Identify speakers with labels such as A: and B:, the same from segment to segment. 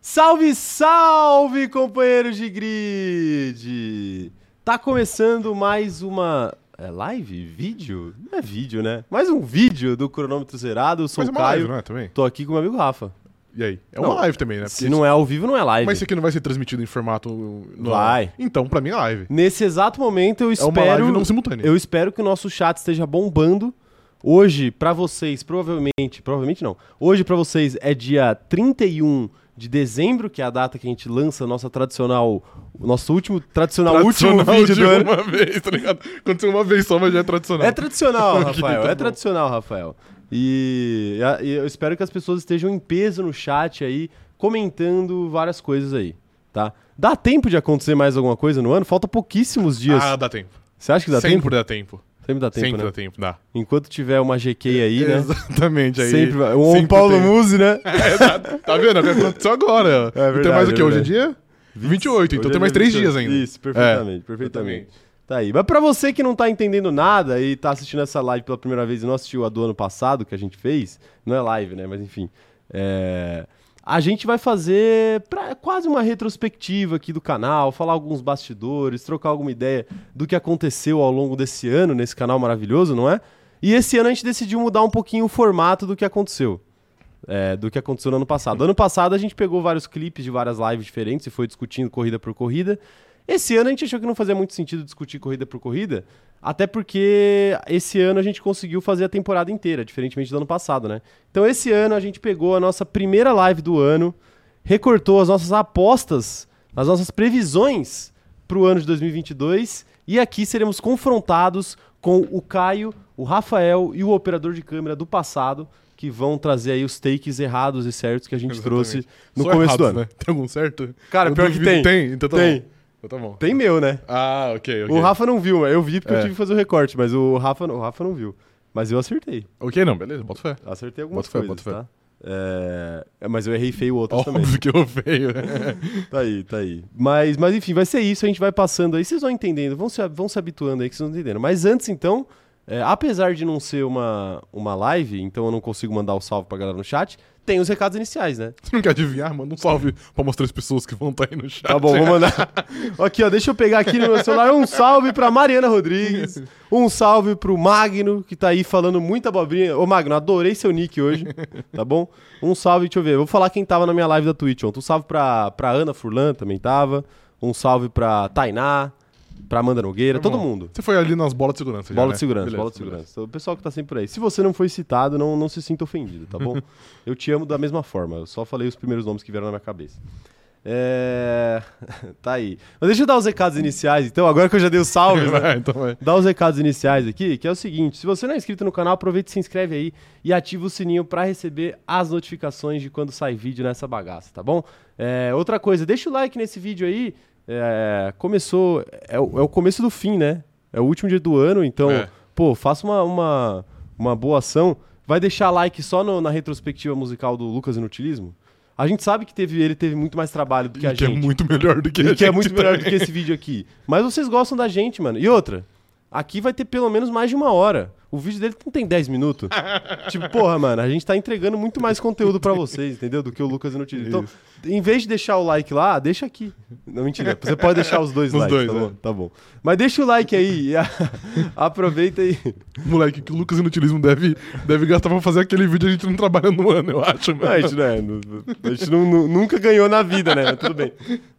A: Salve, salve, companheiros de grid! Tá começando mais uma é live? Vídeo? Não é vídeo, né? Mais um vídeo do Cronômetro Zerado. Eu sou
B: Mas é
A: o
B: uma
A: Caio.
B: live, não é, também?
A: Tô aqui com o meu amigo Rafa.
B: E aí? É
A: Não,
B: uma live também, né?
A: Se não é ao vivo, não é live.
B: Mas isso aqui não vai ser transmitido em formato... normal.
A: Vai.
B: Então, pra mim, é live.
A: Nesse exato momento, eu
B: É uma
A: espero.
B: live não simultânea.
A: Eu espero que o nosso chat esteja bombando. Hoje, pra vocês, provavelmente, provavelmente não. Hoje pra vocês é dia 31 de dezembro, que é a data que a gente lança a nossa tradicional, o nosso último tradicional,
B: Tradicional
A: último vídeo
B: de
A: do ano.
B: uma vez, tá ligado? Aconteceu uma vez só, mas já é tradicional.
A: É tradicional,
B: Ok,
A: Rafael.
B: tá
A: é
B: bom.
A: tradicional, Rafael. E a- e eu espero que as pessoas estejam em peso no chat aí, comentando várias coisas aí, tá? Dá tempo de acontecer mais alguma coisa no ano? Falta pouquíssimos dias.
B: Ah, dá tempo.
A: Você acha que dá
B: Sempre
A: tempo?
B: dá tempo.
A: Sempre dá tempo,
B: Sempre
A: né?
B: dá tempo, dá.
A: Enquanto tiver uma GK aí, né?
B: Exatamente. É, Aí,
A: Sempre vai. Ou um
B: sempre
A: Paulo
B: tem.
A: Musi, né?
B: É, tá, tá vendo? Aconteceu agora.
A: verdade,
B: então, mais o
A: é
B: que? Hoje é
A: verdade.
B: dia? 28, então
A: Hoje
B: tem
A: é
B: mais
A: dia
B: três
A: 28.
B: dias ainda. É,
A: Isso, perfeitamente, perfeitamente. Tá aí. Mas pra você que não tá entendendo nada e tá assistindo essa live pela primeira vez e não assistiu a do ano passado que a gente fez, não é live, né? Mas enfim. é, A gente vai fazer pra- quase uma retrospectiva aqui do canal, falar alguns bastidores, trocar alguma ideia do que aconteceu ao longo desse ano nesse canal maravilhoso, não é? E esse ano a gente decidiu mudar um pouquinho o formato do que aconteceu. é, do que aconteceu no ano passado. Ano passado a gente pegou vários clipes de várias lives diferentes e foi discutindo corrida por corrida. Esse ano a gente achou que não fazia muito sentido discutir corrida por corrida, até porque esse ano a gente conseguiu fazer a temporada inteira, diferentemente do ano passado, né? Então esse ano a gente pegou a nossa primeira live do ano, recortou as nossas apostas, as nossas previsões para o ano de 2022 e aqui seremos confrontados com o Caio, o Rafael e o operador de câmera do passado que vão trazer aí os takes errados e certos que a gente trouxe no
B: Só
A: começo do
B: errados,
A: ano.
B: Né? Tem algum certo?
A: Cara,
B: Eu
A: pior que
B: duvido-
A: tem.
B: Tem? Então tá
A: Tem.
B: bom. Então tá bom.
A: Tem meu, né?
B: Ah, ok, ok.
A: O Rafa não viu, eu vi porque eu
B: É.
A: tive que fazer o recorte, mas o Rafa, não- o Rafa não viu. Mas eu acertei.
B: Ok, não, beleza, bota fé.
A: Acertei algumas
B: Bota fé,
A: coisas,
B: bota
A: tá? É, é, Mas eu errei feio outras também.
B: Óbvio que eu feio.
A: Tá aí, tá aí. Mas, mas enfim, vai ser isso, a gente vai passando aí, vocês vão entendendo, vão se, vão se habituando aí que vocês vão entendendo. Mas antes, então, é, apesar de não ser uma, uma live, então eu não consigo mandar o salve pra galera no chat, tem os recados iniciais, né?
B: Se não quer adivinhar, manda um salve pra mostrar as pessoas que vão estar aí no chat.
A: Tá bom, vou mandar. Aqui, ó, deixa eu pegar aqui no meu celular um salve pra Mariana Rodrigues, um salve pro Magno, que tá aí falando muita abobrinha. Ô, Magno, adorei seu nick hoje, tá bom? Um salve, deixa eu ver, vou falar quem tava na minha live da Twitch ontem. Um salve pra, pra Ana Furlan, também tava. Um salve pra Tainá, pra Amanda Nogueira,
B: Tá
A: todo
B: bom.
A: mundo.
B: Você foi ali nas bolas de segurança. já,
A: Bola
B: né?
A: de segurança,
B: Beleza,
A: bola de
B: beleza.
A: segurança. Então, O pessoal que tá sempre por aí. Se você não foi citado, não, não se sinta ofendido, tá bom? eu te amo da mesma forma. Eu só falei os primeiros nomes que vieram na minha cabeça. É... tá aí. Mas deixa eu dar os recados iniciais, então, agora que eu já dei os salves, né?
B: Vai, então vai.
A: Dar os recados iniciais aqui, que é o seguinte: se você não é inscrito no canal, aproveita e se inscreve aí e ativa o sininho pra receber as notificações de quando sai vídeo nessa bagaça, tá bom? É, outra coisa, deixa o like nesse vídeo aí. é, começou. É, o é o começo do fim, né? É o último dia do ano, então,
B: É.
A: pô, faça uma, uma, uma boa ação. Vai deixar like só no- na retrospectiva musical do Lucas Inutilismo? A gente sabe que teve, ele teve muito mais trabalho do que a
B: E que é
A: gente
B: muito melhor do que a
A: e que é
B: gente
A: muito melhor do
B: também.
A: que esse vídeo aqui. Mas vocês gostam da gente, mano. E outra, aqui vai ter pelo menos mais de uma hora. O vídeo dele não tem 10 minutos. tipo, porra, mano, a gente tá entregando muito mais conteúdo pra vocês, entendeu? Do que o Lucas Inutilismo. Então, em vez de deixar o like lá, ah, deixa aqui. Não, mentira. Você pode deixar os dois
B: Os
A: likes,
B: dois,
A: tá,
B: né?
A: bom? Tá bom. Mas deixa o like aí e a- aproveita e...
B: Moleque, que o Lucas Inutilismo deve, deve gastar pra fazer aquele vídeo a gente não trabalha no ano, eu acho,
A: Não, a
B: mano.
A: gente, né, nu- a gente nu- nu- nunca ganhou na vida, né? Mas tudo bem.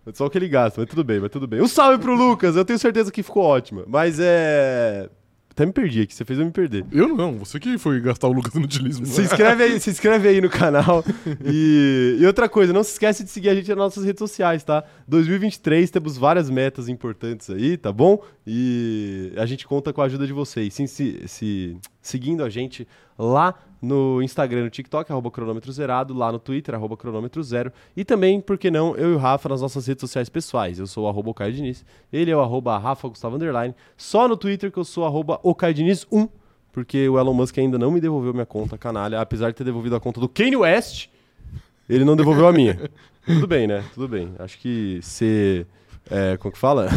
A: É Só o que ele gasta, mas tudo bem, mas tudo bem. Um salve pro Lucas, eu tenho certeza que ficou ótima. Mas é. Até me perdi aqui, você fez eu me perder.
B: Eu não, você que foi gastar o Lucas Inutilismo. né?
A: Se inscreve aí, se inscreve aí no canal. E, e outra coisa, não se esquece de seguir a gente nas nossas redes sociais, tá? 2023 temos várias metas importantes aí, tá bom? E a gente conta com a ajuda de vocês. Sim, se, se- seguindo a gente lá no Instagram, no TikTok, arroba cronômetro zerado, lá no Twitter, arroba cronômetro zero. E também, por que não, eu e o Rafa nas nossas redes sociais pessoais. Eu sou o arroba o Caio Diniz, ele é o arroba Rafa Gustavo Underline. Só no Twitter que eu sou arroba o Caio Diniz 1 porque o Elon Musk ainda não me devolveu minha conta, canalha, apesar de ter devolvido a conta do Kanye West, ele não devolveu a minha. Tudo bem, né? Tudo bem. Acho que ser. é, como que fala?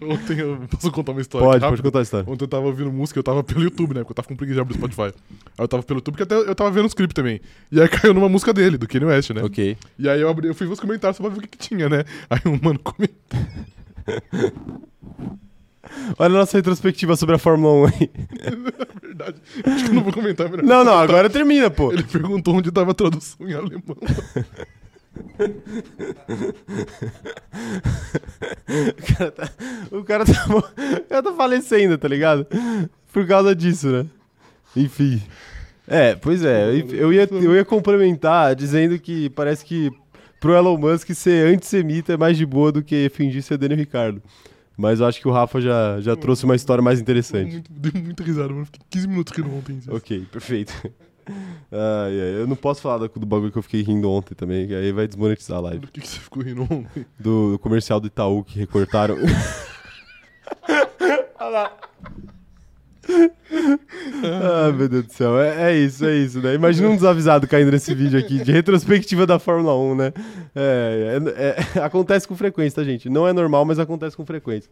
B: Ontem eu posso contar uma história.
A: Pode,
B: rápido?
A: pode contar a história.
B: Ontem eu tava ouvindo música, eu tava pelo YouTube, né? Porque eu tava com preguiça de abrir o Spotify. Aí eu tava pelo YouTube, porque até eu tava vendo uns clipes também. E aí caiu numa música dele, do Kanye West, né?
A: Ok.
B: E aí eu, abri, eu fui ver os comentários só pra ver o que, que tinha, né? Aí um mano comentou.
A: Olha a nossa retrospectiva sobre a Fórmula 1 aí.
B: Na verdade, acho que eu não vou comentar, é melhor.
A: Não, não, agora termina, pô.
B: Ele perguntou onde tava a tradução em alemão.
A: O cara tá, o cara tá, mo- o cara tá falecendo, tá ligado? Por causa disso, né? Enfim. É, pois é. Eu, eu ia, eu ia complementar dizendo que parece que pro Elon Musk ser antissemita é mais de boa do que fingir ser Daniel Ricardo. Mas eu acho que o Rafa já, já trouxe uma história mais interessante.
B: Muito, dei muita risada, mano. Fiquei 15 minutos rindo ontem. assim. disso.
A: Ok, perfeito. Ai, ai, eu não posso falar do, do bagulho que eu fiquei rindo ontem também, que aí vai desmonetizar a live.
B: Do que, que você ficou rindo ontem?
A: Do, do comercial do Itaú que recortaram. Olha lá. ah, meu Deus do céu. É, é isso, é isso, né? Imagina um desavisado caindo nesse vídeo aqui de retrospectiva da Fórmula 1, né? É, é- é- acontece com frequência, tá, gente? Não é normal, mas acontece com frequência.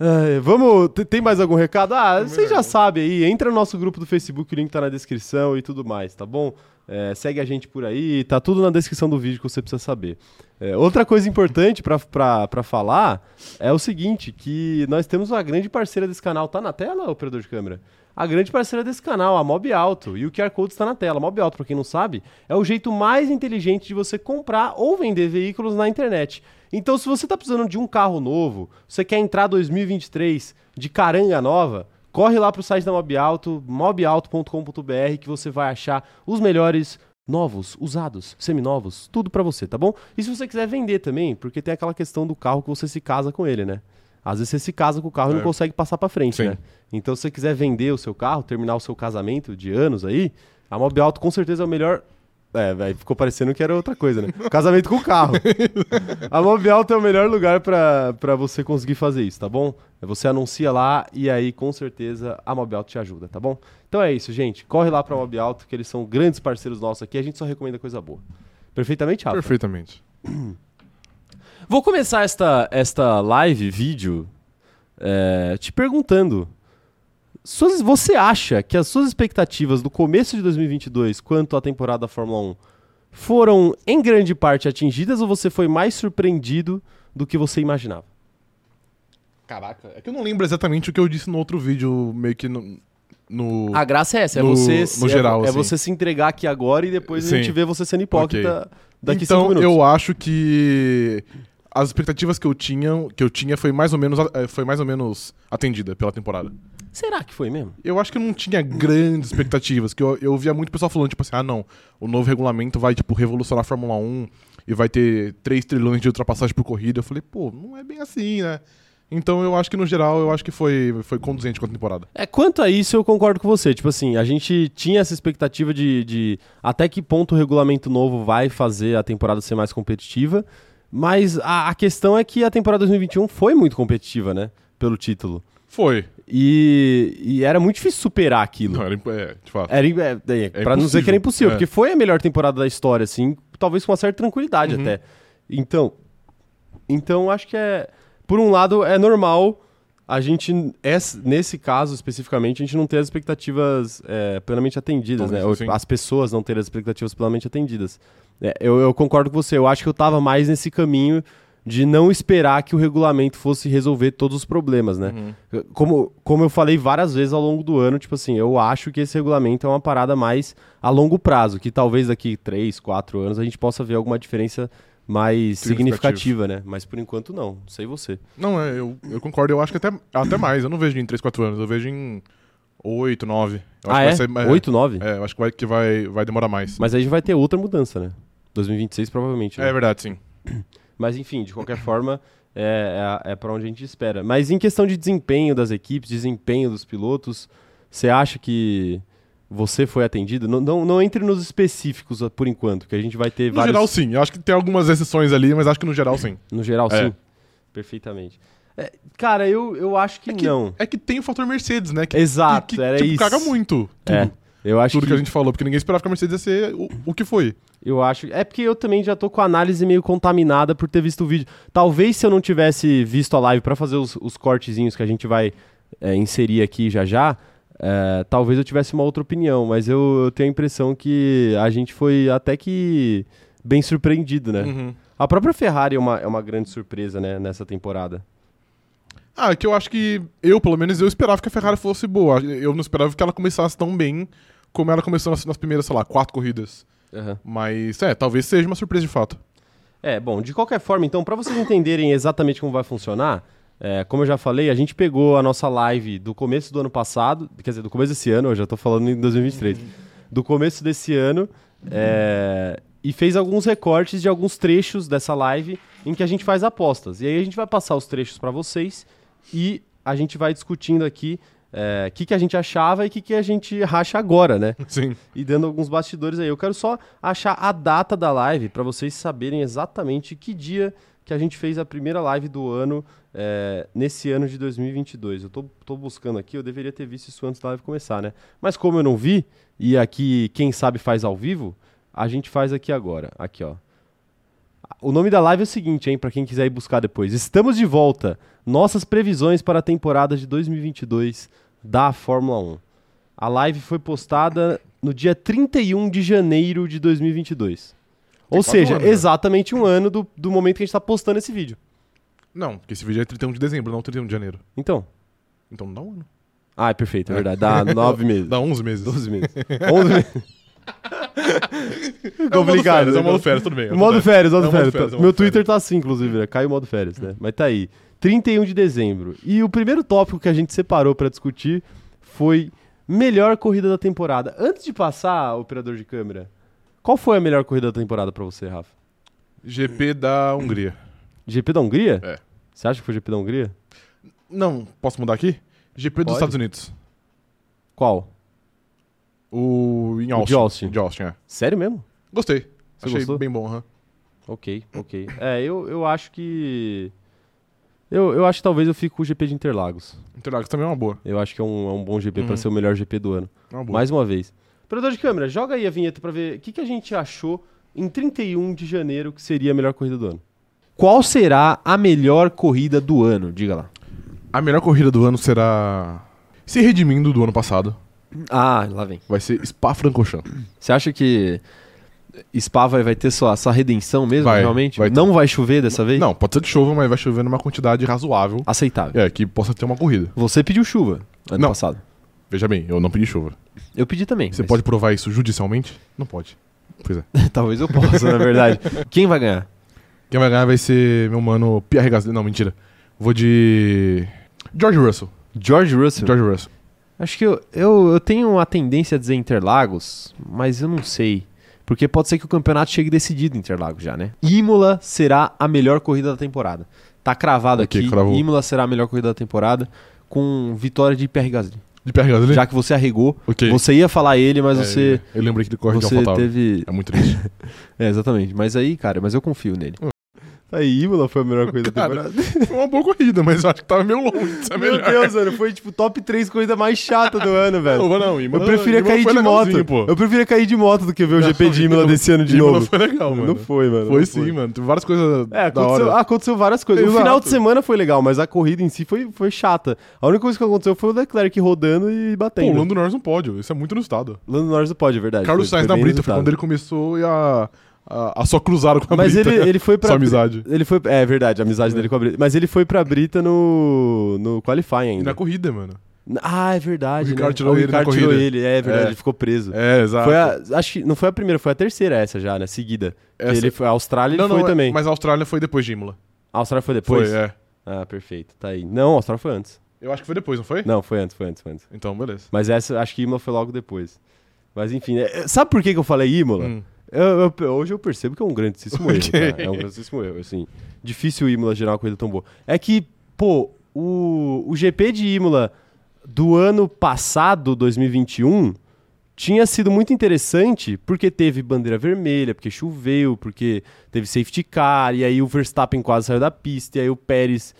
A: Ai, vamos. te- Tem mais algum recado? Ah, vocês já
B: não.
A: sabem aí. Entra no nosso grupo do Facebook, o link tá na descrição e tudo mais, tá bom? É, segue a gente por aí, tá tudo na descrição do vídeo que você precisa saber. É, outra coisa importante pra- pra pra falar é o seguinte: que nós temos uma grande parceira desse canal. Tá na tela, operador de câmera? A grande parceira desse canal, a Mob Alto. E o QR Code está na tela. Mob Alto, para quem não sabe, é o jeito mais inteligente de você comprar ou vender veículos na internet. Então, se você está precisando de um carro novo, você quer entrar 2023 de caranga nova, corre lá para o site da Mob Alto, mobalto.com.br, que você vai achar os melhores novos, usados, seminovos, tudo para você, tá bom? E se você quiser vender também, porque tem aquela questão do carro que você se casa com ele, né? Às vezes você se casa com o carro e não
B: É.
A: consegue passar para frente,
B: Sim.
A: né? Então, se você quiser vender o seu carro, terminar o seu casamento de anos aí, a Mob Alto com certeza é o melhor. É, velho, ficou parecendo que era outra coisa, né? Casamento com carro. A Mob Alto é o melhor lugar pra pra você conseguir fazer isso, tá bom? Você anuncia lá e aí com certeza a Mob Alto te ajuda, tá bom? Então é isso, gente. Corre lá pra Mob Alto, que eles são grandes parceiros nossos aqui. A gente só recomenda coisa boa. Perfeitamente, Rafa.
B: Perfeitamente.
A: Vou começar esta, esta live, vídeo, é, te perguntando. suas- você acha que as suas expectativas do começo de 2022 quanto à temporada da Fórmula 1 foram, em grande parte, atingidas ou você foi mais surpreendido do que você imaginava?
B: Caraca, é que eu não lembro exatamente o que eu disse no outro vídeo, meio que no. no...
A: A graça é essa, é
B: Tipo, No-
A: você,
B: no
A: é-
B: geral,
A: é,
B: assim.
A: você se entregar aqui agora e depois a gente
B: Sim.
A: vê você sendo hipócrita daqui
B: então,
A: cinco minutos.
B: eu acho que as expectativas que eu tinha, que eu tinha foi mais ou menos eh, foi mais ou menos atendida pela temporada.
A: Será que foi mesmo?
B: Eu acho que eu não tinha grandes expectativas, que eu, eu via muito pessoal falando tipo assim: "Ah, não, o novo regulamento vai tipo revolucionar a Fórmula 1 e vai ter 3 trilhões de ultrapassagem por corrida". Eu falei: "Pô, não é bem assim, né?". Então, eu acho que no geral, eu acho que foi foi conduzente com a temporada.
A: É, quanto a isso, eu concordo com você. Tipo assim, a gente tinha essa expectativa de, de até que ponto o regulamento novo vai fazer a temporada ser mais competitiva. Mas a, a questão é que a temporada 2021 foi muito competitiva, né? Pelo título.
B: Foi.
A: E, e era muito difícil superar aquilo.
B: Não, era, imp- é, de fato.
A: Era, im- é, é, pra não dizer
B: impossível.
A: que era impossível,
B: É.
A: porque foi a melhor temporada da história, assim, talvez com uma certa tranquilidade
B: Uhum.
A: até. Então, então acho que é. Por um lado, é normal a gente, es- nesse caso especificamente, a gente não ter as expectativas é, plenamente atendidas, né?
B: Talvez,
A: Ou
B: sim.
A: as pessoas não terem as expectativas plenamente atendidas. É, eu, eu concordo com você, eu acho que eu tava mais nesse caminho de não esperar que o regulamento fosse resolver todos os problemas, né?
B: Uhum.
A: Como, como eu falei várias vezes ao longo do ano, tipo assim, eu acho que esse regulamento é uma parada mais a longo prazo, que talvez daqui 3, 4 anos a gente possa ver alguma diferença mais
B: Significativa.
A: significativa, né? Mas por enquanto não, não sei você.
B: Não, é, eu, eu concordo. Eu acho que até, até mais. Eu não vejo em 3, 4 anos. Eu vejo em 8, 9. Eu acho
A: ah,
B: que
A: é?
B: vai ser mais-
A: 8, 9?
B: É, eu acho que vai, que vai, vai demorar mais.
A: Mas aí já vai ter outra mudança, né? 2026 provavelmente. né?
B: É verdade, sim.
A: Mas enfim, de qualquer forma, é, é, é para onde a gente espera. Mas em questão de desempenho das equipes, desempenho dos pilotos, você acha que você foi atendido? Não, não, não entre nos específicos ah, por enquanto, que a gente vai ter
B: No
A: vários.
B: geral, sim. Eu acho que tem algumas exceções ali, mas acho que no geral, sim.
A: No geral,
B: É.
A: sim. Perfeitamente. É, cara, eu, eu acho que,
B: É que,
A: não.
B: é que tem o fator Mercedes, né? Que,
A: Exato,
B: que, que,
A: era
B: tipo,
A: isso.
B: caga muito.
A: É,
C: Eu acho
B: tudo que...
C: que
B: a gente falou, porque ninguém esperava que a Mercedes ia ser o, o que foi.
C: Eu acho. É porque eu também já tô com a análise meio contaminada por ter visto o vídeo. Talvez se eu não tivesse visto a live para fazer os, os cortezinhos que a gente vai é, inserir aqui já já, é, talvez eu tivesse uma outra opinião. Mas eu, eu tenho a impressão que a gente foi até que bem surpreendido,
A: É.
B: Hum.
C: né?
B: Uhum.
C: A própria Ferrari é uma, é uma grande surpresa, né, nessa temporada.
B: Ah, é que eu acho que eu, pelo menos, eu esperava que a Ferrari fosse boa. Eu não esperava que ela começasse tão bem como ela começou nas, nas primeiras, sei lá, quatro corridas. Mas, é, talvez seja uma surpresa de fato.
C: É, bom, de qualquer forma, então, para vocês entenderem exatamente como vai funcionar, é, como eu já falei, a gente pegou a nossa live do começo do ano passado, quer dizer, do começo desse ano, eu já tô falando em 2023, do começo desse ano, é, e fez alguns recortes de alguns trechos dessa live em que a gente faz apostas. E aí a gente vai passar os trechos para vocês e a gente vai discutindo aqui é, o que, que a gente achava e o que, que a gente acha agora, né?
B: Sim.
C: e dando alguns bastidores aí. Eu quero só achar a data da live para vocês saberem exatamente que dia que a gente fez a primeira live do ano é, nesse ano de 2022. Eu tô, tô buscando aqui, eu deveria ter visto isso antes da live começar, né? Mas como eu não vi, e aqui quem sabe faz ao vivo, a gente faz aqui agora. Aqui, ó. O nome da live é o seguinte, hein, para quem quiser ir buscar depois. Estamos de volta. Nossas previsões para a temporada de 2022 da Fórmula 1. A live foi postada no dia 31 de janeiro de 2022. Ou
B: quase um
C: seja,
B: ano, né?
C: exatamente um ano do, do momento que a gente está postando esse vídeo.
B: Não, porque esse vídeo é 31 de dezembro, não 31 de janeiro.
C: Então.
B: Então dá um ano.
C: Ah, é perfeito, é verdade. Dá nove meses.
B: Dá 11 meses.
C: 12 meses. 11 meses.
B: É o modo
C: Complicado,
B: férias, É
C: né?
B: o modo férias, tudo bem. é o
C: Modo férias,
B: É
C: modo
B: o modo
C: férias.
B: férias, é o
C: Meu
B: modo
C: Twitter tá assim, inclusive, né? Caiu o modo férias, né? Mas tá aí. 31 de dezembro. E o primeiro tópico que a gente separou pra discutir foi melhor corrida da temporada. Antes de passar, operador de câmera, qual foi a melhor corrida da temporada pra você, Rafa?
B: GP da Hungria.
C: GP da Hungria?
B: É.
C: Você acha que foi GP da Hungria?
B: Não, posso mudar aqui? GP
C: Pode.
B: dos Estados Unidos.
C: Qual?
B: O em
C: O
B: Austin.
C: de Austin.
B: De Austin, é.
C: Sério mesmo?
B: Gostei.
C: Você
B: Achei
C: gostou?
B: bem bom, aham.
C: Ok, ok. É, eu, eu acho que. Eu, eu acho que talvez eu fique com o GP de Interlagos.
B: Interlagos também é uma boa.
C: Eu acho que é um, é um bom GP pra
B: Uhum.
C: ser o melhor GP do ano.
B: É uma boa.
C: Mais uma vez. Operador de câmera, joga aí a vinheta pra ver o que, que a gente achou em 31 de janeiro que seria a melhor corrida do ano.
A: Qual será a melhor corrida do ano? Diga lá.
B: A melhor corrida do ano será. Se redimindo do ano passado.
A: Ah, lá vem.
B: Vai ser Spa Francorchamps.
A: Você acha que Spa vai, vai ter sua, sua redenção mesmo,
B: Vai,
A: realmente?
B: vai ter.
A: Não vai chover dessa vez?
B: Não, pode ser que chova, mas vai chover numa quantidade razoável.
C: Ah.
A: Aceitável.
B: É, que possa ter uma corrida.
A: Você pediu chuva ano
B: Não.
A: passado.
B: Veja bem, eu não pedi chuva.
A: Eu pedi também.
B: Você
A: mas
B: pode provar isso judicialmente? Não pode. Pois é.
A: Talvez eu possa, na verdade. Quem vai ganhar?
B: Quem vai ganhar vai ser meu mano Pierre Gasly. Não, mentira. Vou de. George Russell.
A: George Russell.
B: George Russell.
A: Acho que eu, eu, eu tenho uma tendência a dizer Interlagos, mas eu não sei. Porque pode ser que o campeonato chegue decidido em Interlagos já, né? Imola será a melhor corrida da temporada. Tá cravado
B: Ok,
A: aqui.
B: cravou.
A: Imola será a melhor corrida da temporada com vitória de Pierre Gasly.
B: De Pierre Gasly?
A: Já que você arregou,
B: Ok.
A: você ia falar ele, mas
B: É,
A: você
B: Eu lembrei que ele corre de
A: você
B: Alpha
A: teve,
B: É muito triste.
A: é, exatamente. Mas aí, cara, mas eu confio nele.
C: Tá aí, Imola foi a melhor corrida
B: Cara, Foi uma boa corrida, mas eu acho que tava meio longe de ser
C: Meu
B: melhor.
C: Deus, mano, foi tipo top 3 corrida mais chata do ano, velho.
B: Não, não, Imola-
C: Eu preferia
B: Imola
C: cair
B: foi
C: de moto.
B: legalzinho, Pô.
C: Eu preferia cair de moto do que ver o GP de Imola
B: Imola-
C: desse ano de
B: Imola
C: novo.
B: foi legal, mano.
C: Não foi, mano.
B: Foi
C: não
B: sim, mano. Teve várias coisas
C: É,
B: da
C: aconteceu,
B: hora.
C: aconteceu várias coisas. O
B: Exato.
C: final de semana foi legal, mas a corrida em si foi, foi chata. A única coisa que aconteceu foi o Leclerc rodando e
B: Pô,
C: batendo.
B: o Lando Norris não pode. Isso é muito no estado.
C: Lando Norris não pode, é verdade.
B: Carlos
C: Foi-
B: Sainz
C: foi
B: na
C: bem
B: Brita foi
C: inusitado.
B: quando ele começou e a, a, a só cruzaram com a
C: Mas
B: Brita.
C: ele, ele foi pra.
B: Só amizade.
C: Ele foi, é verdade, a amizade dele com a Brita. Mas ele foi pra Brita no, no Qualify
B: E na
C: ainda.
B: é corrida, mano.
C: Ah, é verdade.
B: O Ricardo
C: né?
B: tirou
C: Ah, o
B: ele na
C: Ricardo tirou
B: corrida.
C: ele, é verdade,
B: É.
C: ele ficou preso.
B: É, exato.
C: Foi a- Ah, acho que não foi a primeira, foi a terceira essa já, né? Seguida. Que
B: Essa-
C: Ele foi, a Austrália ele
B: Não, não,
C: foi
B: é-
C: também.
B: Mas a Austrália foi depois de Imola.
C: A Austrália foi
B: Foi,
C: depois?
B: é.
C: Ah, perfeito. Tá aí. Não, a Austrália foi antes.
B: Eu acho que foi depois, não foi?
C: Não, foi antes, foi antes, foi antes.
B: Então, beleza.
C: Mas essa, acho que Imola foi logo depois. Mas enfim, é- sabe por que, que eu falei Imola?
B: Hum.
C: Eu- eu- hoje eu percebo que é um grandíssimo erro,
B: Ok.
C: cara. É um grandíssimo erro, assim. Difícil o Imola gerar uma corrida tão boa. É que, pô, o, o GP de Imola do ano passado, 2021, tinha sido muito interessante porque teve bandeira vermelha, porque choveu, porque teve safety car, e aí o Verstappen quase saiu da pista, e aí o Pérez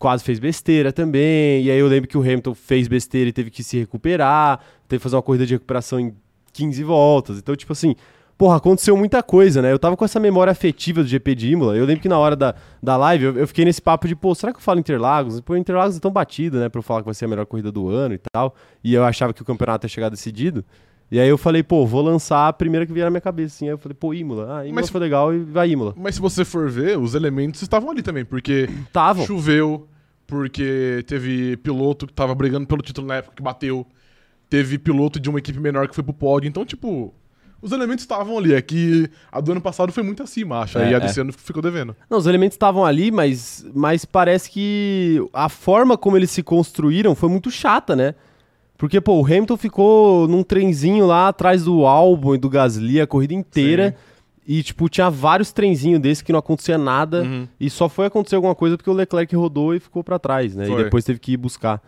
C: quase fez besteira também, e aí eu lembro que o Hamilton fez besteira e teve que se recuperar. teve que fazer uma corrida de recuperação em 15 voltas. Então, tipo assim, porra, aconteceu muita coisa, né? Eu tava com essa memória afetiva do GP de Imola. Eu lembro que na hora da, da live eu, eu fiquei nesse papo de, pô, será que eu falo Interlagos? Pô, Interlagos é tão batida, né? Pra eu falar que vai ser a melhor corrida do ano e tal. E eu achava que o campeonato ia chegar decidido. E aí eu falei, pô, vou lançar a primeira que vier na minha cabeça, assim. Aí eu falei, pô, Imola. Ah, Imola
B: Mas-
C: foi legal e vai Imola.
B: Mas se você for ver, os elementos estavam ali também, porque
C: Tavam.
B: choveu, porque teve piloto que tava brigando pelo título na época que bateu, teve piloto de uma equipe menor que foi pro pódio, então, tipo, os elementos estavam ali. É que a do ano passado foi muito acima, acho,
C: É,
B: e a
C: é.
B: desse ano ficou devendo.
C: Não, os elementos estavam ali, mas, mas parece que a forma como eles se construíram foi muito chata, né? Porque, pô, o Hamilton ficou num trenzinho lá atrás do álbum e do Gasly a corrida inteira. E, tipo, tinha vários trenzinhos desse que não acontecia nada.
B: Uhum.
C: E só foi acontecer alguma coisa porque o Leclerc rodou e ficou pra trás, né? E
B: Foi.
C: depois teve que ir buscar.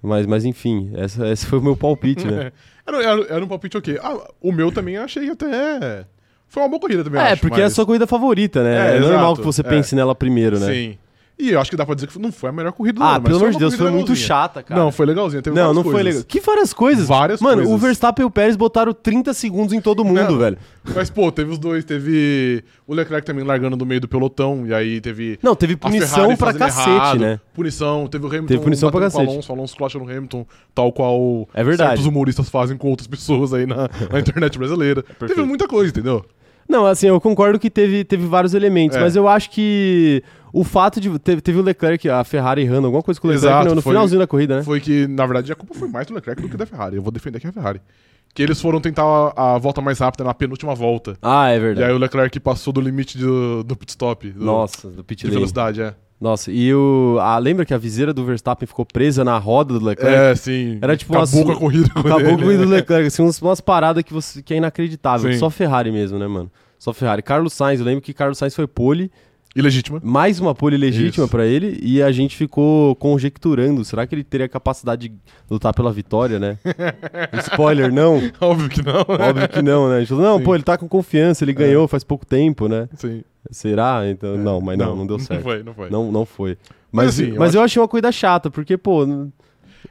C: Mas, mas enfim, essa, esse foi o meu palpite, né?
B: É. Era, era, era um palpite ok. Ah, o meu também eu achei até. Foi uma boa corrida também, eu
C: É,
B: acho,
C: porque é a
B: mas...
C: sua corrida favorita, né?
B: É,
C: É, normal
B: exato,
C: que você
B: é.
C: pense nela primeiro, né?
B: Sim. E eu acho que dá pra dizer que não foi a melhor corrida do ano,
C: Ah,
B: mas
C: pelo amor
B: uma
C: de Deus,
B: corrida
C: foi muito
B: legalzinha.
C: chata, cara.
B: Não, foi legalzinho. Teve
C: Não,
B: várias
C: não foi
B: coisas.
C: legal. Que várias coisas?
B: Várias
C: Mano,
B: coisas.
C: o Verstappen e o Pérez botaram 30 segundos em todo mundo,
B: Não.
C: velho.
B: Mas, pô, teve os dois. Teve o Leclerc também largando do meio do pelotão. E aí teve.
C: Não, teve
B: a Ferrari
C: punição pra
B: fazendo
C: cacete,
B: errado,
C: né?
B: Punição. Teve o Hamilton.
C: Teve punição pra
B: batendo com o
C: cacete.
B: Alonso, o Alonso clocha no Hamilton, tal qual.
C: É verdade.
B: Certos humoristas fazem com outras pessoas aí na, na internet brasileira. teve
C: É perfeito.
B: muita coisa, entendeu?
C: Não, assim, eu concordo que teve, teve vários elementos,
B: É.
C: mas eu acho que o fato de. Teve, teve o Leclerc, a Ferrari errando alguma coisa com o Leclerc
B: Exato,
C: no, no
B: foi-
C: finalzinho da corrida, né?
B: Foi que, na verdade, a culpa foi mais do Leclerc do que da Ferrari. Eu vou defender aqui a Ferrari. Que eles foram tentar a, a volta mais rápida na penúltima volta.
C: Ah, é
B: E
C: verdade.
B: aí o Leclerc passou do limite do, do pit stop. do-
C: Nossa, do pit
B: De
C: lane.
B: velocidade, é.
C: Nossa, e o. Ah, lembra que a viseira do Verstappen ficou presa na roda do Leclerc?
B: É, sim.
C: Era tipo
B: Acabou
C: uma-
B: com a corrida. com
C: Acabou
B: ele.
C: com o ídolo do Leclerc, assim, umas, umas paradas que, você, que é inacreditável.
B: Sim.
C: Só Ferrari mesmo, né, mano? Só Ferrari. Carlos Sainz, eu lembro que Carlos Sainz foi pole,
B: Ilegítima.
C: mais uma pole legítima
B: Isso.
C: pra ele, e a gente ficou conjecturando, será que ele teria capacidade de lutar pela vitória, né? Spoiler, não.
B: Óbvio que não.
C: Óbvio que não, né? A gente falou, não,
B: Sim. É.
C: pô, ele tá com confiança, ele ganhou faz pouco tempo, né?
B: Sim.
C: Será? Então, não, mas não, não, deu
B: É, Não
C: certo.
B: foi, não foi.
C: Não, não foi. Mas,
B: assim, eu
C: mas eu achei uma corrida chata, porque, pô,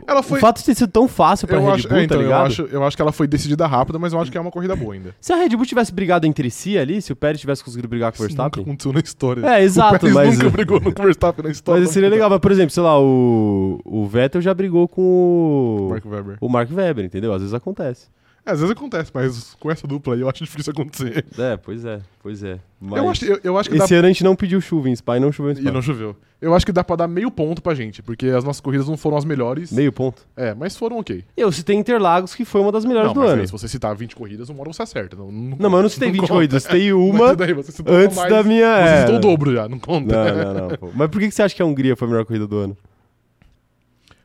B: Ela foi.
C: o Um fato de ter sido tão fácil pra
B: eu
C: Red Bull,
B: acho, é, então,
C: tá
B: eu,
C: ligado?
B: acho, eu acho que ela foi decidida rápida, mas eu acho que é uma corrida boa ainda.
C: Se a Red Bull tivesse brigado entre si ali, se o Pérez tivesse conseguido brigar com o
B: Isso nunca
C: Verstappen.
B: aconteceu na história.
C: É,
B: o
C: exato,
B: Pérez
C: mas.
B: nunca brigou no Verstappen na história.
C: Mas seria legal, mas, por exemplo, sei lá, o, o Vettel já brigou com o.
B: Mark Webber.
C: O Mark Webber, entendeu? Às vezes acontece.
B: É, às vezes acontece, mas com essa dupla aí eu acho difícil acontecer.
C: É, pois é, pois é. Mas
B: Eu, acho, eu, eu acho que
C: Esse é ano a gente não pediu chuva em Spa e não choveu em
B: dá. E
C: Spa.
B: não choveu. Eu acho que dá pra dar meio ponto pra gente, porque as nossas corridas não foram as melhores.
C: Meio ponto.
B: É, mas foram ok.
C: Eu citei Interlagos, que foi uma das melhores
B: Não,
C: do
B: mas
C: ano.
B: aí, se você citar 20 corridas, uma hora você acerta. Não, não,
C: Não, mas eu não citei 20
B: conta.
C: corridas, eu citei
B: Mas
C: uma.
B: daí você citou
C: antes da minha-
B: Você
C: é.
B: citou o dobro já, não conta.
C: Não, não, não. pô. Mas por que que você acha que a Hungria foi a melhor corrida do ano?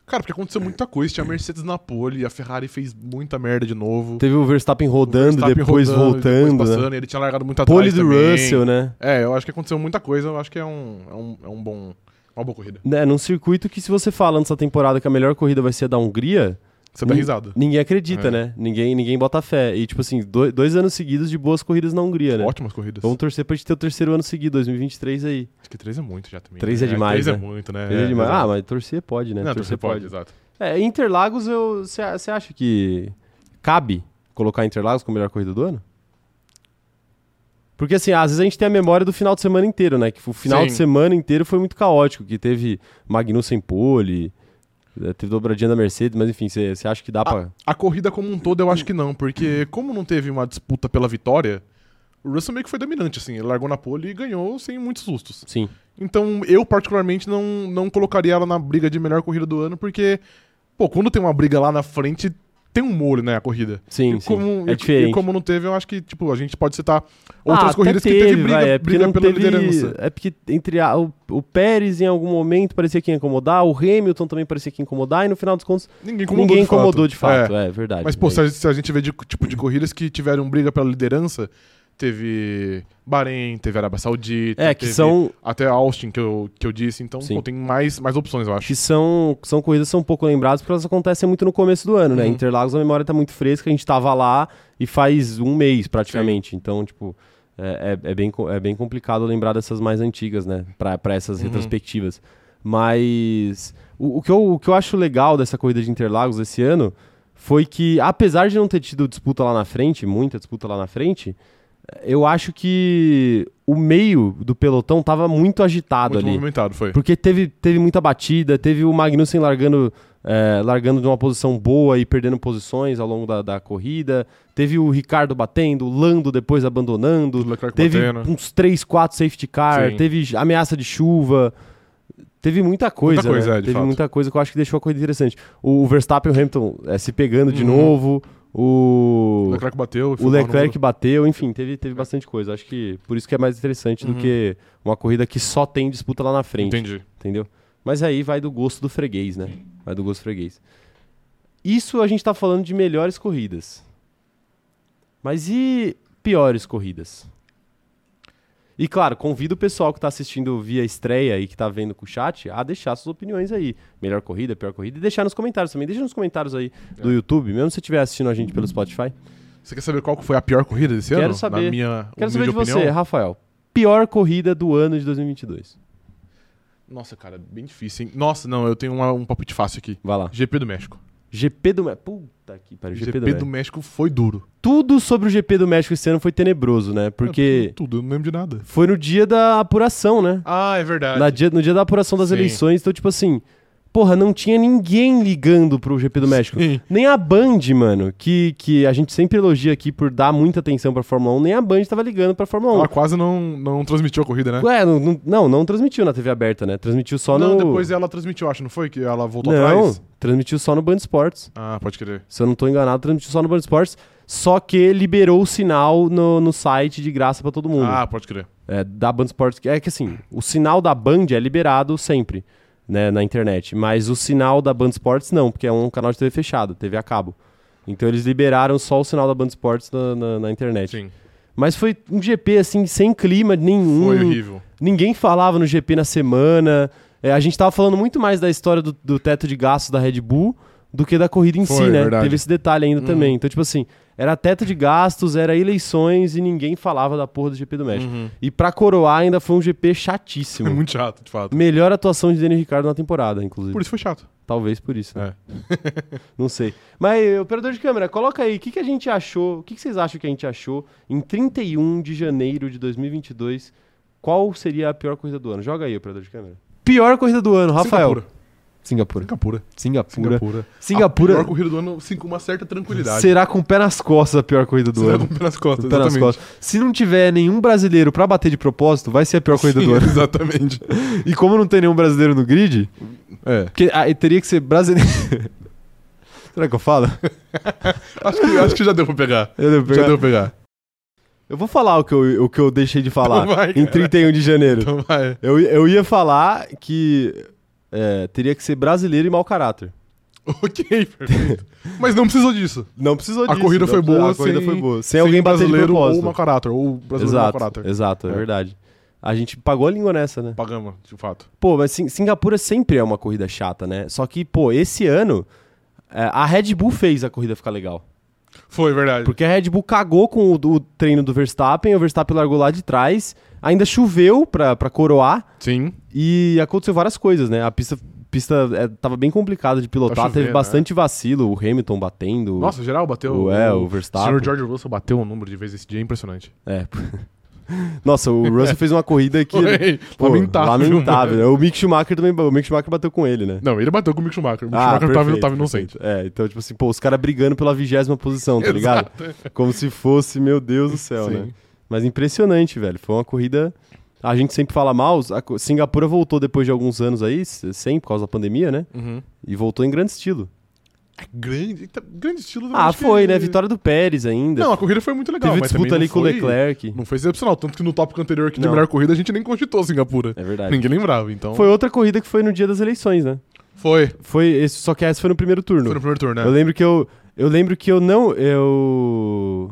B: Cara, porque aconteceu muita coisa. Tinha a Mercedes na pole, a Ferrari fez muita merda de novo.
C: Teve o Verstappen rodando,
B: Verstappen
C: depois
B: rodando,
C: voltando.
B: Depois
C: né?
B: passando, e Ele tinha largado muito atrás
C: Pole do
B: também.
C: Russell, né?
B: É, eu acho que aconteceu muita coisa. Eu acho que é um, é um, é um bom... Uma boa corrida.
C: né, num circuito que se você fala nessa temporada que a melhor corrida vai ser a da Hungria,
B: Você dá
C: Nin-
B: risada.
C: ninguém acredita,
B: É.
C: né? Ninguém, ninguém bota fé. E tipo assim, do- dois anos seguidos de boas corridas na Hungria, né?
B: Ótimas corridas.
C: Vamos torcer pra gente ter o terceiro ano seguido, 2023 aí.
B: Acho que 3 é muito já também.
C: Três é demais,
B: 3 é
C: né?
B: muito, né?
C: Três é demais.
B: exato.
C: Ah, mas torcer pode, né?
B: Não, torcer pode, exato.
C: É, Interlagos, eu você acha que cabe colocar Interlagos como melhor corrida do ano? Porque assim, às vezes a gente tem a memória do final de semana inteiro, né? Que o final
B: Sim.
C: de semana inteiro foi muito caótico, que teve Magnussen pole, eh, teve dobradinha da Mercedes, mas enfim, você você acha que
B: Ah,
C: dá pra...
B: A corrida como um todo eu acho que não, porque como não teve uma disputa pela vitória, o Russell meio que foi dominante, assim. Ele largou na pole e ganhou sem muitos sustos.
C: Sim.
B: Então eu, particularmente, não, não colocaria ela na briga de melhor corrida do ano, porque, pô, quando tem uma briga lá na frente, tem um molho, né, a corrida.
C: Sim,
B: E
C: sim.
B: como,
C: É
B: e-
C: diferente. Ah,
B: E como não teve, eu acho que, tipo, a gente pode citar outras
C: até
B: corridas que teve briga,
C: vai, é porque
B: briga
C: não
B: pela
C: teve-
B: liderança.
C: É porque entre a- o, o Pérez em algum momento parecia que ia incomodar, o Hamilton também parecia que ia incomodar, e no final dos contos
B: Ninguém incomodou
C: ninguém
B: de fato.
C: incomodou de
B: É.
C: fato. É, verdade.
B: Mas, pô,
C: é
B: se a, se a gente vê de, tipo de corridas que tiveram briga pela liderança, teve Bahrein, teve Arábia Saudita,
C: É, que
B: teve
C: são-
B: até Austin, que eu, que eu disse. Então,
C: Sim.
B: pô, tem mais, mais opções, eu acho.
C: que são, são corridas que são pouco lembradas porque elas acontecem muito no começo do ano, né?
B: Uhum.
C: Interlagos, a memória tá muito fresca, a gente tava lá e faz um mês praticamente. Então, tipo, é, é- é bem, co- é bem complicado lembrar dessas mais antigas, né? Pra, pra essas
B: Uhum.
C: retrospectivas. Mas o, o que eu, o que eu acho legal dessa corrida de Interlagos esse ano foi que, apesar de não ter tido disputa lá na frente, muita disputa lá na frente, eh, eu acho que o meio do pelotão tava muito agitado
B: Muito
C: ali.
B: movimentado, foi.
C: Porque teve, teve muita batida, teve o Magnussen largando, é, largando de uma posição boa e perdendo posições ao longo da, da corrida. Teve o Ricardo batendo, o Lando depois abandonando.
B: O Leclerc
C: Teve
B: batendo. né?
C: uns 3, 4 safety car,
B: Sim.
C: teve ameaça de chuva. Teve muita coisa.
B: coisa,
C: né?
B: é, de
C: Teve
B: fato.
C: muita coisa que eu acho que deixou a corrida interessante. O Verstappen e o Hamilton eh, se pegando de novo.
B: O
C: O.
B: Uhum. Leclerc bateu. e
C: O
B: foi mal no
C: Leclerc bateu, enfim, teve, teve bastante coisa. Acho que por isso que é mais interessante
B: Uhum.
C: do que uma corrida que só tem disputa lá na frente.
B: Entendi.
C: Entendeu? Mas aí vai do gosto do freguês, né? Vai do gosto do freguês. Isso a gente tá falando de melhores corridas. Mas e piores corridas? E claro, convido o pessoal que tá assistindo via estreia e que tá vendo com o chat a deixar suas opiniões aí. Melhor corrida, pior corrida. E deixar nos comentários também. Deixa nos comentários aí
B: É.
C: do YouTube, mesmo se você estiver assistindo a gente pelo Spotify.
B: Você quer saber qual que foi a pior corrida desse
C: Quero
B: ano?
C: saber.
B: Na minha
C: Quero saber de
B: humilde
C: você,
B: opinião?
C: Rafael. Pior corrida do ano de 2022.
B: Nossa, cara, bem difícil, hein? Nossa, não, eu tenho uma- um palpite fácil aqui.
C: Vai lá.
B: GP do México.
C: GP do... Me- Puta que pariu. GP, do... México.
B: México foi duro.
C: Tudo sobre o GP do México esse ano foi tenebroso, né? Porque
B: Tudo, eu não lembro de nada.
C: foi no dia da apuração, né?
B: Ah, é verdade.
C: Na dia, no dia da apuração das
B: Sim.
C: eleições, então, tipo assim, porra, não tinha ninguém ligando pro GP do México.
B: Sim.
C: Nem a Band, mano, que, que a gente sempre elogia aqui por dar muita atenção pra Fórmula 1, nem a Band tava ligando pra Fórmula
B: Ela quase não, não transmitiu a corrida, né?
C: 1. Ué, não, não, não, não transmitiu na TV aberta, né? Transmitiu só
B: não,
C: no.
B: depois ela transmitiu, acho, não foi? Que ela voltou
C: Não,
B: atrás?
C: transmitiu só no Band Sports.
B: Ah, pode crer.
C: Se eu não tô enganado, transmitiu só no Band Sports. Só que liberou o sinal no, no site de graça pra todo mundo.
B: Ah, pode crer.
C: É, da Band Sports. É que assim, o sinal da Band é liberado sempre, né, na internet. Mas o sinal da Band Sports não, porque é um canal de TV fechado, TV a cabo. Então eles liberaram só o sinal da Band Sports na, na- na internet.
B: Sim.
C: Mas foi um GP, assim, sem clima nenhum.
B: Foi horrível.
C: Ninguém falava no GP na semana. É, a gente tava falando muito mais da história do, do teto de gasto da Red Bull do que da corrida em
B: Foi,
C: si, né?
B: verdade. Uhum.
C: Teve esse detalhe ainda também. Então, tipo assim, era teto de gastos, era eleições e ninguém falava da porra do GP do México. E pra coroar ainda foi um GP
B: Foi
C: chatíssimo.
B: Uhum. É muito chato, de fato.
C: Melhor atuação de Daniel Ricardo na temporada, inclusive.
B: Por isso foi chato.
C: Talvez por isso, né?
B: É.
C: Não sei. Mas, eh, operador de câmera, coloca aí, o que, que a gente achou, o que, que vocês acham que a gente achou em 31 de janeiro de 2022? Qual seria a pior corrida do ano? Joga aí, operador de câmera. Pior corrida do ano, Rafael. Singapura.
B: Singapura.
C: Singapura. Singapura.
B: Singapura.
C: Singapura.
B: A pior corrida do ano, sim, com uma certa tranquilidade.
C: Será com o pé nas costas a pior corrida do
B: Você vai
C: ano.
B: com o pé nas costas,
C: Com o pé Tá nas
B: exatamente.
C: costas. Se não tiver nenhum brasileiro pra bater de propósito, vai ser a pior corrida do
B: Sim,
C: ano.
B: Exatamente.
C: E como não tem nenhum brasileiro no grid,
B: É.
C: porque, ah, e teria que ser brasileiro. Será que eu falo?
B: Acho que, acho que já deu pra pegar.
C: Eu devo
B: Já
C: pegar-
B: deu pra pegar.
C: Eu vou falar o que eu, o que eu deixei de falar
B: Então vai,
C: em
B: cara.
C: 31 de janeiro.
B: Então vai.
C: Eu, eu ia falar que é, teria que ser brasileiro e mau caráter.
B: Ok, perfeito. Mas não precisou disso.
C: Não precisou
B: A
C: disso.
B: corrida
C: não
B: foi
C: precisou-
B: boa
C: A corrida
B: sem-
C: foi boa. Sem,
B: Sem
C: alguém bater de
B: brasileiro ou
C: propósito.
B: mau caráter. Ou brasileiro mau
C: exato,
B: caráter.
C: exato, é.
B: É.
C: verdade. A gente pagou a língua nessa, né?
B: Pagamos, de fato.
C: Pô, mas Sin- Singapura sempre é uma corrida chata, né? Só que, pô, esse ano é, a Red Bull fez a corrida ficar legal.
B: Foi, verdade.
C: Porque a Red Bull cagou com o, o treino do Verstappen, o Verstappen largou lá de trás, ainda choveu pra, pra coroar.
B: Sim.
C: E aconteceu várias coisas, né? A pista, pista é, tava bem complicada de pilotar,
B: Tá chovendo,
C: teve bastante vacilo, o Hamilton batendo.
B: Nossa, geral bateu.
C: né? o- é, o Verstappen.
B: O senhor George Russell bateu um número de vezes esse dia, é impressionante.
C: É. Nossa, o Russell fez uma corrida que.
B: Foi.
C: Pô,
B: lamentável.
C: lamentável, né? O Mick Schumacher também. O Mick Schumacher bateu com ele, né?
B: Não, ele bateu com o Mick Schumacher. O Mick Schumacher tava,
C: Ah, perfeito,
B: tava inocente.
C: perfeito. É, então, tipo assim, pô, os caras brigando pela vigésima posição, tá ligado?
B: é.
C: Como se fosse, meu Deus do céu,
B: Sim.
C: né? Mas impressionante, velho. Foi uma corrida. A gente sempre fala mal, a co- Singapura voltou depois de alguns anos aí, s- sem, por causa da pandemia, né?
B: Uhum.
C: E voltou em grande estilo.
B: É grande, tá- grande estilo. eu
C: Ah,
B: acho que-
C: foi, né? Vitória do Pérez ainda.
B: Não, a corrida foi muito legal.
C: Teve
B: mas
C: disputa
B: também
C: ali
B: não
C: com o
B: foi-
C: Leclerc.
B: Não foi excepcional. Tanto que no tópico anterior, que tem
C: Não.
B: melhor corrida, a gente nem cogitou Singapura.
C: É verdade.
B: Ninguém lembrava, então.
C: Foi outra corrida que foi no dia das eleições, né?
B: Foi.
C: Foi esse, só que essa foi no primeiro turno.
B: Foi no primeiro turno, né?
C: Eu lembro que eu eu lembro que eu não eu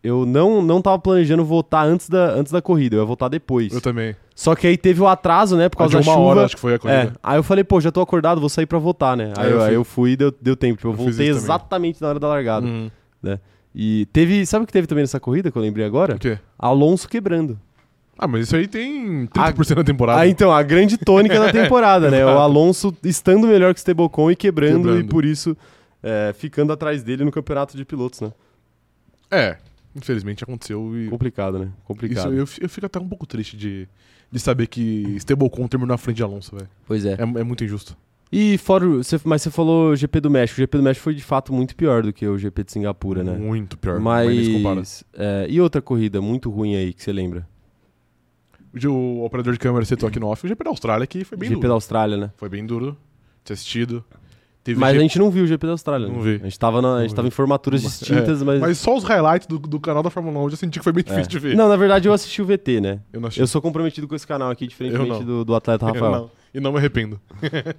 C: eu não não tava planejando votar antes da antes da corrida, eu ia votar depois.
B: Eu também.
C: Só que aí teve o atraso, né, por
B: Ah, de
C: causa da
B: uma
C: chuva.
B: hora, acho que foi a corrida.
C: É. Aí eu falei, pô, já tô acordado, vou sair pra votar, né? Aí,
B: É, eu
C: eu, aí
B: fiz-
C: eu fui e deu, deu tempo, tipo, eu,
B: Eu fiz
C: voltei
B: isso também.
C: exatamente na hora da largada,
B: Hum.
C: né? E teve, sabe o que teve também nessa corrida que eu lembrei agora?
B: O quê?
C: Alonso quebrando.
B: Ah, mas isso aí tem 30% da temporada.
C: Ah, então, a grande tônica da temporada, né? O
B: Exato.
C: Alonso estando melhor que o Stebocon e quebrando,
B: Quebrando.
C: e por isso é, ficando atrás dele no campeonato de pilotos, né?
B: É, infelizmente aconteceu e
C: Complicado, né?
B: isso,
C: Complicado.
B: eu, eu fico até um pouco triste de, de saber que Stablecoin terminou na frente de Alonso, velho.
C: Pois
B: É, é muito injusto.
C: E fora, o- você- mas você falou GP do México. O GP do México foi de fato muito pior do que o GP de Singapura, né?
B: Muito pior.
C: Mas.
B: nem se compara.
C: é, e outra corrida muito ruim aí que você lembra?
B: O de- O operador de câmera citou aqui no off o GP da Austrália, que foi bem
C: GP
B: duro.
C: da Austrália, né?
B: Foi bem duro. Tinha assistido. Teve
C: Mas a
B: GP
C: gente não viu o GP da Austrália. né?
B: Não vi.
C: A gente tava, na- a gente
B: Não
C: tava em formaturas distintas, mas.
B: Mas só os highlights do, do canal da Fórmula 1 eu já senti que foi bem
C: É.
B: difícil de ver.
C: Não, na verdade eu assisti o VT, né?
B: Eu não achei.
C: Eu sou comprometido com esse canal aqui,
B: Eu
C: diferentemente
B: não.
C: do, do atleta Rafael.
B: E não me arrependo.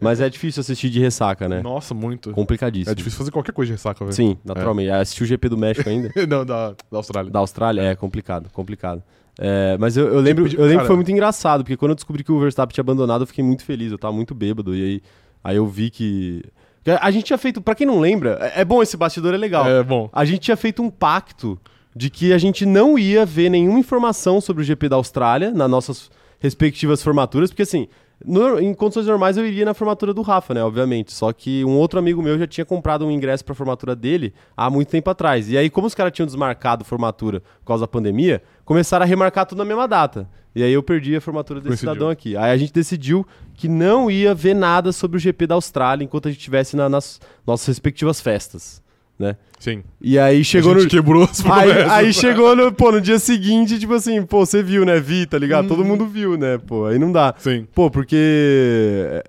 C: Mas é difícil assistir de ressaca, né?
B: Nossa, muito.
C: Complicadíssimo.
B: É difícil fazer qualquer coisa de ressaca, velho.
C: Sim, naturalmente. Assistir o GP do México ainda.
B: não, da, da Austrália.
C: Da Austrália? É, complicado, complicado. É, mas eu, eu lembro,
B: Tipo de-
C: eu lembro que
B: cara-
C: foi muito engraçado, porque quando eu descobri que o Verstappen tinha abandonado, eu fiquei muito feliz, eu tava muito bêbado. E aí, aí eu vi que. que A gente tinha feito, pra quem não lembra, é, é bom esse bastidor, é legal.
B: É bom.
C: A gente tinha feito um pacto de que a gente não ia ver nenhuma informação sobre o GP da Austrália nas nossas respectivas formaturas, porque assim, no- em condições normais eu iria na formatura do Rafa, né, obviamente. Só que um outro amigo meu já tinha comprado um ingresso pra formatura dele há muito tempo atrás. E aí, como os caras tinham desmarcado formatura por causa da pandemia, começaram a remarcar tudo na mesma data. E aí eu perdi a formatura desse
B: Coincidiu.
C: cidadão aqui. Aí a gente decidiu que não ia ver nada sobre o GP da Austrália enquanto a gente estivesse na- nas nossas respectivas festas, né?
B: Sim.
C: E aí chegou
B: a
C: no.
B: gente quebrou as
C: Aí,
B: promessas.
C: aí chegou no, pô, no dia seguinte, tipo assim, pô, você viu, né? Vi, tá ligado? Todo mundo viu, né? Pô, aí não dá.
B: Sim.
C: Pô, porque.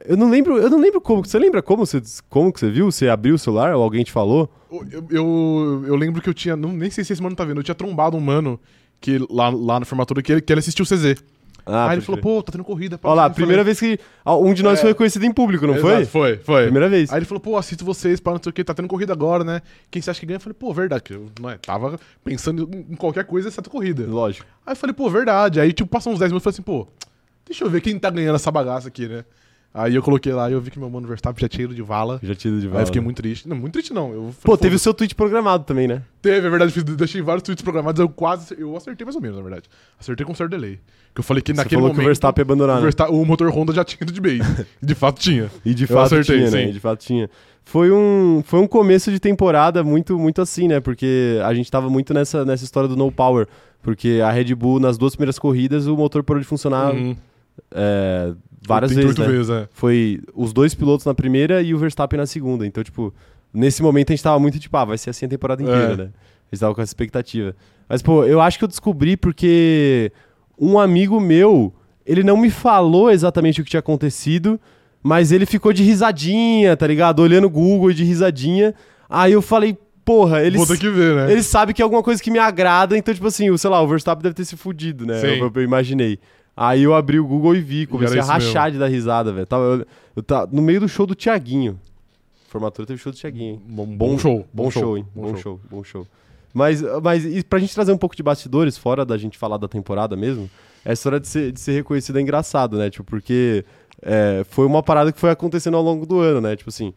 C: Eu não lembro, eu não lembro como. Você lembra como você, como que você viu? Você abriu o celular ou alguém te falou?
B: Eu, eu, eu lembro que eu tinha. Não, nem sei se esse mano tá vendo. Eu tinha trombado um mano que, lá, lá na formatura que ele, que ele assistiu o CZ.
C: Ah,
B: aí
C: pode
B: ele falou,
C: crer.
B: pô, tá tendo corrida. pá,
C: Olha lá,
B: eu falei,
C: primeira vez que ah, um de nós
B: É.
C: foi reconhecido em público, não foi?
B: Exato, Foi, foi.
C: Primeira vez.
B: Aí ele falou, pô, assisto vocês, para não sei o que, tá tendo corrida agora, né? Quem você acha que ganha? Eu falei, pô, verdade. que Eu não é, tava pensando em em qualquer coisa exceto corrida.
C: Lógico.
B: Aí eu falei, pô, verdade. Aí, tipo, passou uns 10 minutos eu falei assim, pô, deixa eu ver quem tá ganhando essa bagaça aqui, né? Aí eu coloquei lá e eu vi que meu mano Verstappen já tinha ido de vala.
C: Já tinha ido de
B: Aí
C: volta.
B: eu fiquei muito triste. Não, muito triste não. Eu falei,
C: Pô, teve o seu tweet programado também, né?
B: Teve, é verdade. eu fiz- Deixei vários tweets programados. Eu quase. Eu acertei mais ou menos, na verdade. Acertei com um certo delay. Que eu falei que
C: você
B: naquele
C: falou
B: momento.
C: que o Verstappen ia abandonar,
B: o
C: né?
B: Versta- o motor Honda já tinha ido de base. de fato tinha.
C: E de
B: Eu
C: fato
B: acertei,
C: tinha, né?
B: sim.
C: E De fato tinha. Foi um, foi um começo de temporada muito, muito assim, né? Porque a gente tava muito nessa, nessa história do no power. Porque a Red Bull, nas duas primeiras corridas, o motor parou de funcionar
B: Uhum.
C: é, várias
B: Tem
C: vezes,
B: oito
C: né?
B: vezes, é.
C: Foi os dois pilotos na primeira e o Verstappen na segunda. Então, tipo, nesse momento a gente tava muito tipo, ah, vai ser assim a temporada inteira,
B: É.
C: né? A gente tava com essa expectativa. Mas, pô, eu acho que eu descobri porque um amigo meu, ele não me falou exatamente o que tinha acontecido, mas ele ficou de risadinha, tá ligado? Olhando o Google de risadinha. Aí eu falei, porra, ele
B: Vou ter que ver, né?
C: ele sabe que é alguma coisa que me agrada, então, tipo assim, o, sei lá, o Verstappen deve ter se fudido, né?
B: Sim.
C: Eu, eu imaginei. Aí eu abri o Google e vi, comecei
B: era
C: a
B: isso
C: rachar de dar risada, velho. Tava- Eu, eu tava no meio do show do Tiaguinho. Formatura teve show do Tiaguinho, hein?
B: Bom, bom show.
C: Bom, show, hein? Bom, show. bom show. Mas, ah, mas e pra gente trazer um pouco de bastidores, fora da gente falar da temporada mesmo, essa hora de ser, de ser reconhecido é engraçado, né? Tipo, porque é, foi uma parada que foi acontecendo ao longo do ano, né? Tipo assim,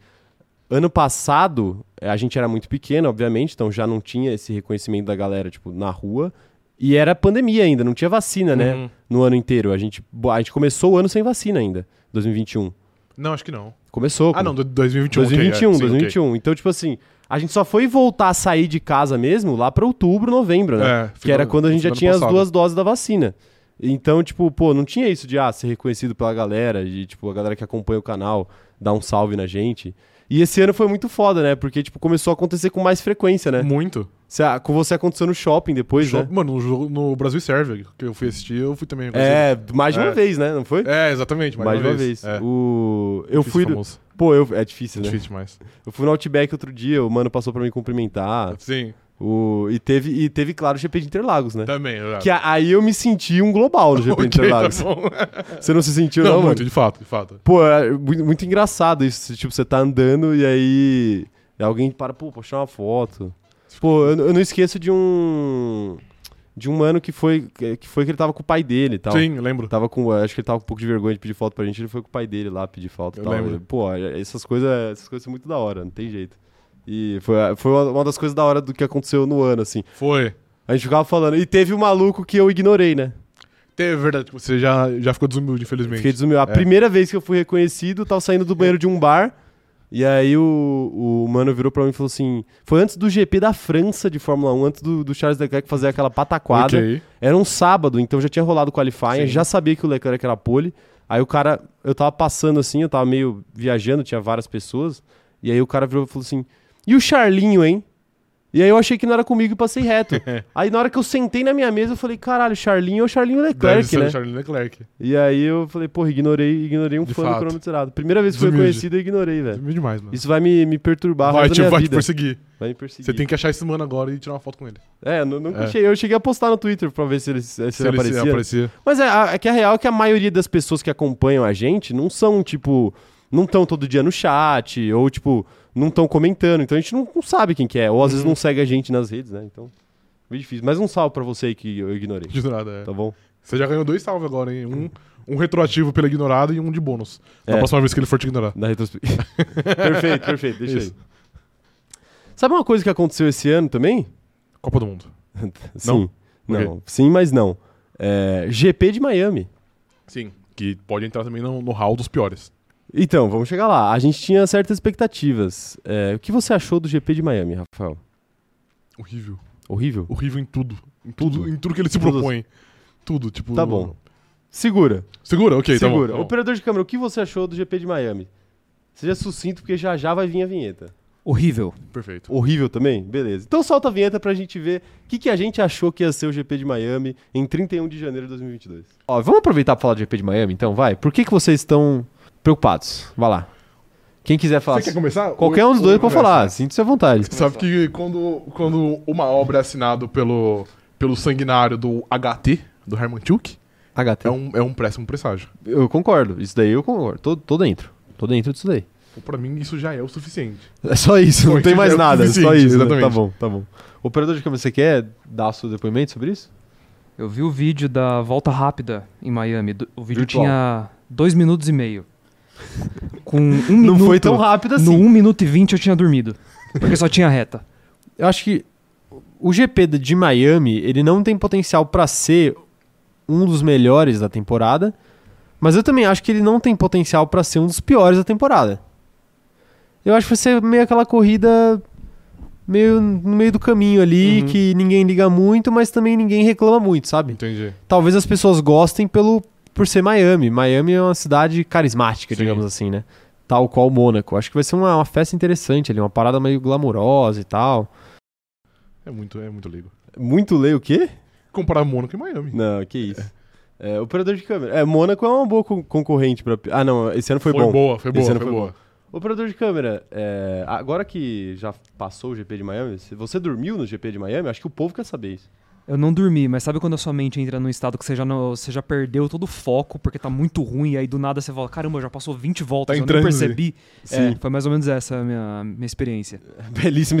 C: ano passado é, a gente era muito pequeno, obviamente, então já não tinha esse reconhecimento da galera, tipo, na rua. E era pandemia ainda, não tinha vacina, né?
B: Uhum.
C: No ano inteiro. A gente, a gente começou o ano sem vacina ainda, 2021.
B: Não, acho que não.
C: Começou.
B: Ah,
C: com-
B: não, do- 2021. ok,
C: 2021,
B: é, sim, ok.
C: 2021. Então, tipo assim, a gente só foi voltar a sair de casa mesmo lá pra outubro, novembro, né?
B: É,
C: que era
B: final-
C: quando a gente
B: final
C: já
B: do
C: tinha as
B: passado.
C: duas doses da vacina. Então, tipo, pô, não tinha isso de ah, ser reconhecido pela galera, de tipo, a galera que acompanha o canal dar um salve na gente. E esse ano foi muito foda, né? Porque, tipo, começou a acontecer com mais frequência, né?
B: Muito.
C: Se a- Com você aconteceu no shopping depois,
B: Show-
C: né?
B: Mano, no, jogo- no Brasil e Sérvia, que eu fui assistir, eu fui também.
C: É, mais de uma
B: É.
C: vez, né? Não foi?
B: É, exatamente.
C: mais de uma vez.
B: É.
C: O... Eu
B: Difícil,
C: fui. Do...
B: famoso.
C: Pô, eu... é difícil, né?
B: Difícil demais.
C: Eu fui no Outback outro dia, o mano passou pra me cumprimentar.
B: Sim,
C: O, e, teve, e teve, claro, o GP de Interlagos, né?
B: também. já.
C: Que a- aí eu me senti um global no GP
B: Tá. Ok,
C: de Interlagos.
B: tá bom.
C: Você não se sentiu, não,
B: Não,
C: mano?
B: muito, de fato, de fato.
C: Pô, é muito, muito engraçado isso. Tipo, você tá andando e aí alguém para, pô, pô, tirar uma foto. Pô, eu, eu não esqueço de um. De um mano que foi que, foi que ele tava com o pai dele e tal.
B: Sim, lembro.
C: Tava com, acho que ele tava com um pouco de vergonha de pedir foto pra gente, ele foi com o pai dele lá pedir foto e
B: Eu
C: tal.
B: lembro.
C: E, Pô, essas coisas, essas coisas são muito da hora, não tem jeito. E foi, foi uma- uma das coisas da hora do que aconteceu no ano, assim.
B: Foi.
C: A gente ficava falando. E teve o maluco que eu ignorei, né?
B: Teve é verdade que você já, já ficou desumilde, infelizmente.
C: Fiquei desumilde. A
B: É.
C: primeira vez que eu fui reconhecido, tava saindo do banheiro de um bar. E aí o, o mano virou pra mim e falou assim: foi antes do GP da França de Fórmula 1, antes do, do Charles Leclerc fazer aquela pataquada.
B: Ok.
C: Era um sábado, então já tinha rolado o qualifying,
B: Sim.
C: já sabia que o Leclerc era pole. Aí o cara, eu tava passando assim, eu tava meio viajando, tinha várias pessoas. E aí o cara virou e falou assim: e o Charlinho, hein? E aí eu achei que não era comigo e passei reto. aí na hora que eu sentei na minha mesa, eu falei: caralho, Charlinho é o Charlinho
B: Deve
C: Leclerc,
B: ser
C: né?
B: o Charles Leclerc.
C: E aí eu falei: porra, ignorei, ignorei um
B: De
C: fã do
B: fato.
C: cronômetro zerado. Primeira vez que foi
B: Desumilde.
C: conhecido, eu ignorei, velho.
B: É demais, mano.
C: Isso vai me, me perturbar vai,
B: vai
C: da
B: te,
C: minha
B: vai te
C: vida.
B: perseguir.
C: Vai me perseguir.
B: Você tem que achar esse mano agora e tirar uma foto com ele.
C: É, eu nu- nunca
B: É.
C: cheguei- eu cheguei a postar no Twitter pra ver se ele, se ele aparecia.
B: aparecia.
C: Mas é, a- é que a real é que a maioria das pessoas que acompanham a gente não são, tipo, não estão todo dia no chat, ou, tipo, não estão comentando. Então a gente não, não sabe quem que é. Ou às
B: Uhum.
C: vezes não segue a gente nas redes, né? Então, meio difícil. Mas um salve pra você aí que eu ignorei.
B: De nada, é.
C: Tá bom?
B: Você já ganhou dois salves agora, hein? Um, um retroativo pela ignorada e um de bônus. Na
C: É.
B: próxima vez que ele for te ignorar.
C: Da retrospectiva. perfeito, perfeito. Deixa
B: Isso.
C: aí. Sabe uma coisa que aconteceu esse ano também?
B: Copa do Mundo.
C: Sim.
B: Por quê?
C: Não. Sim, mas não. É, GP de Miami.
B: Sim. Que pode entrar também no, no hall dos piores.
C: Então, vamos chegar lá. A gente tinha certas expectativas. É, o que você achou do GP de Miami, Rafael?
B: Horrível.
C: Horrível?
B: Horrível em tudo. Em tudo, em tudo que ele se
C: Tudo.
B: propõe. Tudo, tipo.
C: Tá bom. Segura.
B: Segura, ok,
C: segura.
B: tá bom. Tá bom.
C: Operador de câmera, o que você achou do GP de Miami? Seja sucinto, porque já já vai vir a vinheta.
D: Horrível.
B: Perfeito.
C: Horrível também? Beleza. Então solta a vinheta pra gente ver o que, que a gente achou que ia ser o GP de Miami em 31 de janeiro de 2022.
A: Ó, vamos aproveitar tá pra falar do GP de Miami, então, vai. Por que, que vocês estão preocupados? Vai lá. Quem quiser falar.
B: Você quer começar?
A: Qualquer um dos
B: Ou-
A: dois
B: ou
A: pode
B: começa?
A: falar, sinta-se à vontade.
B: Você sabe que quando, quando uma obra é assinada pelo, pelo sanguinário do HT, do Herman Tilke,
A: HT.
B: é um, é um péssimo presságio.
A: Eu concordo, isso daí eu concordo. Tô, tô dentro. Tô dentro disso daí.
B: Pô, Pra mim, isso já é o suficiente.
A: É só isso, não
B: Foi,
A: tem
B: é
A: mais
B: o
A: nada, é só
B: suficiente,
A: isso. né? Tá
B: exatamente.
A: bom, tá bom. Operador de câmera, você quer dar o seu depoimento sobre isso?
D: Eu vi o vídeo da volta rápida em Miami. Do- O vídeo
A: Virtual.
D: tinha dois minutos e meio. Com um minuto.
A: Não foi tão rápido assim.
D: No 1 minuto e 20 eu tinha dormido. Porque só tinha reta.
A: Eu acho que o GP de- de Miami, ele não tem potencial pra ser um dos melhores da temporada, mas eu também acho que ele não tem potencial pra ser um dos piores da temporada. Eu acho que vai ser meio aquela corrida meio no meio do caminho ali,
B: Uhum.
A: que ninguém liga muito, mas também ninguém reclama muito, sabe?
B: Entendi.
A: Talvez as pessoas gostem pelo por ser Miami. Miami é uma cidade carismática,
B: Sim.
A: digamos assim, né? Tal qual Mônaco. Acho que vai ser uma, uma festa interessante ali, uma parada meio glamurosa e tal.
B: É muito, é muito leigo.
C: Muito lei o quê?
B: Comparar Mônaco e Miami.
C: Não, que isso. É, operador de câmera. É, Mônaco é uma boa con- concorrente pra. Ah, não, esse ano foi, bom.
B: boa, foi boa,
C: Esse
B: foi,
C: ano foi
B: boa.
C: Operador de câmera, é, agora que já passou o GP de Miami, se você dormiu no GP de Miami, acho que o povo quer saber isso.
D: Eu não dormi, mas sabe quando a sua mente entra num estado que você já, não- você já perdeu todo o foco porque tá muito ruim e aí do nada você fala, caramba, já passou 20 voltas,
B: Tá em
D: eu
B: transe."
D: não percebi.
C: Sim.
D: É, foi mais ou menos essa a minha, minha experiência.
C: Belíssima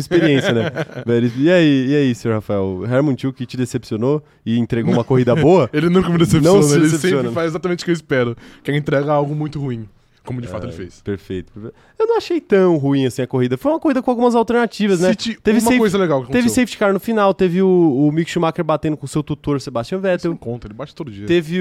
C: experiência, né? Belíssima. E aí, e aí, senhor Rafael? O Herman Tio que te decepcionou e entregou uma corrida boa?
B: Ele nunca me
C: Não
B: decepciona,
C: se
B: ele
C: decepciona.
B: sempre faz exatamente o que eu espero. Que é entregar algo muito ruim. Como de fato ele fez.
C: É, Perfeito. Eu não achei tão ruim assim a corrida. Foi uma corrida com algumas alternativas, né?
B: Cite
C: Teve
B: uma
C: safe-
B: coisa legal que
C: Teve
B: aconteceu.
C: safety car no final, teve o, o Mick Schumacher batendo com o seu tutor Sebastian
B: Isso não
C: Vettel.
B: conta, é um ele bate todo dia.
C: Teve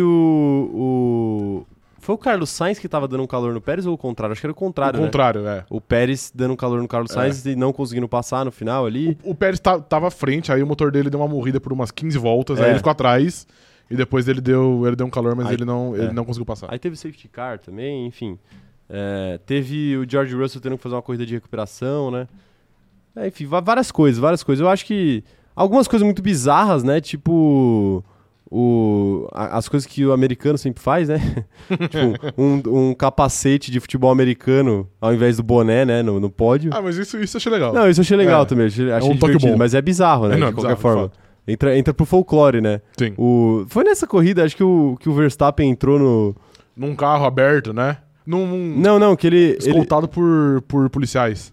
C: o, o. Foi o Carlos Sainz que tava dando um calor no Pérez ou o contrário? Acho que era o contrário.
B: o
C: né?
B: contrário, é.
C: O Pérez dando um calor no Carlos Sainz e não conseguindo passar no final ali.
B: O Pérez ta- tava à frente, aí o motor dele deu uma morrida por umas 15 voltas,
C: É.
B: aí ele ficou atrás. E depois ele deu, ele deu um calor, mas
C: Aí-
B: ele, não, ele
C: é.
B: não conseguiu passar.
C: Aí teve safety car também, enfim. É, teve o George Russell tendo que fazer uma corrida de recuperação, né? É, enfim, va- várias coisas, várias coisas. Eu acho que algumas coisas muito bizarras, né? Tipo o, a- as coisas que o americano sempre faz, né? tipo, um, um capacete de futebol americano ao invés do boné, né? No, no pódio.
B: Ah, mas isso, isso eu achei legal.
C: Não, isso eu achei legal
B: É.
C: também. Achei, achei
B: um toque
C: divertido,
B: bom.
C: mas é bizarro, né?
B: É, não, é
C: de qualquer
B: bizarro, de
C: forma. Entra, entra pro folclore, né?
B: Sim.
C: O, foi nessa corrida, acho que o, que o Verstappen entrou no.
B: Num carro aberto, né? Num. num-
C: Não, não, que ele. ele
B: escoltado por, por policiais.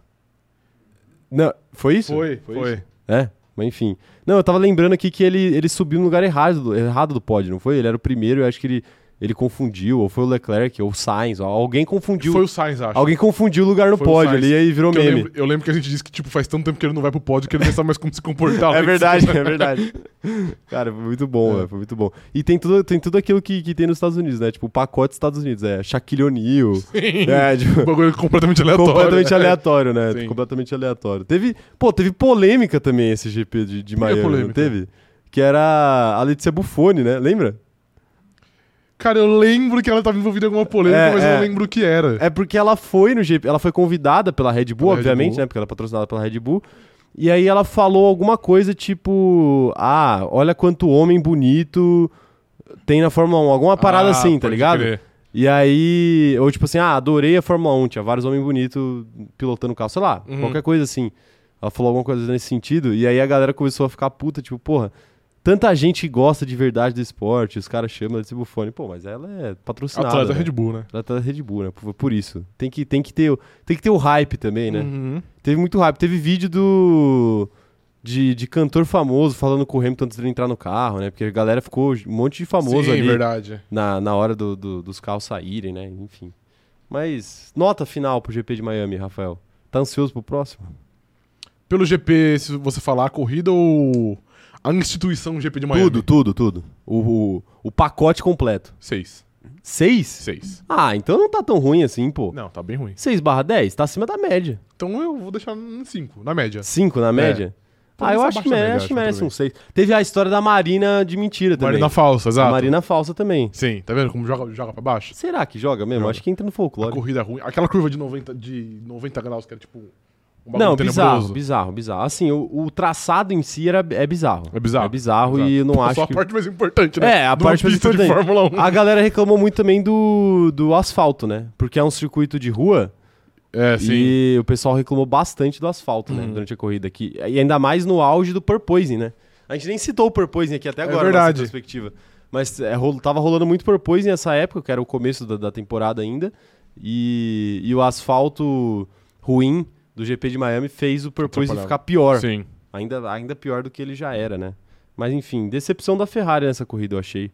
C: não, foi isso?
B: foi.
C: isso? É, mas enfim. Não, eu tava lembrando aqui que ele, ele subiu no lugar errado, do- errado do pódio, não foi? Ele era o primeiro, eu acho que ele, ele confundiu, ou foi o Leclerc, ou o Sainz, ó, alguém confundiu.
B: Foi o Sainz, acho.
C: Alguém confundiu o lugar no
B: Foi o
C: pódio
B: Sainz.
C: ali, aí virou
B: Que eu,
C: meme.
B: lembro, eu lembro que a gente disse que tipo, faz tanto tempo que ele não vai pro pódio que ele não sabe mais como se comportar.
C: É verdade, é verdade. Cara, foi muito
B: É.
C: bom, velho, foi muito bom. E tem tudo, tem tudo aquilo que, que tem nos Estados Unidos, né? Tipo, o pacote dos Estados Unidos, é Shaquille O'Neal. É, tipo,
B: Um bagulho completamente aleatório.
C: completamente
B: né?
C: aleatório, né?
B: Sim.
C: Completamente aleatório. Teve, pô, teve polêmica também esse GP de, de
B: Por que
C: Miami, não
B: polêmica?
C: teve? Que era a Letícia Buffoni, né? Lembra?
B: Cara, eu lembro que ela tava envolvida em alguma polêmica,
C: É,
B: mas eu
C: é.
B: não lembro o que era.
C: É porque ela foi no GP, ela foi convidada pela Red Bull,
B: Pela Red
C: obviamente,
B: Bull.
C: né? Porque ela é patrocinada pela Red Bull. E aí ela falou alguma coisa tipo, ah, olha quanto homem bonito tem na Fórmula 1, alguma parada
B: Ah,
C: assim, tá
B: pode
C: ligado?
B: crer.
C: E aí, ou tipo assim, ah, adorei a Fórmula 1, tinha vários homens bonitos pilotando o carro, sei lá,
B: Uhum.
C: qualquer coisa assim. Ela falou alguma coisa nesse sentido, e aí a galera começou a ficar puta, tipo, porra, tanta gente que gosta de verdade do esporte, os caras chamam ela de bufone, pô, mas ela é patrocinada.
B: Atleta
C: né?
B: Red Bull, né?
C: Ela tá da Red Bull, né? Por, por isso. Tem que, tem, que ter, o- tem que ter o hype também, né?
B: Uhum.
C: Teve muito hype. Teve vídeo do. De, de cantor famoso falando com o Hamilton antes de entrar no carro, né? Porque a galera ficou um monte de famoso
B: Sim,
C: ali
B: verdade.
C: na, na hora do- do- dos carros saírem, né? Enfim. Mas nota final pro GP de Miami, Rafael. Tá ansioso pro próximo?
B: Pelo GP, se você falar a corrida ou a instituição GP de Miami?
C: Tudo, tudo, tudo. O, o, o pacote completo.
B: Seis.
C: Seis?
B: Seis.
C: Ah, então não tá tão ruim assim, pô.
B: Não, tá bem ruim.
C: 6 barra 10? Tá acima da média.
B: Então eu vou deixar em cinco, na média.
C: 5 na média? Ah,
B: Talvez É. Tá
C: eu
B: abaixo
C: acho que
B: da
C: merece,
B: média,
C: acho que
B: acho,
C: merece um
B: talvez.
C: 6. Teve a história da Marina de mentira também.
B: Marina falsa,
C: a
B: exato.
C: Marina falsa também.
B: Sim, tá vendo como joga, joga pra baixo?
C: Será que joga
B: Joga.
C: mesmo?
B: Tá um
C: Acho que entra no
B: A
C: folclore.
B: corrida ruim. Aquela curva de 90, de 90 graus, que era tipo um bagulho
C: Não, bizarro,
B: tenebroso.
C: bizarro, bizarro. Assim, o, o traçado em si era, é bizarro.
B: É bizarro.
C: É bizarro e eu não
B: Pô,
C: acho
B: Só a
C: que...
B: parte mais importante, né?
C: É, a
B: De uma
C: parte mais
B: pista de
C: importante. Ah,
B: Fórmula 1.
C: A galera reclamou muito também do, do asfalto, né? Porque é um circuito de rua
B: É, sim. Uhum.
C: e o pessoal reclamou bastante do asfalto, né? Durante a corrida aqui. E ainda mais no auge do Purpoising, né? A gente nem citou o Purpoising aqui até
B: É
C: agora na
B: verdade.
C: nossa perspectiva. Mas é, rolo- tava rolando muito Purpoising nessa época, que era o começo da, da temporada ainda. E, e o asfalto ruim do GP de Miami fez o Purpoising
B: Atrapalhava.
C: ficar pior.
B: Sim.
C: Ainda, ainda pior do que ele já era, né? Mas enfim, decepção da Ferrari nessa corrida, eu achei.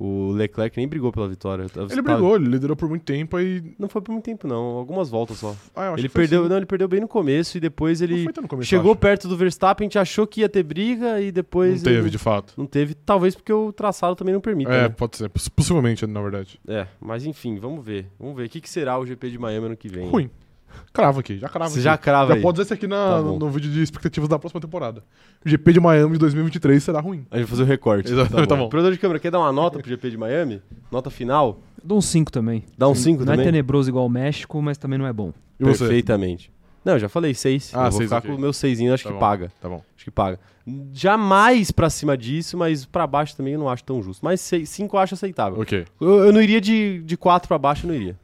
C: O Leclerc nem brigou pela vitória. Eu tava-
B: Ele
C: tava-
B: brigou, ele liderou por muito tempo aí.
C: Não foi por muito tempo, não. Algumas voltas só.
B: Ah, eu acho
C: Ele
B: que foi
C: perdeu,
B: assim.
C: não, ele perdeu bem no começo e depois
B: Não
C: ele
B: foi tão no começo,
C: chegou
B: acho.
C: perto do Verstappen, a gente achou que ia ter briga e depois
B: Não teve,
C: ele-
B: de fato.
C: não teve, talvez porque o traçado também não permita,
B: É,
C: né?
B: pode ser. Poss- Possivelmente, na verdade.
C: É, mas enfim, vamos ver. Vamos ver o que, que será o GP de Miami ano que vem.
B: Ruim. Cravo aqui, já cravo
C: Você
B: aqui.
C: já crava
B: Já
C: aí.
B: pode dizer isso aqui na-
C: Tá bom.
B: no, no vídeo de expectativas da próxima temporada. O GP de Miami de 2023 será ruim.
C: A gente vai fazer o recorte.
B: Exatamente, tá bom.
C: Produtor de câmera, quer dar uma nota pro GP de Miami? Nota final?
D: Dou um 5 também.
C: Dá um 5
D: Não é
C: também?
D: tenebroso igual o México, mas também não é bom.
B: E você?
C: Perfeitamente. Não, eu já falei seis.
B: Ah,
C: eu vou
B: seis,
C: ficar
B: ok.
C: com o meu seisinho, acho
B: Tá
C: que
B: bom.
C: paga.
B: Tá bom.
C: Acho que paga. Jamais pra cima disso, mas pra baixo também eu não acho tão justo. Mas seis, cinco eu acho aceitável.
B: Ok.
C: Eu, eu não iria de, de quatro pra baixo, eu não iria.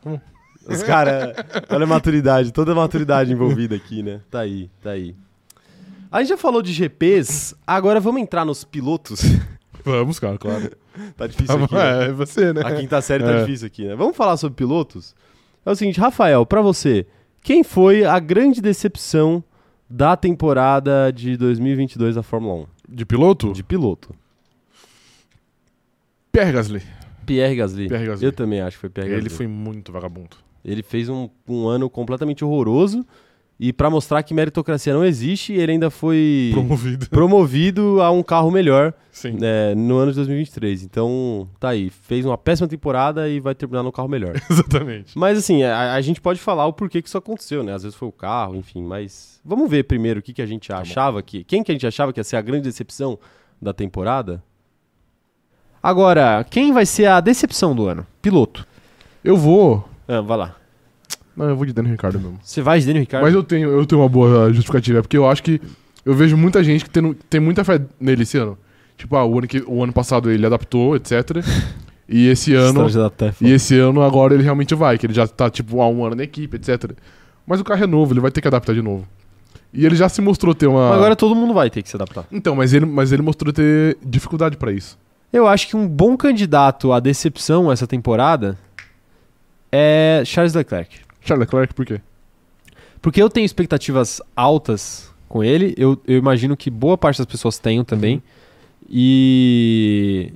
B: Como?
C: Os caras. Olha a maturidade, toda a maturidade envolvida aqui, né? Tá aí, tá aí. A gente já falou de GPs, agora vamos entrar nos pilotos.
B: Vamos, cara, claro.
C: tá difícil aqui.
B: é,
C: né?
B: é você, né?
C: A quinta série tá
B: É.
C: difícil aqui, né? Vamos falar sobre pilotos? É o seguinte, Rafael, pra você, quem foi a grande decepção da temporada de 2022 da Fórmula
B: De piloto?
C: 1? De piloto.
B: Pierre Gasly.
C: Pierre Gasly.
B: Pierre Gasly.
C: Eu também acho que foi Pierre
B: Ele
C: Gasly.
B: foi muito vagabundo.
C: Ele fez um, um ano completamente horroroso e pra mostrar que meritocracia não existe, ele ainda foi
B: Promovido.
C: promovido a um carro melhor
B: Sim.
C: né, no ano de 2023. Então, tá aí. Fez uma péssima temporada e vai terminar no carro melhor.
B: Exatamente.
C: Mas assim, a, a gente pode falar o porquê que isso aconteceu, né? Às vezes foi o carro, enfim, mas vamos ver primeiro o que, que a gente achava que. Quem que a gente achava que ia ser a grande decepção da temporada?
A: Agora, quem vai ser a decepção do ano? Piloto.
B: Eu vou.
C: Ah, vai lá.
B: Não, eu vou de Daniel Ricardo mesmo.
A: Você vai de Daniel Ricardo?
B: Mas eu tenho, eu tenho uma boa justificativa, é porque eu acho que eu vejo muita gente que tem, tem muita fé nele esse ano. Tipo, ah, o ano, que, o ano passado ele adaptou, etc. e esse ano.
C: Estratégia da Tefa.
B: E esse ano agora ele realmente vai, que ele já tá, tipo, há um ano na equipe, etc. Mas o carro é novo, ele vai ter que adaptar de novo. E ele já se mostrou ter uma.
A: Mas Agora todo mundo vai ter que se adaptar.
B: Então, mas ele, mas ele mostrou ter dificuldade pra isso.
A: Eu acho que um bom candidato à decepção essa temporada é Charles Leclerc.
B: Charles Leclerc, por quê?
A: Porque eu tenho expectativas altas com ele, eu, eu imagino que boa parte das pessoas tenham também. E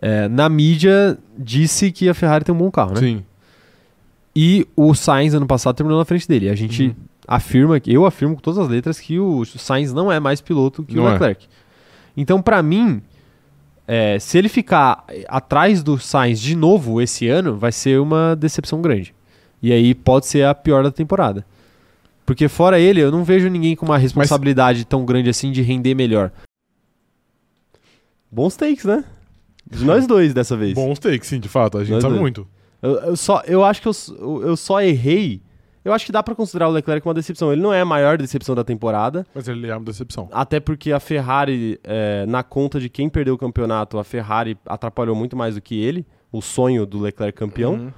A: é, na mídia disse que a Ferrari tem um bom carro, né?
B: Sim.
A: E o Sainz ano passado terminou na frente dele. A gente
B: Uhum.
A: afirma, eu afirmo com todas as letras que o Sainz não é mais piloto que
B: Não
A: o
B: é.
A: Leclerc. Então, para mim, é, se ele ficar atrás do Sainz de novo esse ano, vai ser uma decepção grande. E aí pode ser a pior da temporada. Porque fora ele, eu não vejo ninguém com uma responsabilidade tão grande assim de render melhor.
C: Bons takes, né? De nós dois dessa vez.
B: Bons takes, sim, de fato. A gente
C: Nós
B: sabe
C: dois.
B: muito.
C: Eu, eu só, eu acho que eu, s- eu eu só errei. Eu acho que dá pra considerar o Leclerc uma decepção. Ele não é a maior decepção da temporada,
B: Mas ele é uma decepção.
C: até porque a Ferrari, é, na conta de quem perdeu o campeonato, a Ferrari atrapalhou muito mais do que ele, o sonho do Leclerc campeão.
B: Uhum.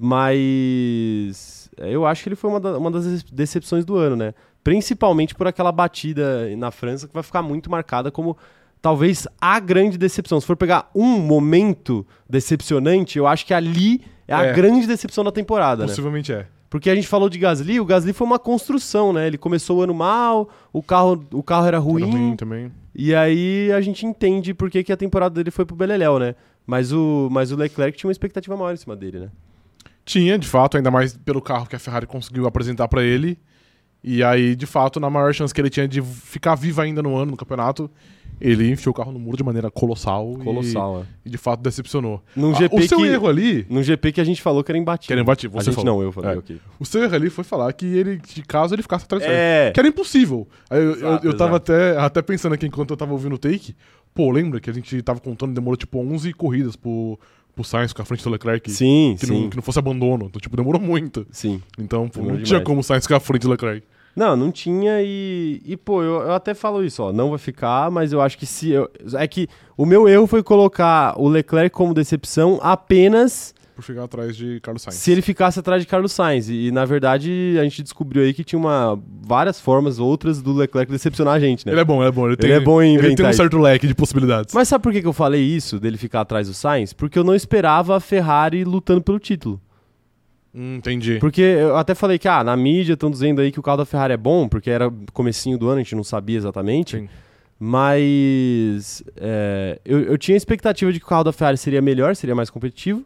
C: Mas é, eu acho que ele foi uma, da- uma das dece- decepções do ano, né? Principalmente por aquela batida na França que vai ficar muito marcada como talvez a grande decepção. Se for pegar um momento decepcionante, eu acho que ali é a
B: É.
C: grande decepção da temporada, né?
B: Possivelmente é.
C: Porque a gente falou de Gasly, o Gasly foi uma construção, né? Ele começou o ano mal, o carro, o carro era
B: Era
C: ruim,
B: é também.
C: e aí a gente entende por que, que a temporada dele foi pro Beleléu, né? Mas o, mas o Leclerc tinha uma expectativa maior em cima dele, né?
B: Tinha, de fato, ainda mais pelo carro que a Ferrari conseguiu apresentar pra ele. E aí, de fato, na maior chance que ele tinha de ficar vivo ainda no ano, no campeonato, ele enfiou o carro no muro de maneira colossal. e-
C: Colossal, né?
B: E, de fato decepcionou.
C: Num
B: Ah,
C: GP
B: o seu
C: que-
B: erro ali.
C: Num GP que a gente falou que era imbatível.
B: Querem bater,
C: a
B: você
C: gente
B: falou.
C: não, eu falei,
B: É.
C: ok.
B: O seu erro ali foi falar que ele, de caso ele ficasse atrás do Sainz.
C: É.
B: Que era impossível. Aí eu,
C: Exato,
B: eu, eu tava
C: exato.
B: até, até pensando aqui enquanto eu tava ouvindo o take. Pô, lembra que a gente tava contando, demorou tipo 11 corridas pro, pro Sainz com a frente do Leclerc.
C: Sim,
B: Que
C: sim.
B: não, que não fosse abandono. Então, tipo, demorou muito.
C: Sim.
B: Então, pô, não
C: Demorou
B: tinha
C: demais.
B: como o Sainz ficar à frente do Leclerc.
C: Não, não tinha e. E, pô, eu, eu até falo isso, ó. Não vai ficar, mas eu acho que se. Eu, é que o meu erro foi colocar o Leclerc como decepção apenas
B: Por chegar atrás de Carlos Sainz.
C: se ele ficasse atrás de Carlos Sainz. E, e, na verdade, a gente descobriu aí que tinha uma, várias formas outras do Leclerc decepcionar a gente, né?
B: Ele é bom, ele é bom. Ele, tem,
C: é bom em
B: Ele tem
C: inventar
B: um
C: isso.
B: certo leque de possibilidades.
C: Mas sabe por que, que eu falei isso, dele ficar atrás do Sainz? Porque eu não esperava a Ferrari lutando pelo título.
B: Hum, entendi.
C: Porque eu até falei que, ah, na mídia estão dizendo aí que o carro da Ferrari é bom, porque era comecinho do ano, a gente não sabia exatamente.
B: Sim.
C: Mas é, eu, eu tinha expectativa de que o carro da Ferrari seria melhor, seria mais competitivo,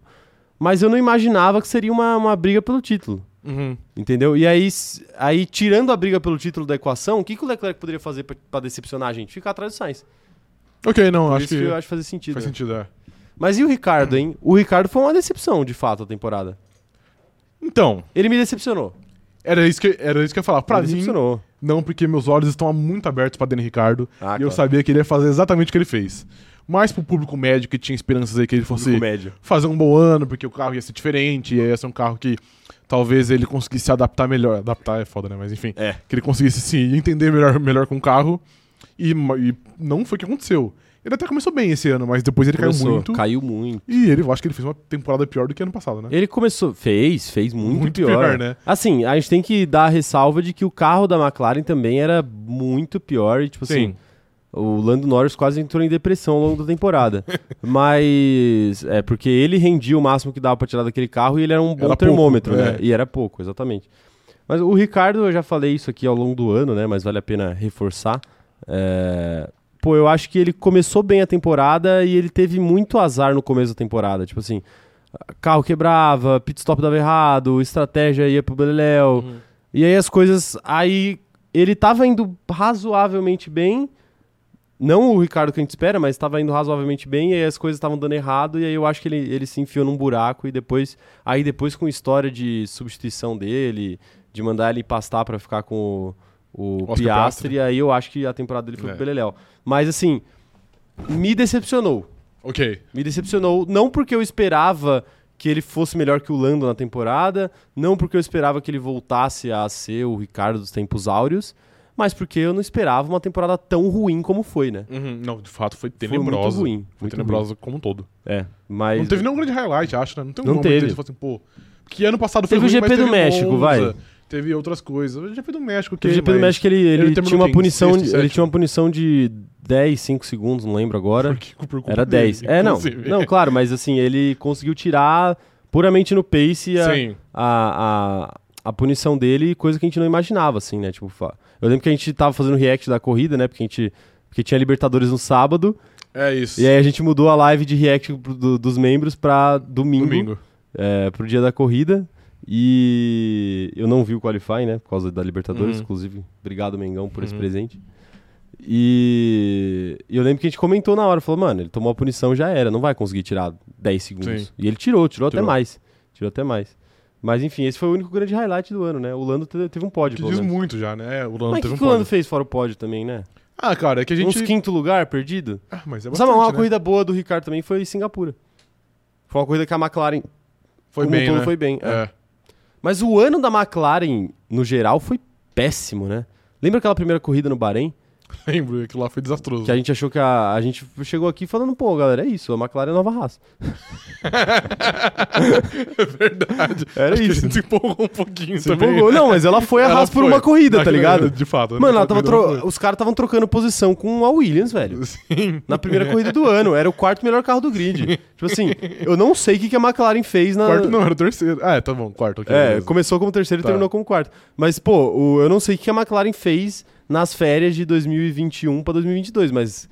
C: mas eu não imaginava que seria uma, uma briga pelo título.
B: Uhum.
C: Entendeu? E aí, s- aí, tirando a briga pelo título da equação, o que, que o Leclerc poderia fazer pra- pra decepcionar a gente? Ficar atrás do Sainz.
B: Ok, não,
C: Por
B: acho
C: isso
B: que,
C: que, eu acho que faz sentido.
B: faz
C: né?
B: sentido, é.
C: Mas e o Ricardo, hein? O Ricardo foi uma decepção, de fato, a temporada.
B: Então,
C: Ele me decepcionou.
B: era isso que, era isso que eu ia falar. Pra
C: me
B: mim,
C: decepcionou.
B: Não, porque meus olhos estão muito abertos para Dani Ricardo. e
C: Ah,
B: eu
C: claro.
B: sabia que ele ia fazer exatamente o que ele fez. Mas pro público médio que tinha esperanças aí que ele fosse
C: Público médio.
B: fazer um bom ano, porque o carro ia ser diferente, ia ser um carro que talvez ele conseguisse se adaptar melhor. Adaptar é foda, né? Mas enfim.
C: É.
B: Que ele conseguisse se entender melhor, melhor com o carro. E, ma- e não foi o que aconteceu. Ele até começou bem esse ano, mas depois ele
C: Começou,
B: caiu muito.
C: Caiu muito.
B: E ele, eu acho que ele fez uma temporada pior do que ano passado, né?
C: Ele começou, fez, fez muito,
B: Muito
C: pior.
B: pior, né?
C: Assim, a gente tem que dar a ressalva de que o carro da McLaren também era muito pior e tipo assim, o Lando Norris quase entrou em depressão ao longo da temporada. Mas é porque ele rendia o máximo que dava pra tirar daquele carro e ele era um bom
B: Era pouco,
C: termômetro, né?
B: é.
C: E era pouco, exatamente. Mas o Ricardo, eu já falei isso aqui ao longo do ano, né? Mas vale a pena reforçar. É, Pô, eu acho que ele começou bem a temporada e ele teve muito azar no começo da temporada. Tipo assim, carro quebrava, pit stop dava errado, estratégia ia pro Beleléu. E aí as coisas. Aí ele tava indo razoavelmente bem. Não o Ricardo que a gente espera, mas tava indo razoavelmente bem. E aí as coisas estavam dando errado. E aí eu acho que ele, ele se enfiou num buraco. E depois. Aí depois com história de substituição dele, de mandar ele pastar pra ficar com o, o
B: Oscar
C: Piastri. Aí eu acho que a temporada dele foi
B: É.
C: pro Beleléu. Mas assim. Me decepcionou.
B: Ok.
C: Me decepcionou, não porque eu esperava que ele fosse melhor que o Lando na temporada, não porque eu esperava que ele voltasse a ser o Ricardo dos tempos áureos, mas porque eu não esperava uma temporada tão ruim como foi, né?
B: Uhum, Não, de fato foi
C: muito
B: tenebrosa.
C: ruim,
B: Foi
C: muito
B: tenebrosa como um todo.
C: É, mas
B: Não teve nenhum grande highlight, acho, né? Não teve
C: Não
B: um momento
C: teve.
B: deles, assim, pô. Porque ano passado
C: Teve
B: foi ruim,
C: o GP
B: mas
C: do
B: teve
C: México,
B: Monza,
C: vai.
B: Teve outras coisas. O GP do México, que
C: Porque o GP do
B: mas-
C: México ele, ele
B: ele terminou
C: tinha uma
B: quem?
C: punição,
B: Sexto,
C: ele
B: sétimo?
C: tinha uma punição de 10, 5 segundos, não lembro agora.
B: por- por culpa
C: Era
B: dele,
C: 10. É, não.
B: inclusive.
C: Não, claro, mas assim, ele conseguiu tirar puramente no pace a,
B: Sim.
C: a, a, a punição dele, coisa que a gente não imaginava, assim, né? Tipo, fa- eu lembro que a gente tava fazendo react da corrida, né? Porque a gente. Porque tinha Libertadores no sábado,
B: É isso.
C: e aí a gente mudou a live de react pro- do- dos membros pra domingo,
B: Domingo.
C: é, pro dia da corrida. E eu não vi o Qualify, né? Por causa da Libertadores,
B: Uhum.
C: inclusive. Obrigado, Mengão, por esse
B: Uhum.
C: presente. E e eu lembro que a gente comentou na hora, falou, mano, ele tomou a punição já era, não vai conseguir tirar 10 segundos.
B: Sim.
C: E ele tirou, tirou, até
B: Tirou.
C: mais. Tirou até mais. Mas enfim, esse foi o único grande highlight do ano, né? O Lando te- teve um pódio,
B: Que
C: pelo
B: diz
C: menos.
B: muito já, né? O Lando
C: Mas o
B: teve
C: que,
B: um
C: que o Lando
B: pódio.
C: fez fora o pódio também, né?
B: Ah, cara, é que a gente...
C: Uns quinto lugar perdido?
B: Ah, mas é
C: Sabe,
B: bastante,
C: uma
B: né?
C: corrida boa do Ricardo também foi em Singapura. Foi uma corrida que a McLaren
B: Foi
C: como um
B: bem,
C: todo
B: né?
C: foi bem. é.
B: É.
C: Mas o ano da McLaren, no geral, foi péssimo, né? Lembra aquela primeira corrida no Bahrein?
B: Lembro, aquilo lá foi desastroso.
C: Que a gente achou que a, a gente chegou aqui falando, pô, galera, é isso, a McLaren é a nova raça.
B: É verdade.
C: Era
B: Acho que a
C: isso.
B: gente se empolgou um pouquinho
C: Você
B: também.
C: empolgou? Não, mas ela foi a
B: Ela
C: Haas por
B: foi.
C: uma corrida, tá
B: Naquela-
C: ligado?
B: De fato.
C: Mano, ela
B: naquela
C: tava
B: corrida
C: tro- os caras estavam trocando posição com a Williams, velho.
B: foi. Sim.
C: Na primeira corrida do ano, era o quarto melhor carro do grid. tipo assim, eu não sei o que, que a McLaren fez na.
B: Quarto não, era o terceiro. Ah, é, tá bom, quarto. ok,
C: É,
B: beleza.
C: começou como terceiro e
B: Tá.
C: terminou como quarto. Mas, pô, o- eu não sei o que a McLaren fez nas férias de 2021 pra 2022, mas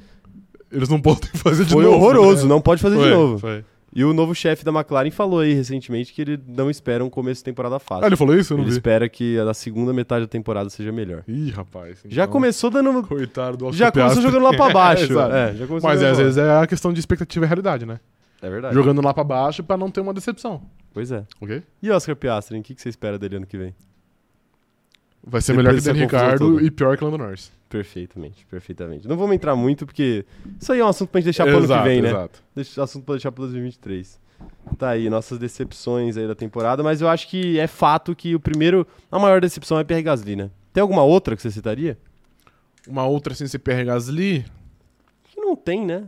B: Eles não podem fazer de
C: foi
B: novo.
C: horroroso,
B: né?
C: não pode fazer
B: Foi,
C: de novo.
B: foi.
C: E o novo chefe da McLaren falou aí recentemente que ele não espera um começo de temporada
B: Ah,
C: fácil.
B: ele falou isso? Eu não
C: ele
B: vi.
C: espera que a da segunda metade da temporada seja melhor.
B: Ih, rapaz.
C: Já
B: então,
C: começou dando.
B: Coitado do Oscar
C: Já começou
B: Piastri.
C: jogando lá pra baixo.
B: exato.
C: é, já começou
B: Mas é,
C: jogando
B: às
C: lá.
B: vezes é a questão de expectativa e realidade, né?
C: É verdade.
B: Jogando lá pra baixo pra não ter uma decepção.
C: Pois é.
B: Ok?
C: E Oscar Piastri, hein? o que, que você espera dele ano que vem?
B: Vai ser
C: Depois
B: melhor que
C: dessa
B: Daniel
C: confusão
B: Ricardo
C: toda.
B: e pior que Lando Norris.
C: Perfeitamente, perfeitamente. Não vamos entrar muito, porque isso aí é um assunto pra gente deixar pro ano que
B: Exato,
C: vem, né?
B: Exato.
C: Deixa o assunto pra deixar pra 2023. Tá aí, nossas decepções aí da temporada, mas eu acho que é fato que o primeiro, a maior decepção é Pierre Gasly, né? Tem alguma outra que você citaria?
B: Uma outra sem CPR Gasly.
C: Que não tem, né?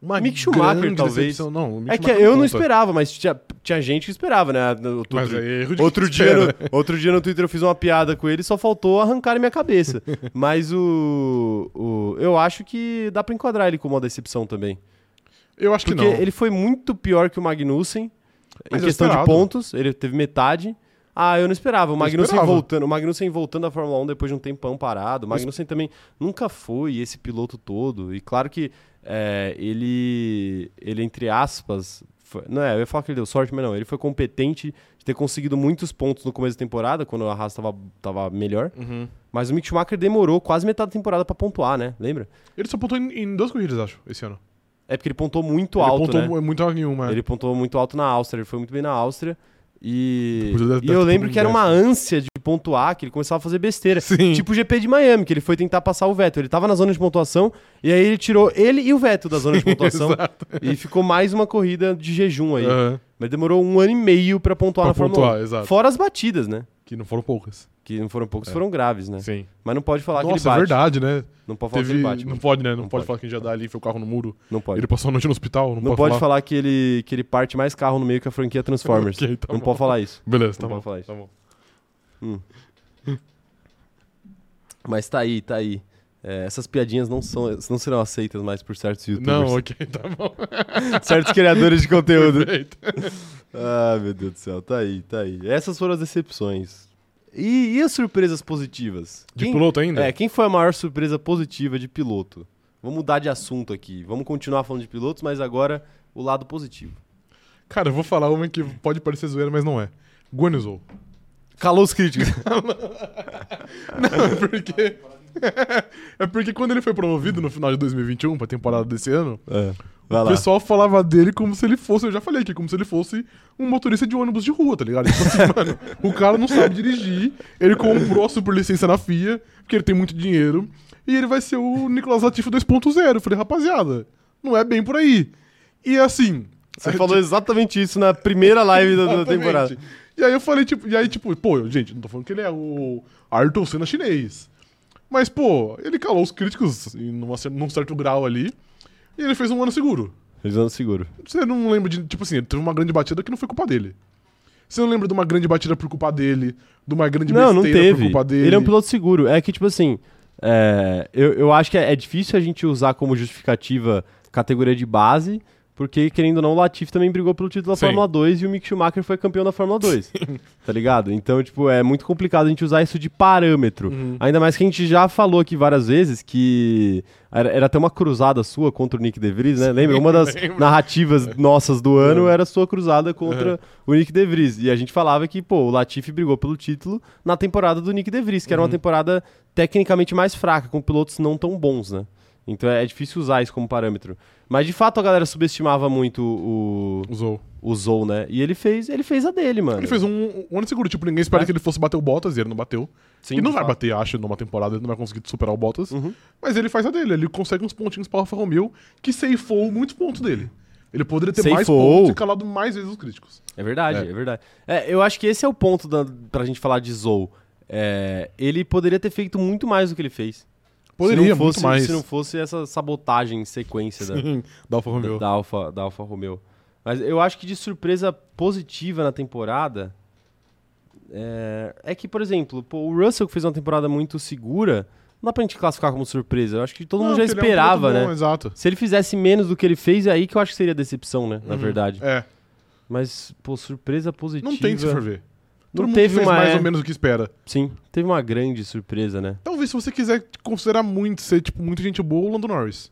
B: Uma
C: Mick Schumacher,
B: grande
C: talvez.
B: decepção. Não, o Mick
C: é que
B: Schumacher
C: eu não
B: conta.
C: esperava, mas tinha, tinha gente que esperava, né? No- Outro,
B: Mas aí, erro de
C: outro
B: quem
C: dia
B: espera,
C: no,
B: né?
C: outro dia no Twitter eu fiz uma piada com ele, só faltou arrancar minha cabeça. mas o, o- Eu acho que dá pra enquadrar ele como uma decepção também.
B: Eu acho que
C: Porque
B: não.
C: ele foi muito pior que o Magnussen
B: Mas
C: em
B: eu
C: questão de
B: esperava.
C: pontos. Ele teve metade. Ah, eu não esperava. O Magnussen
B: esperava.
C: voltando, o Magnussen voltando à Fórmula 1 depois de um tempão parado. O Magnussen também nunca foi esse piloto todo. E claro que é, ele, ele entre aspas, foi- não é, eu ia falar que ele deu sorte, mas não. Ele foi competente de ter conseguido muitos pontos no começo da temporada, quando a Haas tava, tava melhor.
B: Uhum.
C: Mas o Mick Schumacher demorou quase metade da temporada pra pontuar, né? Lembra?
B: Ele só pontuou em, em duas corridas, acho, esse ano.
C: É porque ele pontuou muito
B: ele
C: alto,
B: pontuou
C: né?
B: mu- muito alto em uma.
C: Ele pontuou muito alto na Áustria, ele foi muito bem na Áustria. E,
B: Depois ele deve
C: e
B: ter
C: eu
B: ficado
C: lembro
B: em
C: que era uma
B: décimo.
C: ânsia de pontuar, que ele começava a fazer besteira.
B: né? Sim.
C: Tipo o GP de Miami, que ele foi tentar passar o Vettel. Ele tava na zona de pontuação, e aí ele tirou ele e o Vettel da zona de pontuação.
B: Exato.
C: e ficou mais uma corrida de jejum aí.
B: Aham.
C: Mas demorou um ano e meio pra pontuar
B: Pra
C: na Fórmula
B: pontuar,
C: 1.
B: exato.
C: Tipo, Fora as batidas, né?
B: Que não foram poucas.
C: Que não foram poucos, foram graves, né?
B: Sim.
C: Mas não pode falar que ele
B: Nossa, é
C: bate.
B: verdade, né?
C: Não pode falar que
B: Teve...
C: ele bate.
B: Não
C: mano.
B: pode, né? Não,
C: Não
B: pode,
C: pode.
B: falar que a gente já dá ali, foi o carro no muro.
C: Não pode.
B: Ele passou a noite no hospital. Não,
C: Não pode
B: falar.
C: falar que ele, que ele parte mais carro no meio que a franquia Transformers.
B: Ok, tá
C: não
B: bom.
C: pode falar isso.
B: Beleza, tá
C: Não
B: bom.
C: pode falar isso.
B: Tá bom.
C: Mas tá aí, tá aí. É, essas piadinhas não, são, não serão aceitas mais por certos
B: Não, ok,
C: youtubers,
B: tá bom.
C: certos criadores de conteúdo.
B: Perfeito.
C: ah, meu Deus do céu, tá aí, tá aí. Essas foram as decepções. E, e as surpresas positivas?
B: De
C: Quem-
B: piloto ainda?
C: É, quem foi a maior surpresa positiva de piloto? Vamos mudar de assunto aqui. Vamos continuar falando de pilotos, mas agora o lado positivo.
B: Cara, eu vou falar uma que pode parecer zoeira, mas não é. Guanizou.
C: Calou os críticos.
B: Não, porque. é porque quando ele foi promovido no final de 2021, pra temporada desse ano,
C: é, vai
B: O
C: lá.
B: pessoal falava dele como se ele fosse, eu já falei aqui, como se ele fosse um motorista de ônibus de rua, tá ligado? Tipo assim, mano, o cara não sabe dirigir, ele comprou a super licença na FIA, porque ele tem muito dinheiro, e ele vai ser o Nicolas Latifi 2.0. Eu falei, rapaziada, não é bem por aí. E assim.
C: Você falou exatamente isso na primeira live da- da temporada.
B: E aí eu falei, tipo, e aí, tipo, pô, gente, não tô falando que ele é o Ayrton Senna chinês. Mas, pô, ele calou os críticos em numa cer- num certo grau ali, e ele fez um ano seguro.
C: Eles andam seguro.
B: Você não lembra de. Tipo assim, ele teve uma grande batida que não foi culpa dele. Você não lembra de uma grande batida por culpa dele, de uma grande
C: Não,
B: besteira por
C: não teve.
B: culpa dele.
C: Ele é um piloto seguro. É que, tipo assim, é, eu, eu acho que é, é difícil a gente usar como justificativa categoria de base, porque, querendo ou não, o Latifi também brigou pelo título da
B: Sim.
C: Fórmula 2 e o Mick Schumacher foi campeão da Fórmula 2. tá ligado? Então, tipo, é muito complicado a gente usar isso de parâmetro.
B: Uhum.
C: Ainda mais que a gente já falou aqui várias vezes que era, era até uma cruzada sua contra o Nick DeVries, né? Lembra? Uma das narrativas nossas do
B: Uhum.
C: ano era a sua cruzada contra o Nick
B: Uhum.
C: DeVries. E a gente falava que, pô, o Latifi brigou pelo título na temporada do Nick DeVries, que era uma temporada tecnicamente mais fraca, com pilotos não tão bons, né? Então é, é difícil usar isso como parâmetro. Mas de fato a galera subestimava muito o,
B: Usou.
C: o Zou, né? E ele fez, ele fez a dele, mano.
B: Ele fez um, um ano seguro, tipo, ninguém espera que ele fosse bater o Bottas e ele não bateu.
C: É. Sim,
B: e não
C: de
B: vai
C: fato.
B: bater, acho, numa temporada, ele não vai conseguir superar o Bottas.
C: Uhum.
B: Mas ele faz a dele, ele consegue uns pontinhos pra Alfa Romeo que ceifou muitos pontos dele. Ele poderia ter mais
C: Ceifou.
B: pontos e calado mais vezes os críticos.
C: É verdade,
B: É.
C: é, verdade. É, eu acho que esse é o ponto da, pra gente falar de Zou. É, ele poderia ter feito muito mais do que ele fez.
B: Poderia,
C: se não fosse,
B: muito mais.
C: Se não fosse essa sabotagem em sequência da,
B: da Alfa Romeo.
C: da, Alfa, da Alfa Romeo. Mas eu acho que de surpresa positiva na temporada é, é que, por exemplo, pô, o Russell que fez uma temporada muito segura, não dá pra gente classificar como surpresa. Eu acho que todo
B: Não,
C: mundo já
B: porque ele é um
C: esperava,
B: piloto
C: né?
B: bom, Exato.
C: Se ele fizesse menos do que ele fez, é aí que eu acho que seria decepção, né? Na verdade.
B: É,
C: Mas, pô, surpresa positiva.
B: não tem que se ferver.
C: Não
B: Todo mundo
C: teve
B: fez
C: uma. é,
B: mais ou menos o que espera.
C: Sim, teve uma grande surpresa, né?
B: Talvez se você quiser considerar muito, ser, tipo, muita gente boa, o Lando Norris.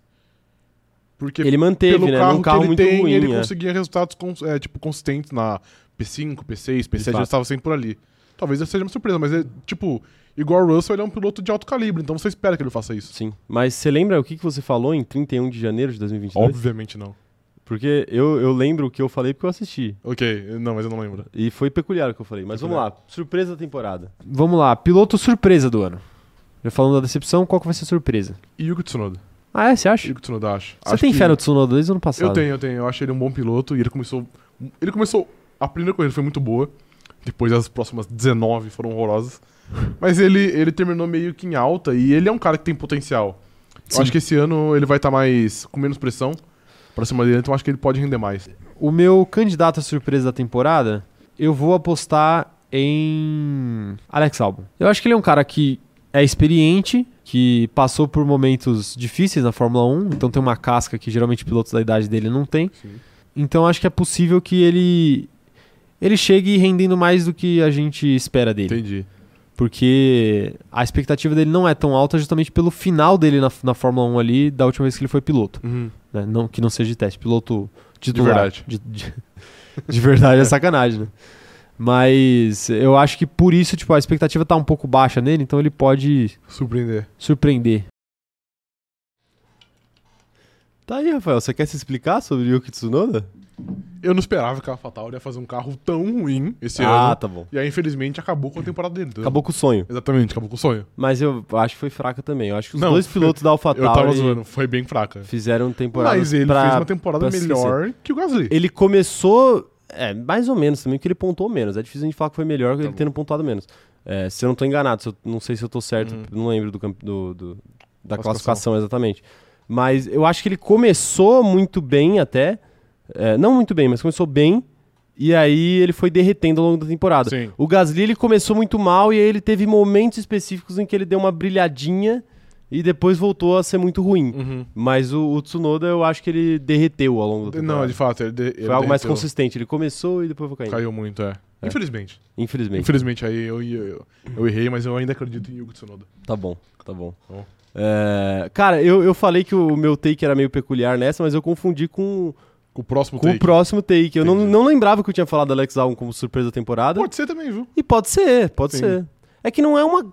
B: Porque
C: Ele manteve,
B: pelo
C: né?
B: carro
C: Num carro
B: que ele
C: muito
B: tem,
C: ruim.
B: ele
C: é.
B: conseguia resultados cons- é, tipo, consistentes na P5, P6, P7, ele
C: fato.
B: estava sempre por ali. Talvez essa seja uma surpresa, mas é, tipo, igual o Russell, ele é um piloto de alto calibre, então você espera que ele faça isso.
C: Sim. Mas você lembra o que que você falou em 31 de janeiro de 2022?
B: Obviamente não.
C: Porque eu, eu lembro o que eu falei porque eu assisti.
B: Ok, não, mas eu não lembro.
C: E foi peculiar o que eu falei. Mas vamos lá, surpresa da temporada.
A: Vamos lá, piloto surpresa do ano. Já falando da decepção, qual que vai ser a surpresa?
B: Yuki Tsunoda.
A: Ah, é? Você acha?
B: Yuki Tsunoda, acho.
A: Você
B: Acho
A: tem
B: que-
A: fé no Tsunoda desde o ano passado?
B: Eu tenho, eu tenho. Eu acho ele um bom piloto e ele começou. Ele começou. A primeira corrida foi muito boa. Depois as próximas 19 foram horrorosas. Mas ele, ele terminou meio que em alta e ele é um cara que tem potencial. Eu acho que esse ano ele vai estar mais. com menos pressão pra cima dele, então eu acho que ele pode render mais.
A: O meu candidato à surpresa da temporada, eu vou apostar em Alex Albon. Eu acho que ele é um cara que é experiente, que passou por momentos difíceis na Fórmula 1, então tem uma casca que geralmente pilotos da idade dele não tem. Então acho que é possível que ele ele chegue rendendo mais do que a gente espera dele.
B: Entendi.
A: Porque a expectativa dele não é tão alta justamente pelo final dele na, na Fórmula 1 ali, da última vez que ele foi piloto. né? Não, que não seja de teste, piloto titular.
B: verdade.
A: De verdade. De, de verdade é sacanagem, né? Mas eu acho que por isso, tipo, a expectativa tá um pouco baixa nele, então ele pode
B: Surpreender.
A: surpreender.
C: Tá aí, Rafael. Você quer se explicar sobre o Yuki Tsunoda?
B: Eu não esperava que a AlphaTauri ia fazer um carro tão ruim esse
C: ah,
B: ano.
C: tá bom.
B: E aí, infelizmente, acabou com a temporada dele. entendeu?
C: Acabou com o sonho.
B: Exatamente, acabou com o sonho.
C: Mas eu acho que foi fraca também. Eu acho que os
B: Não,
C: dois pilotos da
B: eu tava
C: AlphaTauri
B: zoando, foi bem fraca.
C: fizeram temporada.
B: Mas ele
C: pra-
B: fez uma temporada
C: pra se esquecer.
B: melhor que o Gasly.
C: Ele começou. É, mais ou menos também, porque ele pontuou menos. É difícil a gente falar que foi melhor ele
B: Tá bom.
C: tendo pontuado menos. É, se eu não tô enganado, se eu- não sei se eu tô certo,
B: Uhum.
C: não lembro do, camp- do- do- da
B: Classificação.
C: classificação. exatamente. Mas eu acho que ele começou muito bem até. É, não muito bem, mas começou bem. E aí ele foi derretendo ao longo da temporada.
B: Sim.
C: O Gasly ele começou muito mal e aí ele teve momentos específicos em que ele deu uma brilhadinha e depois voltou a ser muito ruim.
B: Uhum.
C: Mas o, o Tsunoda eu acho que ele derreteu ao longo da temporada.
B: Não, de fato, ele, de, ele
C: Foi algo mais
B: derreteu.
C: consistente. Ele começou e depois foi caindo.
B: Caiu muito, é.
C: É.
B: Infelizmente.
C: Infelizmente.
B: Infelizmente, aí eu, eu, eu, eu errei, mas eu ainda acredito em Yugo Tsunoda.
C: Tá bom, tá bom.
B: Bom.
C: É, cara, eu, eu falei que o meu take era meio peculiar nessa, mas eu confundi com,
B: Com o próximo
C: com o
B: take.
C: próximo take. Eu não,
B: Entendi.
C: não lembrava que eu tinha falado do Alex Albon como surpresa da temporada.
B: Pode ser também, viu?
C: E pode ser, pode
B: Sim.
C: ser. É que não é uma.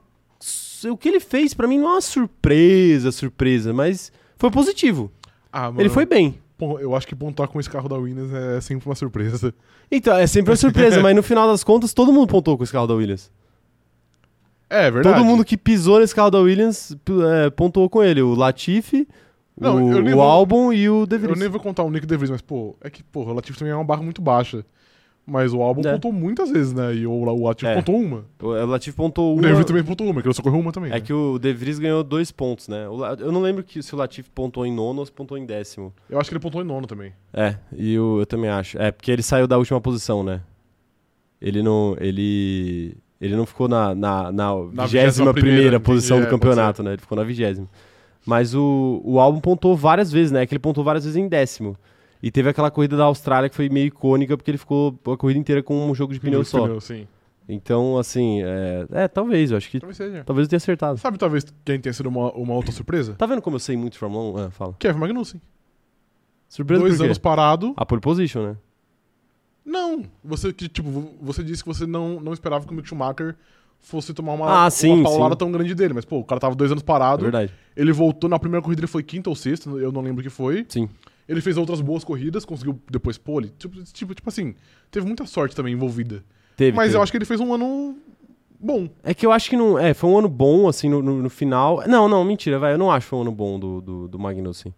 C: O que ele fez pra mim não é uma surpresa, surpresa, mas foi positivo.
B: Ah, mano.
C: Ele foi bem.
B: pon- Eu acho que pontuar com esse carro da Williams é sempre uma surpresa.
C: Então, é sempre uma surpresa, mas no final das contas, todo mundo pontou com esse carro da Williams.
B: É, verdade.
C: Todo mundo que pisou nesse carro da Williams p- é, pontuou com ele. O Latifi,
B: Não, eu nem
C: o,
B: vou-
C: o Albon e o De
B: Eu
C: Vries.
B: nem vou contar o Nick DeVries, mas, pô, é que, pô, o Latif também é uma barra muito baixa. Mas o álbum
C: É.
B: pontou muitas vezes, né? E o, o Latif
C: É.
B: pontou uma.
C: O, o Latifi pontuou
B: O
C: uma...
B: DeVries também pontou uma, que ele só correu uma também.
C: É
B: né?
C: que o De Vries ganhou dois pontos, né? O La- Eu não lembro que, se o Latifi pontuou em nono ou se pontuou em décimo.
B: Eu acho que ele pontou em nono também.
C: É, e o- eu também acho. É, porque ele saiu da última posição, né? Ele não. Ele. Ele não ficou na, na, na,
B: 21ª
C: 21 primeira posição
B: entendi,
C: do
B: é, pode
C: campeonato, né? Ele ficou na vigésima. Mas o, o álbum pontou várias vezes, né? Que ele pontou várias vezes em décimo. E teve aquela corrida da Austrália que foi meio icônica, porque ele ficou a corrida inteira com um jogo de pneu
B: Dois
C: só.
B: pneus, sim.
C: Então, assim, é, é, talvez, eu acho que.
B: Talvez seja.
C: Talvez eu tenha acertado.
B: Sabe, talvez, quem tenha sido uma, uma outra surpresa?
C: Tá vendo como eu sei muito de Fórmula 1? Ah, fala.
B: Kevin Magnussen.
C: Surpresa
B: Dois
C: por quê?
B: anos parado.
C: A pole position, né?
B: Não, você que tipo, você disse que você não, não esperava que o Mick Schumacher fosse tomar uma,
C: Ah, sim,
B: uma paulada
C: sim.
B: tão grande dele. Mas, pô, o cara tava dois anos
C: É
B: parado.
C: verdade.
B: ele voltou na primeira corrida, ele foi quinta ou sexta, eu não lembro o que foi.
C: Sim.
B: Ele fez outras boas corridas, conseguiu depois pole. Tipo, tipo, tipo assim, teve muita sorte também envolvida.
C: Teve.
B: Mas
C: teve.
B: eu acho que ele fez um ano bom.
C: É que eu acho que não. É, foi um ano bom, assim, no, no- no final. Não, não, mentira, velho. Eu não acho que foi um ano bom do, do, do Magnussen.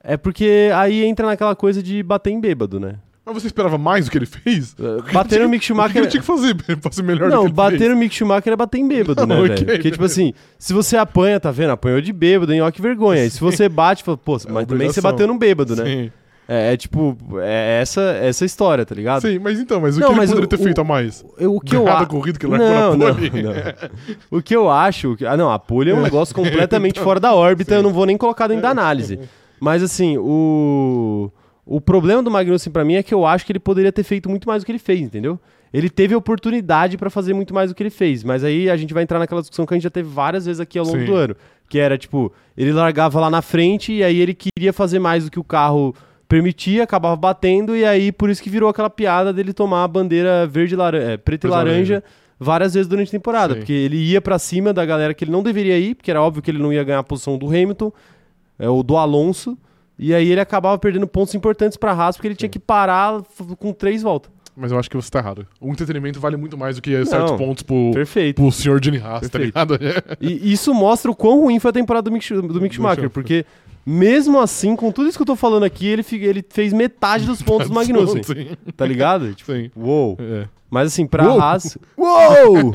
C: É porque aí entra naquela coisa de bater em bêbado, né?
B: Mas você esperava mais do que ele fez?
C: Eh, Bater no Mick
B: O que
C: Schumacher.
B: eu tinha que fazer pra ser melhor do
C: Não,
B: que ele fez?
C: bater no Mick Schumacher é bater em bêbado,
B: Não,
C: né,
B: ok,
C: velho? Porque, tipo
B: beleza.
C: assim, se você apanha, tá vendo? Apanhou de bêbado, hein? Ó, que vergonha. E se você bate, fala, pô, mas também você
B: É obrigação.
C: bateu num bêbado, né?
B: Sim.
C: É, é tipo, é essa, essa história, tá ligado?
B: Sim, mas então, mas o
C: Não,
B: que ele
C: mas
B: poderia
C: o-
B: ter feito a mais?
C: Eu- o que eu
B: Ganhado a
C: acho.
B: corrida que ele largou
C: Não, não,
B: na
C: não.
B: pole?
C: O que eu acho. Ah, não, a pole é um negócio completamente fora da órbita, eu não vou nem colocar dentro da análise. Mas assim, o. O problema do Magnussen pra mim é que eu acho que ele poderia ter feito muito mais do que ele fez, entendeu? Ele teve oportunidade pra fazer muito mais do que ele fez, mas aí a gente vai entrar naquela discussão que a gente já teve várias vezes aqui ao longo
B: Sim.
C: do ano, que era tipo, ele largava lá na frente e aí ele queria fazer mais do que o carro permitia, acabava batendo e aí por isso que virou aquela piada dele tomar a bandeira verde e laran- é, preta e
B: Preta e laranja.
C: laranja várias vezes durante a temporada,
B: Sim.
C: porque ele ia pra cima da galera que ele não deveria ir, porque era óbvio que ele não ia ganhar a posição do Hamilton é, ou do Alonso, e aí ele acabava perdendo pontos importantes pra Haas, porque ele tinha que parar f- com três voltas.
B: Mas eu acho que você tá errado. O entretenimento vale muito mais do que certos pontos pro,
C: Perfeito.
B: pro senhor Johnny Haas, tá
C: Perfeito.
B: ligado?
C: E isso mostra o quão ruim foi a temporada do Mick, Schu- do Mick Schumacher,
B: Schumacher.
C: porque mesmo assim, com tudo isso que eu tô falando aqui, ele, fi- ele fez metade dos
B: tipo
C: pontos do Magnussen,
B: Sim,
C: tá ligado? Tipo,
B: sim.
C: uou.
B: assim, É.
C: Mas assim, pra
B: Uou!
C: Haas. Uou!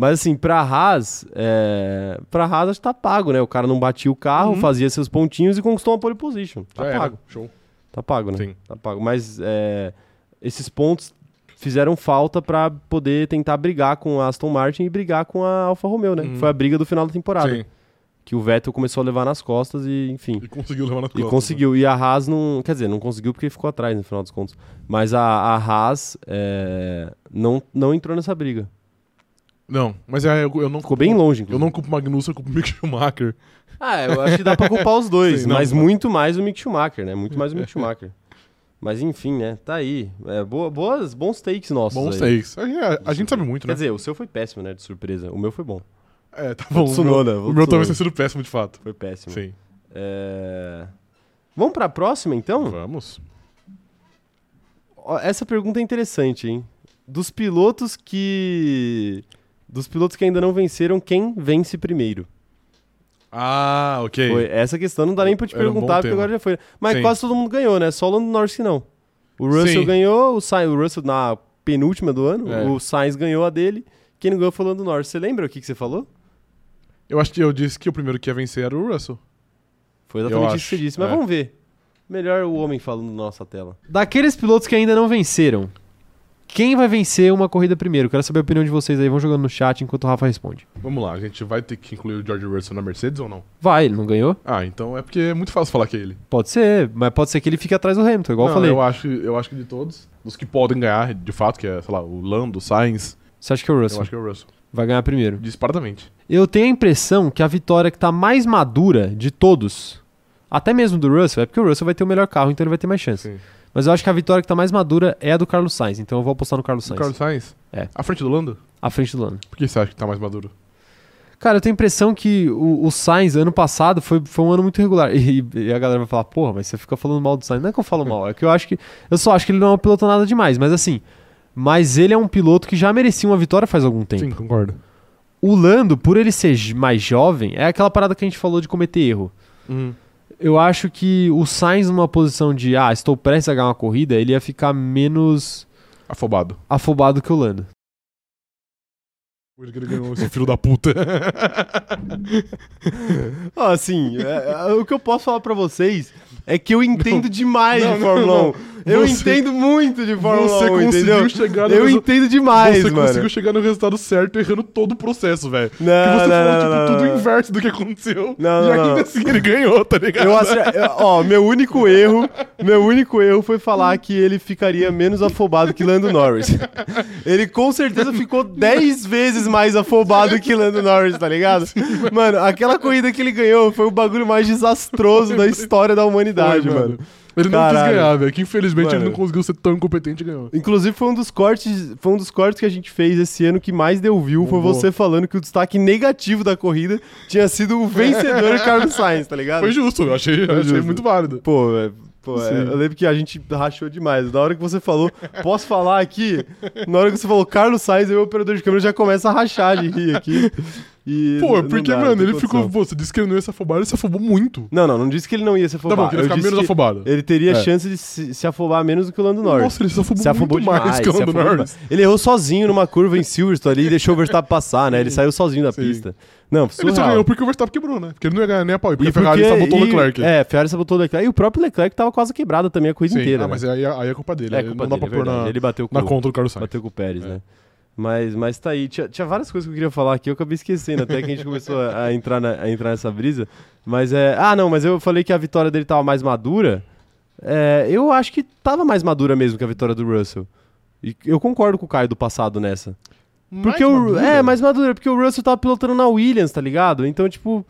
C: Mas assim, pra Haas, é... pra Haas acho que tá pago, né? O cara não batia o carro, fazia seus pontinhos e conquistou uma pole position. Tá
B: Uhum. Já era.
C: pago.
B: Show.
C: Tá pago, né?
B: Sim.
C: Tá pago. Mas é, esses pontos fizeram falta pra poder tentar brigar com a Aston Martin e brigar com a Alfa Romeo, né?
B: Uhum.
C: Foi a briga do final da temporada.
B: Sim.
C: Que o Vettel começou a levar nas costas e, enfim.
B: E conseguiu levar nas
C: E
B: costas. né?
C: conseguiu. E a Haas não. Quer dizer, não conseguiu porque ficou atrás no final dos contos. Mas a, a Haas é, não, não entrou nessa briga.
B: Não, mas é, eu, eu não
C: Ficou bem
B: Eu
C: longe, inclusive.
B: não culpo o Magnussen, eu culpo o Mick Schumacher.
C: Ah, eu acho que dá pra culpar os dois,
B: Sim, não,
C: mas
B: não.
C: muito mais o Mick Schumacher, né? Muito mais o Mick Schumacher. Mas enfim, né? Tá aí. É, boa- boas, bons takes nossos.
B: Bons
C: aí.
B: takes. A, a- a gente sabe muito,
C: Quer
B: né?
C: dizer, o seu foi péssimo, né? De surpresa. O meu foi bom.
B: é, tá bom. O meu,
C: Tsunoda,
B: o
C: vou
B: meu
C: Tsunoda.
B: talvez tenha sido péssimo, de fato.
C: Foi péssimo.
B: Sim.
C: É, Vamos pra próxima, então?
B: Vamos.
C: Ó, Essa pergunta é interessante, hein? Dos pilotos que. Dos pilotos que ainda não venceram, quem vence primeiro?
B: Ah, ok.
C: Foi- Essa questão não dá nem pra te
B: Era um bom
C: perguntar, porque
B: tema.
C: agora já foi. Mas
B: Sim.
C: quase todo mundo ganhou, né? Só o Lando Norris que não. O Russell
B: Sim.
C: ganhou, o, Sainz, o Russell na penúltima do ano,
B: É.
C: o Sainz ganhou a dele. Quem não ganhou foi o Lando Norris. Você lembra o que, que você falou?
B: Eu acho que eu disse que o primeiro que ia vencer era o Russell.
C: Foi
B: Eu
C: exatamente isso
B: acho,
C: que você disse, mas
B: é.
C: vamos ver. Melhor o homem falando na nossa tela.
A: Daqueles pilotos que ainda não venceram, quem vai vencer uma corrida primeiro? Quero saber a opinião de vocês aí. Vão jogando no chat enquanto o Rafa responde.
B: Vamos lá, a gente vai ter que incluir o George Russell na Mercedes ou não?
A: Vai, ele não ganhou?
B: Ah, então é porque é muito fácil falar que é ele.
A: Pode ser, mas pode ser que ele fique atrás do Hamilton, igual
B: não,
A: eu falei.
B: Eu acho, eu acho que de todos, dos que podem ganhar, de fato, que é, sei lá, o Lando, o Sainz,
A: Você acha que o
B: eu
A: Russell
B: acho que é o Russell.
A: vai ganhar primeiro?
B: Disparadamente.
A: Eu tenho a impressão que a vitória que tá mais madura de todos, até mesmo do Russell, é porque o Russell vai ter o melhor carro, então ele vai ter mais chance.
B: Sim.
A: Mas eu acho que a vitória que tá mais madura é a do Carlos Sainz, então eu vou apostar no Carlos
B: O
A: Sainz.
B: Carlos Sainz?
A: É.
B: À frente do Lando?
A: À frente do Lando.
B: Por que você acha que tá mais maduro?
A: Cara, eu tenho a impressão que o, o Sainz, ano passado, foi, foi um ano muito regular. E, e a galera vai falar, porra, mas você fica falando mal do Sainz. Não é que eu falo mal, é que eu acho que. Eu só acho que ele não é um piloto nada demais, mas assim. Mas ele é um piloto que já merecia uma vitória faz algum tempo.
B: Sim, concordo.
A: O Lando, por ele ser j- mais jovem, é aquela parada que a gente falou de cometer erro.
B: Uhum.
A: Eu acho que o Sainz, numa posição de, ah, estou prestes a ganhar uma corrida, ele ia ficar menos
B: Afobado.
A: afobado que o Lando.
B: Ele ganhou esse filho da puta.
C: Ah, assim, é- é- o que eu posso falar pra vocês é que eu entendo demais
B: Não,
C: de
B: não,
C: Fórmula
B: não.
C: 1. Eu
B: Você-
C: entendo muito de Fórmula
B: Você
C: 1, entendeu?
B: conseguiu chegar no
C: Eu
B: resu-
C: entendo demais,
B: Você
C: mano.
B: conseguiu chegar no resultado certo errando todo o processo, velho. Que você
C: Não, não,
B: falou,
C: não,
B: tipo,
C: não,
B: tudo
C: não.
B: inverte do que aconteceu.
C: Não,
B: e
C: não,
B: ainda
C: não.
B: assim ele ganhou, tá ligado?
C: Eu acho, eu- ó, meu único erro, meu único erro foi falar que ele ficaria menos afobado que Lando Norris. Ele com certeza ficou 10 vezes mais afobado que Lando Norris, tá ligado? Mano, aquela corrida que ele ganhou foi o bagulho mais desastroso da história da humanidade,
B: Foi,
C: mano.
B: Ele não quis
C: Caralho.
B: ganhar, velho. Que infelizmente ele
C: Mano.
B: não conseguiu ser tão incompetente e ganhou.
C: Inclusive, foi um dos cortes, foi um dos cortes que a gente fez esse ano que mais deu view. Foi
B: Boa.
C: você falando que o destaque negativo da corrida tinha sido o vencedor Carlos Sainz, tá ligado?
B: Foi justo, eu achei, eu achei
C: justo.
B: muito válido.
C: Pô, é, pô é,
B: Sim.
C: eu lembro que a gente rachou demais. Na hora que você falou, posso falar aqui? Na hora que você falou Carlos Sainz, eu, o operador de câmera, já começa a rachar de rir aqui. E
B: Pô,
C: não
B: porque,
C: dá, não
B: mano,
C: tem
B: ele
C: condição.
B: ficou. Pô, você disse que ele não ia se afobar, ele se afobou muito.
C: Não, não, não disse que ele não ia se afobar.
B: Tá bom, que ele ia
C: Eu
B: ficar
C: disse
B: menos
C: que
B: afobado.
C: Ele teria
B: É.
C: chance de se, se afobar menos do que o Lando Norris.
B: Nossa, ele se afobou,
C: se afobou
B: muito
C: demais.
B: mais que o
C: se
B: Lando
C: afobou
B: Norris.
C: demais. Ele errou sozinho numa curva em Silverstone ali e deixou o Verstappen passar, né? Ele saiu sozinho da
B: Sim.
C: pista. Não,
B: Ele só ganhou
C: surreal.
B: porque o Verstappen quebrou, né? Porque ele não ia ganhar nem a pau. e Porque
C: E
B: a Ferrari
C: porque-
B: sabotou o
C: e-
B: Leclerc.
C: É, Ferrari sabotou o Leclerc. E o próprio Leclerc tava quase quebrado também a corrida
B: Sim.
C: inteira.
B: ah,
C: né?
B: mas aí, aí é culpa dele.
C: É,
B: né?
C: culpa
B: não dá
C: dele, é
B: pra pôr
C: verdade.
B: na,
C: Ele bateu com,
B: na conta do Carlos Sainz.
C: bateu com o Pérez,
B: É.
C: né? Mas, mas tá aí. Tinha, tinha várias coisas que eu queria falar aqui, eu acabei esquecendo até que a gente começou a, a entrar na- a entrar nessa brisa. Mas é. Ah, não, mas eu falei que a vitória dele tava mais madura. É, eu acho que tava mais madura mesmo que a vitória do Russell. E eu concordo com o Caio do passado nessa. Porque
B: Mais
C: o,
B: madura?
C: É, mais madura, porque o Russell tava pilotando na Williams, tá ligado? Então, tipo,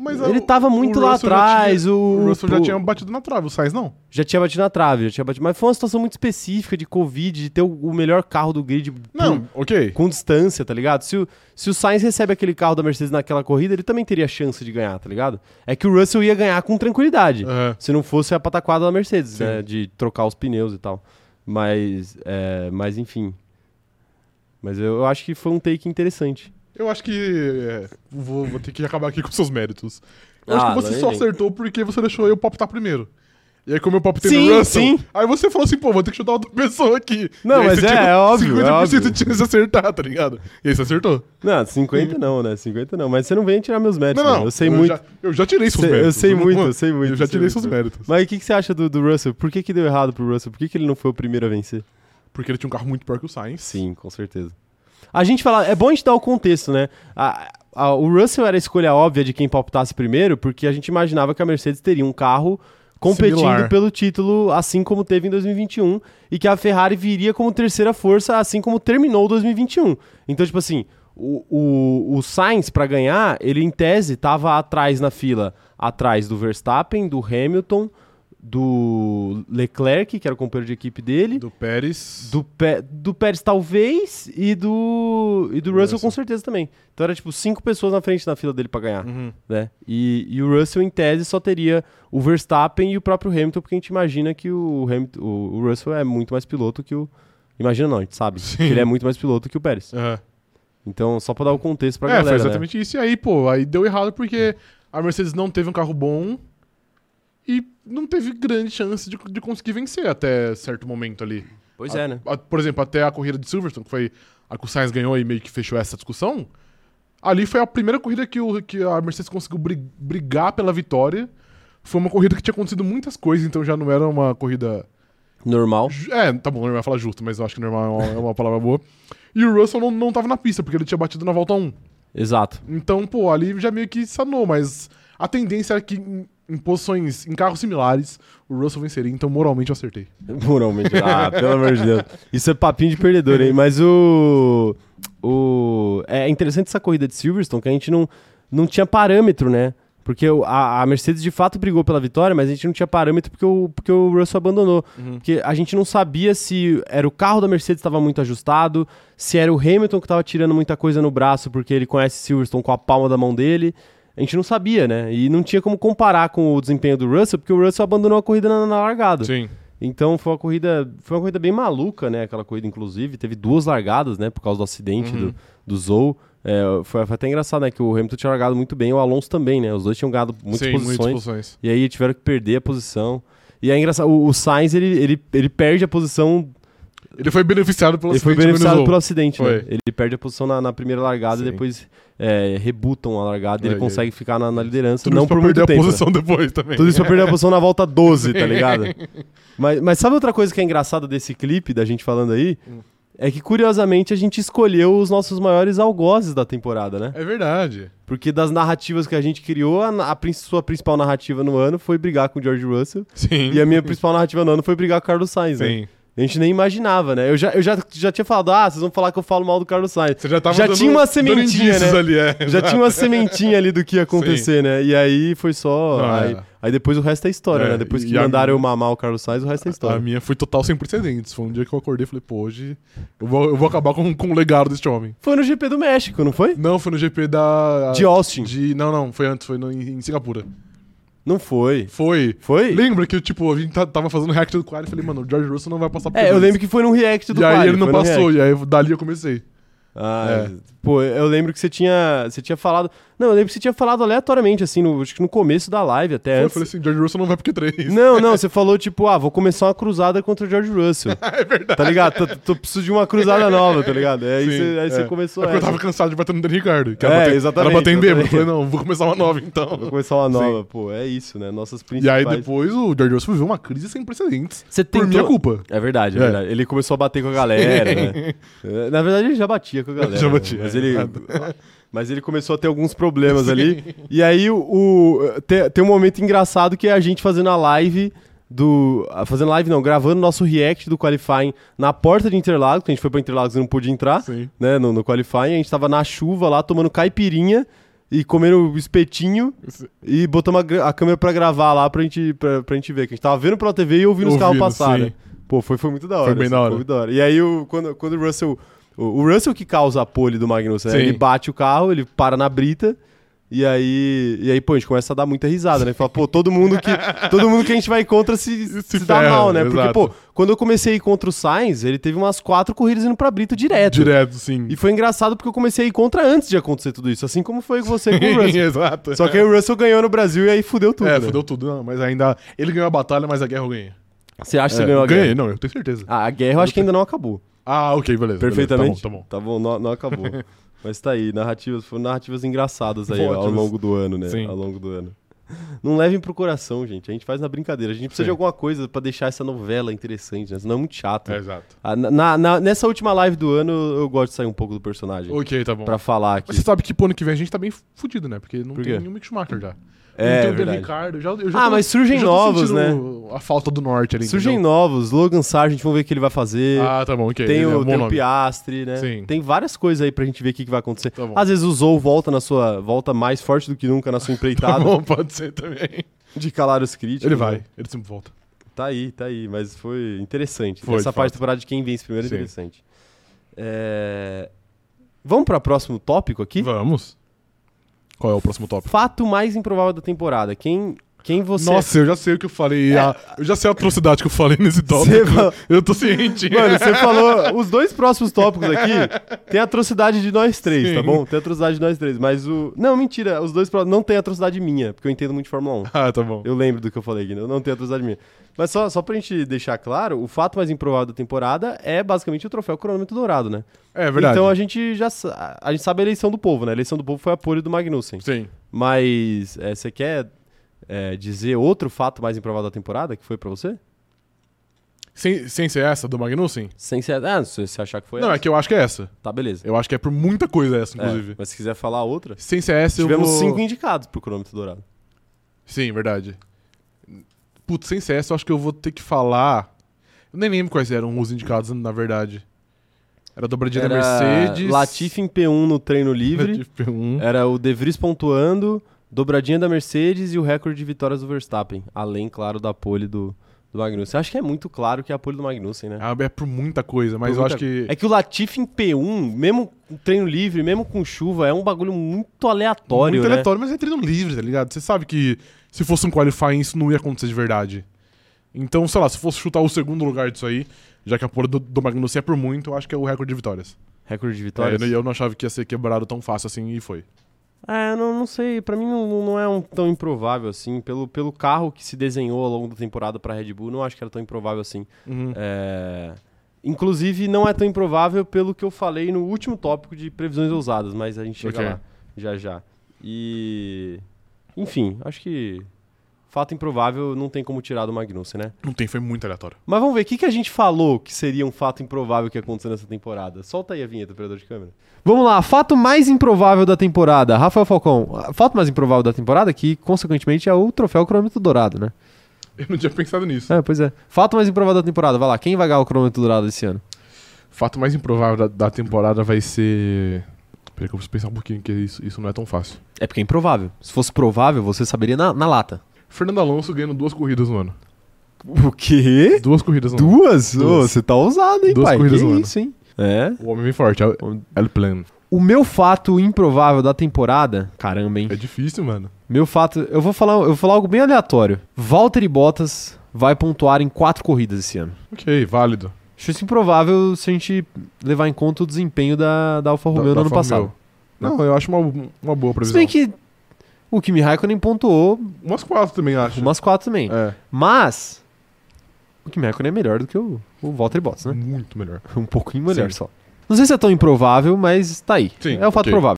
B: Mas é,
C: ele
B: o-
C: tava
B: o
C: muito lá
B: Russell já
C: atrás.
B: tinha-
C: o,
B: O Russell já
C: o-
B: tinha batido na trave, o Sainz não.
C: já tinha batido na trave, já tinha batido. Mas foi uma situação muito específica de Covid, de ter o, o melhor carro do grid
B: Não, ok.
C: com distância, tá ligado? Se o, se o Sainz recebe aquele carro da Mercedes naquela corrida, ele também teria chance de ganhar, tá ligado? É que o Russell ia ganhar com tranquilidade.
B: Aham.
C: Se não fosse a pataquada da Mercedes,
B: É. Sim.
C: né? De trocar os pneus e tal. Mas, é, mas enfim. Mas eu, eu acho que foi um take interessante.
B: Eu acho que. é, vou, vou ter que acabar aqui com seus méritos. Eu
C: Ah,
B: acho que você
C: nem
B: só
C: vem.
B: acertou porque você deixou eu palpitar primeiro. E aí, como eu palpitei
C: Sim,
B: no Russell,
C: sim.
B: aí você falou assim, pô, vou ter que chutar outra pessoa aqui.
C: Não,
B: E aí
C: mas
B: você
C: é,
B: tinha
C: é óbvio, é
B: 50%
C: óbvio.
B: de chance de acertar, tá ligado? E aí você acertou.
C: Não, 50 não, né? 50 não. Mas você não vem tirar meus méritos,
B: Não, não.
C: mano. É, tipo, Eu sei muito.
B: Já, eu já tirei seus
C: Sei- eu
B: méritos.
C: sei
B: não-
C: muito, eu sei muito,
B: Eu já
C: eu sei
B: tirei seus
C: muito.
B: méritos.
C: Mas o que, que você acha do, do Russell? Por que, que deu errado pro Russell? Por que, que ele não foi o primeiro a vencer?
B: Porque ele tinha um carro muito pior que o Sainz.
C: Sim, com certeza. A gente fala, é bom a gente dar o contexto, né? A- a- o Russell era a escolha óbvia de quem palpitasse primeiro, porque a gente imaginava que a Mercedes teria um carro competindo
B: Similar.
C: pelo título, assim como teve em 2021, e que a Ferrari viria como terceira força, assim como terminou 2021. Então, tipo assim, o, o, o Sainz, para ganhar, ele em tese estava atrás na fila, atrás do Verstappen, do Hamilton, do Leclerc, que era o companheiro de equipe dele,
B: Do Pérez.
C: do, Pé- do Pérez, talvez, e do, e do Russell,
B: Russell.
C: com certeza também. Então era tipo cinco pessoas na frente na fila dele pra ganhar.
B: Uhum.
C: Né? E, e o Russell, em tese, só teria o Verstappen e o próprio Hamilton, porque a gente imagina que o, Hamilton, o, o Russell é muito mais piloto que o. Imagina não, a gente sabe.
B: Sim.
C: Que ele é muito mais piloto que o Pérez.
B: Aham.
C: Então, só pra dar o contexto pra
B: é,
C: galera.
B: foi
C: né? É.
B: exatamente isso. E aí, pô, aí deu errado porque a Mercedes não teve um carro bom e não teve grande chance de, de conseguir vencer até certo momento ali.
C: Pois
B: A-
C: é, né?
B: a- por exemplo, até a corrida de Silverstone, que foi a que o Sainz ganhou e meio que fechou essa discussão. Ali foi a primeira corrida que, o, que a Mercedes conseguiu bri- brigar pela vitória. Foi uma corrida que tinha acontecido muitas coisas, então já não era uma corrida
C: Normal.
B: Ju- É, tá bom, normal falar justo, mas eu acho que normal é uma, é uma palavra boa. E o Russell não, não tava na pista, porque ele tinha batido na volta 1.
C: Exato.
B: Então, pô, ali já meio que sanou, mas a tendência era que em, em posições, em carros similares, o Russell venceria, então moralmente eu acertei.
C: Moralmente. Ah, pelo amor de Deus. Isso é papinho de perdedor, hein? Mas o. o é interessante essa corrida de Silverstone, que a gente não, não tinha parâmetro, né? Porque o- a, a Mercedes de fato brigou pela vitória, mas a gente não tinha parâmetro porque o, porque o Russell abandonou. Porque a gente não sabia se era o carro da Mercedes que estava muito ajustado, se era o Hamilton que estava tirando muita coisa no braço porque ele conhece Silverstone com a palma da mão dele. A gente não sabia, né? E não tinha como comparar com o desempenho do Russell, porque o Russell abandonou a corrida na, na largada.
B: Sim.
C: Então foi uma corrida, foi uma corrida bem maluca, né? Aquela corrida, inclusive, teve duas largadas, né? Por causa do acidente
B: Uhum.
C: do, do Zou. É, foi, foi até engraçado, né? Que o Hamilton tinha largado muito bem, o Alonso também, né? Os dois tinham ganhado muitas
B: Sim,
C: posições.
B: muitas posições.
C: E aí tiveram que perder a posição. E é engraçado, o, o Sainz ele, ele, ele perde a posição.
B: Ele foi beneficiado pelo
C: ele foi
B: acidente,
C: beneficiado
B: menos
C: pelo
B: um.
C: acidente, né?
B: Foi.
C: Ele perde a posição na, na primeira largada
B: Sim.
C: e depois é, rebutam a largada e ele
B: Ai,
C: consegue ficar na, na liderança.
B: Tudo
C: não
B: isso
C: por
B: pra
C: muito
B: perder
C: tempo.
B: a
C: né?
B: posição depois também.
C: Tudo isso pra perder a posição na volta 12, tá ligado? Mas, mas sabe outra coisa que é engraçada desse clipe da gente falando aí?
B: Hum.
C: É que, curiosamente, a gente escolheu os nossos maiores algozes da temporada, né?
B: É verdade.
C: Porque das narrativas que a gente criou, a, na- a prin- sua principal narrativa no ano foi brigar com o George Russell.
B: Sim.
C: E a minha principal narrativa no ano foi brigar com o Carlos Sainz, né?
B: Sim.
C: A gente nem imaginava, né? Eu já, eu já, já tinha falado, ah, vocês vão falar que eu falo mal do Carlos Sainz.
B: Você já tava
C: Já
B: dando-
C: tinha uma
B: dando
C: sementinha,
B: indícios
C: né?
B: ali, é.
C: Já
B: exato.
C: tinha uma sementinha ali do que ia acontecer, né? E aí foi só.
B: Não,
C: aí,
B: era.
C: aí depois o resto é história,
B: É,
C: né? Depois que
B: e a
C: mandaram
B: minha-
C: eu mamar o Carlos Sainz, o resto é
B: A
C: história.
B: minha foi total sem precedentes. Foi um dia que eu acordei e falei, pô, hoje eu vou, eu vou acabar com, com o legado deste homem.
C: Foi no GP do México, não foi?
B: Não, foi no GP da.
C: De Austin.
B: de- não, não, foi antes, foi no- em, em Singapura.
C: Não foi.
B: Foi.
C: Foi?
B: Lembra que, tipo, a gente ta- tava fazendo react do quadro e falei, mano, o George Russell não vai passar por
C: É, eu
B: dois.
C: lembro que foi num react do
B: E aí
C: Qualy,
B: ele não
C: foi num
B: passou,
C: react.
B: e aí dali eu comecei.
C: Ah,
B: É.
C: pô, eu lembro que você tinha, você tinha falado. Não, eu lembro que você tinha falado aleatoriamente, assim, no, acho que no começo da live até
B: Foi, eu
C: antes.
B: falei assim, George Russell não vai porque três.
C: É,
B: É
C: Não, não, você falou tipo, ah, vou começar uma cruzada contra o George Russell. é verdade. Tá ligado? Tô, tô- preciso de uma cruzada nova, tá ligado? Aí,
B: Sim,
C: você, aí
B: é.
C: você começou
B: É porque eu
C: essa.
B: tava cansado de bater no Dani Ricardo. Que
C: É,
B: era bater,
C: exatamente,
B: Era bater em bêbado. Eu
C: exatamente.
B: falei, não, vou começar uma nova
C: Vou
B: então.
C: começar uma nova, pô. É isso, né? Nossas
B: E aí
C: principais.
B: depois o George Russell viveu uma crise sem precedentes.
C: Você
B: Por minha
C: tentou-
B: culpa.
C: É verdade, é,
B: É.
C: verdade. Ele começou a bater com a galera, né? É, Na verdade, ele já batia com a galera. né?
B: Já batia,
C: Mas
B: é,
C: ele,
B: errado.
C: mas ele começou a ter alguns problemas ali. E aí, o, o- tem, tem um momento engraçado que é a gente fazendo a live do... ah, Fazendo live, não. Gravando nosso react do Qualifying na porta de Interlagos. que A gente foi pra Interlagos e não pôde entrar,
B: Sim.
C: né? No, no Qualifying. A gente tava na chuva lá, tomando caipirinha e comendo espetinho. E botamos a, gra- a câmera pra gravar lá pra gente, pra, pra gente ver. Que a gente tava vendo pela TV e ouvindo, os carros
B: Ouvindo,
C: passar,
B: sim.
C: né? Pô, foi, foi muito da hora.
B: bem
C: assim,
B: da hora.
C: muito E aí, o, quando, quando o Russell... O, o Russell que causa a pole do Magnussen, né?
B: Sim.
C: ele bate o carro, ele para na brita... E aí, e aí, pô, a gente começa a dar muita risada, né? Fala, pô, todo mundo que, todo mundo que a gente vai contra se, se,
B: Se
C: dá
B: ferra,
C: mal, né? Porque,
B: exato.
C: pô, quando eu comecei a ir contra o Sainz, ele teve umas quatro corridas indo pra Brita direto.
B: Direto, sim.
C: É E foi engraçado porque eu comecei a ir contra antes de acontecer tudo isso, assim como foi com você com o Russell.
B: Exato.
C: Só que aí o Russell ganhou no Brasil e aí fudeu tudo.
B: É,
C: né?
B: fudeu tudo, não, mas ainda. Ele ganhou a batalha, mas a guerra eu ganhei.
C: Você acha que
B: É,
C: você ganhou a
B: ganhei,
C: guerra?
B: não, eu tenho certeza.
C: Ah, a guerra eu acho que ainda não acabou.
B: Ah, ok, beleza. beleza,
C: Perfeitamente.
B: Tá bom, tá
C: Tá bom, não, não acabou. Mas tá aí, narrativas, foram narrativas engraçadas aí ó, ao
B: Ótimas.
C: longo do ano, né?
B: Sim.
C: Ao longo do ano. Não levem pro coração, gente. A gente faz na brincadeira. A gente precisa de
B: Sim.
C: alguma coisa pra deixar essa novela interessante, né? Senão é muito chato.
B: bom. É, exato.
C: Ah, na- na- na- nessa última live do ano, eu gosto de sair um pouco do personagem.
B: Ok, tá bom.
C: Pra falar
B: Mas
C: aqui.
B: você sabe que pro ano que vem a gente tá bem fudido, né? Porque não
C: Por quê?
B: tem nenhum Mick Schumacher já.
C: É,
B: não tem o
C: verdade.
B: Daniel Ricardo. Já, eu já
C: Ah,
B: tô-
C: mas surgem
B: eu já tô
C: novos, né?
B: sentindo A falta do norte ali.
C: Surgem
B: entendeu?
C: novos, Logan Sargent, vamos ver o que ele vai fazer.
B: Ah, tá bom, ok.
C: Tem,
B: é um
C: o,
B: bom
C: tem o
B: nome.
C: Piastre, né?
B: Sim.
C: Tem várias coisas aí pra gente ver o que, que vai acontecer.
B: Tá bom.
C: Às vezes o Zou volta na sua. volta mais forte do que nunca na sua
B: Tá
C: empreitada
B: bom, pode ser também.
C: de calar os críticos.
B: Ele
C: né?
B: vai, ele sempre volta.
C: Tá aí, tá aí. Mas foi interessante.
B: Foi,
C: Essa
B: de
C: parte
B: fato.
C: da temporada de quem vence primeiro é
B: Sim.
C: interessante. É, Vamos pra próximo tópico aqui?
B: Vamos. Qual é o próximo tópico?
C: Fato mais improvável da temporada. Quem, quem você. É.
B: Nossa, eu já sei o que eu falei. a- eu já sei a atrocidade que eu falei nesse tópico.
C: Você fala-
B: Eu tô ciente.
C: Mano, você falou os dois próximos tópicos aqui. Tem atrocidade de nós três,
B: Sim.
C: tá bom? Tem atrocidade de nós três, mas o. Não, mentira. Os dois pró- não tem atrocidade minha, porque eu entendo muito de Fórmula 1.
B: Ah, tá bom.
C: Eu lembro do que eu falei aqui, né? eu não tenho atrocidade minha. Mas só, só pra gente deixar claro, o fato mais improvável da temporada é basicamente o troféu cronômetro dourado, né?
B: É verdade.
C: Então a gente já sa- a gente sabe a eleição do povo, né? A eleição do povo foi a pole do Magnussen.
B: Sim.
C: Mas é, você quer é, dizer outro fato mais improvável da temporada que foi pra você?
B: Sem, sem ser essa do Magnussen?
C: Sem ser. Ah, se você achar que foi
B: Não,
C: essa.
B: é que eu acho que é essa.
C: Tá, beleza.
B: Eu acho que é por muita coisa essa,
C: É,
B: inclusive.
C: mas se quiser falar outra.
B: Sem ser essa, eu
C: Tivemos
B: vou...
C: cinco indicados pro cronômetro dourado.
B: Sim, verdade. Putz, sem CS, eu acho que eu vou ter que falar. Eu nem lembro quais eram os indicados, na verdade. Era a dobradinha da Mercedes.
C: Latifi em P1 no treino livre.
B: Latifi P1.
C: Era o De Vries pontuando, dobradinha da Mercedes e o recorde de vitórias do Verstappen. Além, claro, da pole do, do Magnussen. Acho que é muito claro que é a pole do Magnussen, né?
B: Ah, É por muita coisa, mas
C: Por
B: eu
C: muita-
B: acho que.
C: É que o Latifi em P1, mesmo com treino livre, mesmo com chuva, é um bagulho muito aleatório,
B: muito
C: né?
B: aleatório, mas é treino livre, tá ligado? Você sabe que se fosse um qualifying, isso não ia acontecer de verdade. Então, sei lá, se fosse chutar o segundo lugar disso aí, já que a porra do, do Magnussen é por muito, eu acho que é o recorde de vitórias.
C: Recorde de
B: É, eu
C: vitórias.
B: não- eu não achava que ia ser quebrado tão fácil assim e foi.
C: Ah, eu não, não sei. Pra mim não, não é um- tão improvável assim. Pelo, pelo carro que se desenhou ao longo da temporada pra Red Bull, não acho que era tão improvável assim.
B: Uhum.
C: É, Inclusive, não é tão improvável pelo que eu falei no último tópico de previsões ousadas, mas a gente chega
B: Ok.
C: lá já já. E. Enfim, acho que. Fato improvável não tem como tirar do Magnussen, né?
B: Não tem, foi muito aleatório.
C: Mas vamos ver, o que, que a gente falou que seria um fato improvável que ia acontecer nessa temporada? Solta aí a vinheta, operador de câmera.
A: Vamos lá, fato mais improvável da temporada. Rafael Falcão, fato mais improvável da temporada, que consequentemente é o troféu cronômetro dourado, né?
B: Eu não tinha pensado nisso.
A: É, pois é. Fato mais improvável da temporada, vai lá. Quem vai ganhar o cronômetro dourado esse ano?
B: Fato mais improvável da, da temporada vai ser. Peraí, que eu preciso pensar um pouquinho, que isso, isso não é tão fácil.
A: É porque é improvável. Se fosse provável, você saberia na, na lata.
B: Fernando Alonso ganhando duas corridas no ano.
A: O quê?
B: Duas corridas no ano.
A: Duas? Ô,
B: Duas.
A: você tá ousado, hein,
B: Duas
A: pai?
B: corridas
A: que
B: no ano.
A: isso, hein? É.
B: O homem vem forte, é o é o plano.
A: O meu fato improvável da temporada. Caramba, hein?
B: É difícil, mano.
A: Meu fato. Eu vou falar, eu vou falar algo bem aleatório. Valtteri Bottas vai pontuar em quatro corridas esse ano.
B: Ok, válido.
A: Acho isso improvável se a gente levar em conta o desempenho da, da Alfa Romeo
B: Da-
A: no
B: da
A: ano
B: Fórmula
A: passado.
B: Meu. Não, eu acho uma, uma boa
A: Se
B: previsão.
A: bem que o Kimi Raikkonen pontuou
B: Umas quatro também, acho.
A: umas quatro também.
B: É,
A: Mas o Kimi Raikkonen é melhor do que o, o Valtteri Bottas, né?
B: muito melhor.
A: Um pouquinho melhor
B: Hum. Sim.
A: só. Não sei se é tão improvável, mas tá aí.
B: Sim,
A: é um fato
B: ok.
A: provável.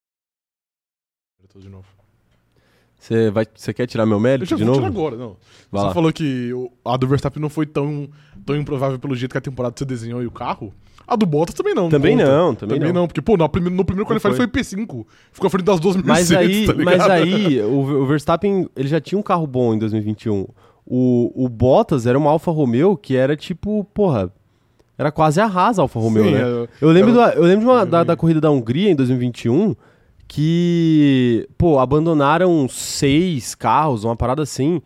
B: Eu tô de novo.
C: Você vai- você quer tirar meu
B: Eu
C: mérito
B: já
C: de
B: vou tirar
C: novo?
B: agora, não.
C: Vai
B: Você
C: lá.
B: falou que o- a do Verstappen não foi tão, tão improvável pelo jeito que a temporada você desenhou e o carro. A do Bottas também não.
C: Também
B: conta.
C: não, também não.
B: porque, pô, no primeiro, no primeiro qualifier ele
C: foi.
B: foi P5. Ficou à frente das duas
C: Mas
B: Mercedes,
C: aí,
B: tá ligado?
C: mas aí o, o Verstappen ele já tinha um carro bom em 2021. O, o Bottas era uma Alfa Romeo que era tipo, porra, era quase a Haas Alfa Romeo,
B: Sim,
C: né?
B: é-
C: Eu lembro,
B: Era-
C: da, eu lembro de uma- da, da corrida da Hungria em 2021 que, pô, abandonaram seis carros, uma parada assim.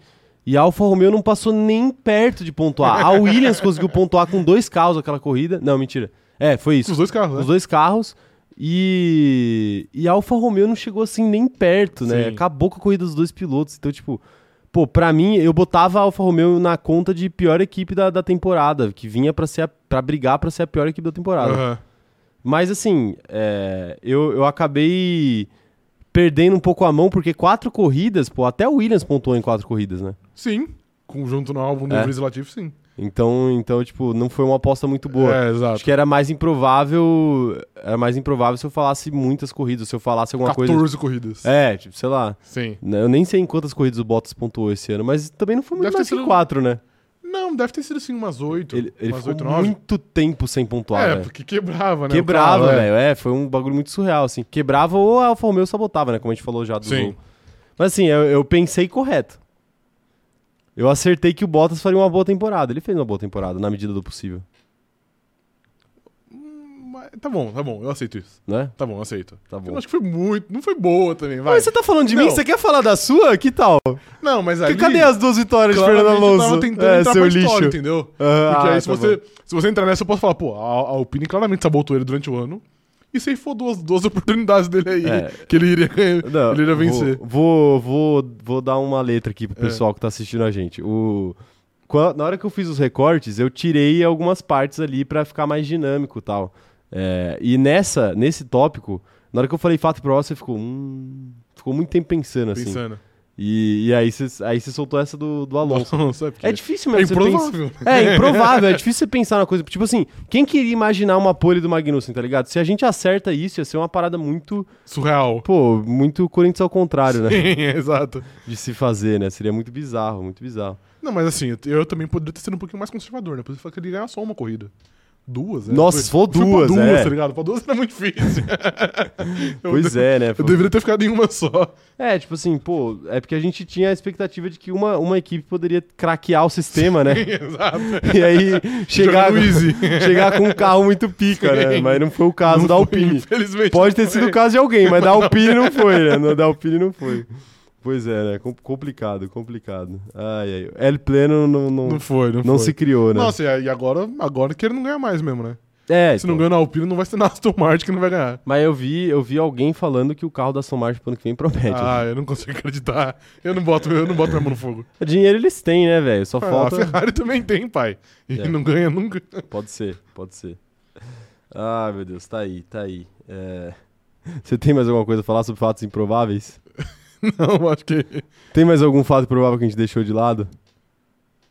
C: E a Alfa Romeo não passou nem perto de pontuar. A Williams conseguiu pontuar com dois carros aquela corrida. Não, mentira. É, foi isso.
B: Os dois carros, né?
C: Os dois carros. E, e a Alfa Romeo não chegou assim nem perto, né?
B: Sim.
C: Acabou com a corrida dos dois pilotos. Então, tipo, pô, pra mim, eu botava a Alfa Romeo na conta de pior equipe da, da temporada, que vinha pra, ser a- pra brigar pra ser a pior equipe da temporada.
B: Aham.
C: Mas assim, é, eu, eu acabei perdendo um pouco a mão, porque quatro corridas, pô, até o Williams pontuou em quatro corridas, né?
B: Sim. Conjunto no álbum do
C: É.
B: Vries e Latif, sim.
C: Então, então, tipo, não foi uma aposta muito boa.
B: É, exato.
C: Acho que era mais improvável. Era mais improvável se eu falasse muitas corridas, se eu falasse alguma
B: 14
C: coisa.
B: corridas.
C: É, tipo, sei lá.
B: Sim.
C: Né, Eu nem sei em quantas corridas o Bottas pontuou esse ano, mas também não foi muito
B: Deve ter
C: mais que
B: sido-
C: quatro, né?
B: Não, deve ter sido sim umas 8.
C: Ele, ele
B: umas
C: ficou
B: 8, 9.
C: muito tempo sem pontuar,
B: é,
C: velho.
B: porque quebrava, né? o
C: Quebrava,
B: carro, é.
C: velho. É, foi um bagulho muito surreal, assim. Quebrava ou a Alfa Romeo sabotava, né? Como a gente falou já do
B: Sim.
C: gol. Mas assim, eu, eu pensei correto. Eu acertei que o Bottas faria uma boa temporada. Ele fez uma boa temporada, na medida do possível,
B: Mas Tá bom, tá bom, eu aceito isso.
C: né?
B: Tá bom, eu aceito.
C: Tá
B: Eu
C: bom.
B: não acho que foi muito, não foi boa também, vai.
C: Mas você tá falando de mim?
B: Não.
C: Você quer falar da sua? Que tal?
B: Não, mas
C: Que-
B: aí...
C: Cadê as duas vitórias de Fernando
B: Tá Claramente eu tava
C: Alonso? É,
B: tentando entrar pra história, entendeu?
C: Ah,
B: Porque aí se,
C: tá
B: você, se você entrar nessa, eu posso falar, pô, a, a Alpine claramente sabotou ele durante o ano. E se for duas, duas oportunidades dele aí,
C: É.
B: que ele iria,
C: Não,
B: ele iria
C: vou-
B: vencer. É.
C: Vou, vou, vou, dar uma letra aqui pro pessoal que tá assistindo a gente. O, qua- na hora que eu fiz os recortes, eu tirei algumas partes ali pra ficar mais dinâmico e tal. É, e nessa, nesse tópico, na hora que eu falei fato pro você ficou. Hum, ficou muito tempo pensando, assim.
B: Pensando.
C: E, e aí você aí você soltou essa do, do
B: Nossa,
C: Alonso.
B: não sei porque...
C: É difícil
B: É
C: mesmo. você pensar-
B: improvável.
C: É, improvável, é difícil você pensar na coisa. Tipo assim, quem queria imaginar uma pole do Magnussen, tá ligado? Se a gente acerta isso, ia ser uma parada muito.
B: Surreal.
C: Pô, muito Corinthians ao contrário, né?
B: Exato.
C: De se fazer, né? Seria muito bizarro, muito bizarro.
B: Não, mas assim, eu, eu também poderia ter sido um pouquinho mais conservador, né? Por isso eu falei que ele ganhar só uma corrida. Duas, né?
C: Nossa, se for
B: fui pra
C: duas,
B: duas,
C: é.
B: tá ligado? Pra duas era muito difícil. Eu
C: Pois
B: de-
C: é, né?
B: Eu deveria ter ficado em uma só.
C: É, tipo assim, pô, é porque a gente tinha a expectativa de que uma, uma equipe poderia craquear o sistema, né?
B: Exato.
C: E aí chegar,
B: Jogando easy.
C: chegar com um carro muito pica, né?
B: né? Sim.
C: Mas não foi o caso da
B: foi,
C: Alpine.
B: Infelizmente.
C: Pode ter
B: não foi.
C: sido o caso de alguém, mas da Alpine não foi, né? No- Da Alpine não foi. Pois é, né? Com- complicado, complicado. Ai, ai. El Pleno não, não,
B: Não foi, não,
C: não
B: foi.
C: se criou, né?
B: Nossa, e agora, agora que ele não ganha mais mesmo, né?
C: é,
B: Se não
C: então.
B: ganha na Alpine, não vai ser na Aston Martin que não vai ganhar.
C: Mas eu vi, eu vi alguém falando que o carro da Aston Martin pro ano que vem promete.
B: Ah, eu não consigo acreditar. Eu não boto, eu não boto minha mão no fogo.
C: Dinheiro eles têm, né, velho? Só
B: Ah,
C: falta.
B: A Ferrari também tem, pai. E
C: É.
B: não ganha nunca.
C: Pode ser, pode ser. Ah, meu Deus, tá aí, tá aí. É, Você tem mais alguma coisa a falar sobre fatos improváveis?
B: Não, acho que.
C: Tem mais algum fato provável que a gente deixou de lado?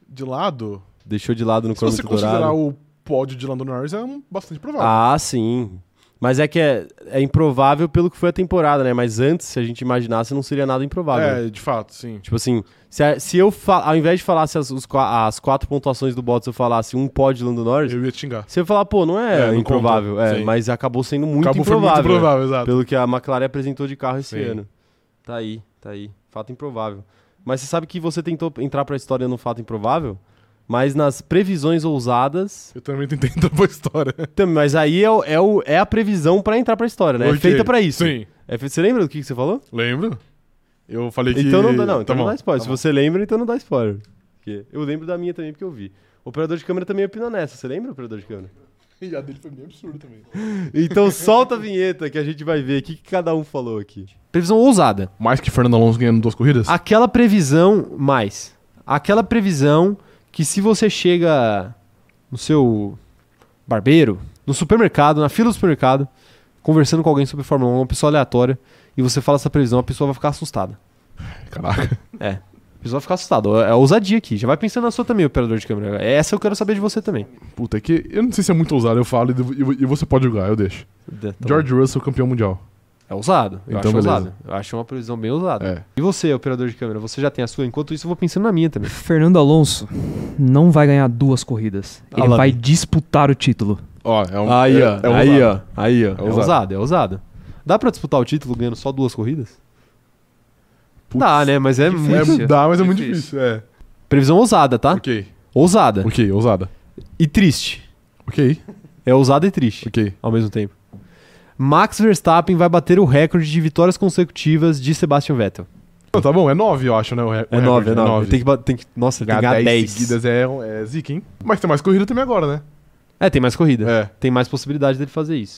B: De lado,
C: Deixou de lado no
B: se você
C: cronômetro
B: considerar
C: dourado?
B: o pódio de Lando Norris, é um- bastante provável.
C: Ah, sim. Mas é que é, é improvável pelo que foi a temporada, né? Mas antes, se a gente imaginasse, não seria nada improvável.
B: é, de fato, sim.
C: Tipo assim, se, a- se eu, fa- ao invés de falasse as, os qua- as quatro pontuações do Bottas, eu falasse um pódio de Lando Norris,
B: Eu ia te xingar.
C: Você fala, pô, não é,
B: É, não
C: improvável,
B: conta.
C: é,
B: Sim.
C: mas acabou sendo muito
B: Acabou foi
C: improvável.
B: muito
C: né?
B: provável, exato.
C: Pelo que a McLaren apresentou de carro esse
B: Sim.
C: ano. Tá aí, tá aí. Fato improvável. Mas você sabe que você tentou entrar pra história num fato improvável? Mas nas previsões ousadas.
B: Eu também tentei entrar pra história.
C: Então, mas aí é, o- é, o- é a previsão pra entrar pra história, né? É
B: Ok.
C: feita pra isso.
B: Sim.
C: É fe- você lembra do que, que você falou?
B: Lembro? Eu falei que...
C: Então não dá, não.
B: Tá
C: Então não
B: bom.
C: dá spoiler.
B: Tá
C: Se
B: bom.
C: você lembra, então não dá spoiler. Porque eu lembro da minha também, porque eu vi. O operador de câmera também opina nessa. Você lembra, operador de câmera?
B: E a dele foi bem absurdo também.
C: Então solta a vinheta que a gente vai ver o que, que cada um falou aqui.
A: Previsão ousada.
B: Mais que Fernando Alonso ganhando duas corridas?
A: Aquela previsão mais. Aquela previsão que se você chega no seu barbeiro, no supermercado, na fila do supermercado, conversando com alguém sobre Fórmula 1, uma pessoa aleatória, e você fala essa previsão, a pessoa vai ficar assustada.
B: Caraca.
A: A pessoa vai ficar assustada. É a ousadia aqui. Já vai pensando na sua também, operador de câmera. Essa eu quero saber de você também.
B: Puta, é que eu não sei se é muito ousado. Eu falo e devo- e, e você pode julgar, eu deixo.
A: Tá
B: George Russell, campeão mundial.
A: É ousado. Eu acho
B: Então, beleza.
A: ousado. Eu acho uma previsão bem ousada.
B: É.
A: E você, operador de câmera, você já tem a sua? Enquanto isso, eu vou pensando na minha também.
D: Fernando Alonso não vai ganhar duas corridas.
A: Ah
D: Ele
A: lá,
D: vai
A: viu?
D: disputar o título.
B: Ó, é um...
A: Aí,
B: é,
A: ó.
B: é
A: aí,
B: ousado.
A: ó. Aí, ó. É
B: ousado.
A: ousado, é ousado. Dá pra disputar o título ganhando só duas corridas?
B: Putz.
A: Dá, né? Mas é muito.
B: É, dá, mas é muito
D: Difícil.
B: difícil. É.
A: Previsão ousada, tá?
B: Ok.
A: Ousada.
B: Ok, ousada.
A: E triste.
B: Ok,
A: É ousada e triste
B: ok.
A: ao mesmo tempo. Max Verstappen vai bater o recorde de vitórias consecutivas de Sebastian Vettel.
B: Não, tá bom, é 9, eu acho, né? O re- o
A: É
B: recorde,
A: 9, é 9.
B: nove.
A: Tem que, ba- tem que, nossa, tem que ganhar
B: Ganhar 10
A: 10.
B: seguidas é, é zica, hein? Mas tem mais corrida também agora, né?
A: É, tem mais corrida.
B: É.
A: Tem mais possibilidade dele fazer isso.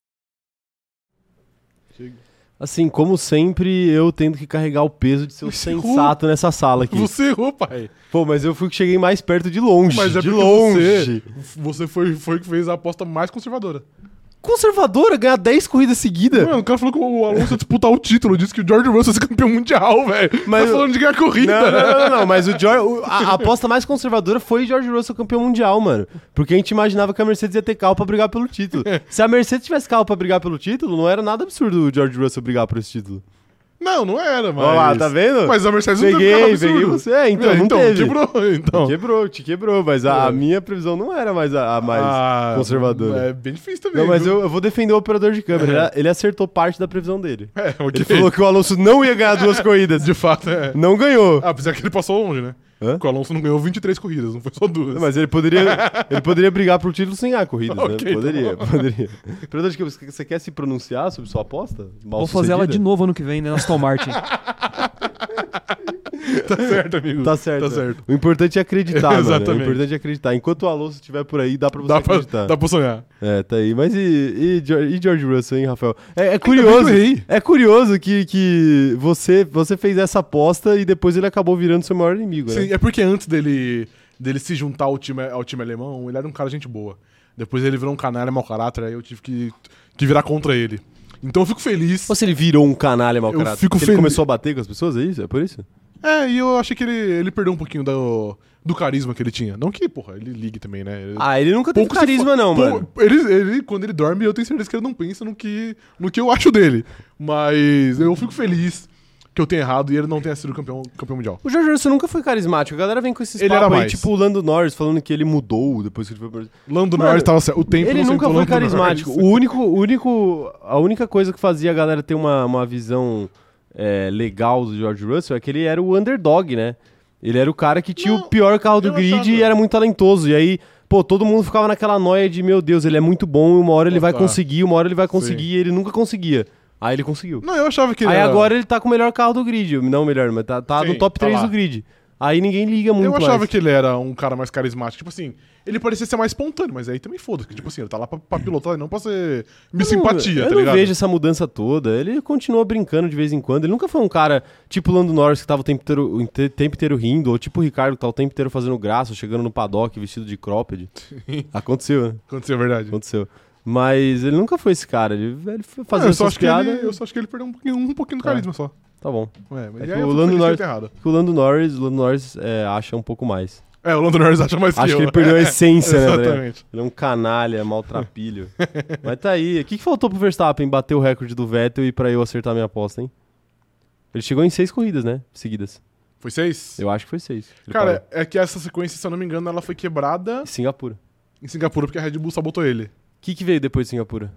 C: Assim, como sempre, eu tendo que carregar o peso de ser o
B: Mas errou.
C: sensato nessa sala aqui.
B: Você errou, pai.
C: Pô, mas eu fui que cheguei mais perto de longe.
B: Mas é
C: de
B: porque
C: longe.
B: Você foi o que fez a aposta mais conservadora.
C: Conservadora, ganhar 10 corridas seguidas.
B: Mano, o cara falou que o Alonso ia disputar o título, disse que o George Russell ia ser campeão mundial, velho.
C: Mas
B: Mas tá
C: eu-
B: falando de ganhar corrida.
C: Não, não, não, não, não, mas o George, o- a, a aposta mais conservadora foi George Russell campeão mundial, mano. Porque a gente imaginava que a Mercedes ia ter carro pra brigar pelo título. Se a Mercedes tivesse carro pra brigar pelo título, não era nada absurdo o George Russell brigar por esse título.
B: Não, não era, mas.
C: Olha lá, tá vendo?
B: Mas a Mercedes não teve
C: peguei,
B: carro
C: peguei
B: absurdo.
C: você. É, então,
B: É,
C: não teve.
B: quebrou, então.
C: Te quebrou, te quebrou, mas a, a
B: É.
C: minha previsão não era mais a, a mais
B: Ah,
C: conservadora.
B: É bem difícil também.
C: Não, mas
B: viu?
C: eu, eu vou defender o operador de câmera. Ele, ele acertou parte da previsão dele.
B: É, ok.
C: Ele falou que o Alonso não ia ganhar duas corridas.
B: De fato, é.
C: Não ganhou.
B: Ah, apesar que ele passou longe, né?
C: Hã?
B: Porque o Alonso não ganhou 23 corridas, não foi só duas.
C: Mas ele poderia, ele poderia brigar pro título sem a corrida,
B: Ok,
C: né?
B: tá
C: Poderia,
B: bom.
C: poderia. Operador de câmera, você quer se pronunciar sobre sua aposta? Mal
D: Vou fazer ela de
C: sucedida?
D: novo ano que vem, né? Na Aston Martin.
B: Tá certo, amigo.
C: Tá certo.
B: Tá
C: né?
B: certo.
C: O importante é acreditar, mano.
B: Exatamente.
C: O importante é acreditar. Enquanto o Alonso estiver por aí, dá pra você
B: Dá pra,
C: acreditar.
B: dá pra sonhar.
C: É, tá aí. Mas e, e Gio- e George Russell, hein, Rafael? É, é
B: que
C: curioso.
B: eu errei.
C: É curioso que, que você, você fez essa aposta e depois ele acabou virando seu maior inimigo, né?
B: Sim, é porque antes dele, dele se juntar ao time, ao time alemão, ele era um cara gente boa. Depois ele virou um canalha mau caráter, aí eu tive que, que virar contra ele. Então eu fico feliz.
C: Ou se ele virou um canalha mau
B: Eu
C: caráter?
B: fico
C: Porque ele
B: feliz.
C: começou a bater com as pessoas, é isso? É por isso?
B: É, e eu achei que ele, ele perdeu um pouquinho do, do carisma que ele tinha. Não que, porra, ele ligue também, né? Ele-
C: Ah, ele nunca teve
B: se
C: carisma
B: fa-
C: não,
B: Pou-
C: mano.
B: Ele, ele, quando ele dorme, eu tenho certeza que ele não pensa no que, no que eu acho dele. Mas eu fico feliz que eu tenha errado e ele não tenha sido campeão, campeão mundial.
C: O Jorge Russell nunca foi carismático. A galera vem com esses
B: Ele
C: papos
B: era
C: aí,
B: mais.
C: tipo o Lando Norris falando que ele mudou depois que ele foi pro...
B: Lando
C: Mano,
B: Norris tava certo. O tempo
C: Ele
B: não
C: nunca
B: sentou
C: foi
B: Lando Norris.
C: carismático. O único, o único, a única coisa que fazia a galera ter uma, uma visão é, legal do George Russell é que ele era o underdog, né? Ele era o cara que tinha o
B: Não,
C: pior carro do
B: eu
C: grid
B: achava-
C: e era muito talentoso. E aí, pô, todo mundo ficava naquela noia de, meu Deus, ele é muito bom, uma hora ele vai
B: Total.
C: conseguir, uma hora ele vai conseguir, e ele nunca conseguia. Aí ele conseguiu.
B: Não, eu achava que ele
C: Aí
B: era-
C: agora ele tá com o melhor carro do grid. Não o melhor, mas tá,
B: é.
C: tá
B: Sim,
C: no top
B: tá
C: 3
B: lá.
C: do grid. Aí ninguém liga muito
B: Eu achava
C: mais.
B: que ele era um cara mais carismático. Tipo assim, ele parecia ser mais espontâneo, mas aí também foda-se. que, Tipo assim, ele tá lá pra, pra pilotar e não pra ser... Me
C: Eu não-
B: simpatia,
C: eu
B: tá
C: não
B: ligado?
C: vejo essa mudança toda. Ele continua brincando de vez em quando. Ele nunca foi um cara tipo o Lando Norris que tava o tempo inteiro, o inte- tempo inteiro rindo, ou tipo o Ricardo que tá o tempo inteiro fazendo graça, chegando no paddock vestido de cropped. Aconteceu, né?
B: Aconteceu, é verdade.
C: Aconteceu. Mas ele nunca foi esse cara. Ele, ele foi
B: Ah,
C: fazendo
B: eu, só
C: essas
B: acho que ele,
C: piadas.
B: eu só acho que ele perdeu um pouquinho, um pouquinho do
C: É.
B: carisma só.
C: Tá bom.
B: É, mas
C: É
B: aí
C: que
B: eu fico
C: o Lando
B: feliz que
C: Norris-
B: ele tá errado.
C: O Lando Norris, o Lando Norris é, acha um pouco mais.
B: É, o Lando Norris acha mais
C: Acho
B: eu.
C: que ele perdeu a essência, né, André?
B: Exatamente.
C: Ele é um canalha, maltrapilho. Mas tá aí. O que, que faltou pro Verstappen bater o recorde do Vettel e pra eu acertar minha aposta, hein? Ele chegou em seis corridas, né? Seguidas.
B: Foi seis?
C: Eu acho que foi seis. Ele
B: Cara,
C: parou.
B: é que essa sequência, se eu não me engano, ela foi quebrada
C: Em Singapura.
B: em Singapura porque a Red Bull sabotou ele.
C: O que, que veio depois de Singapura?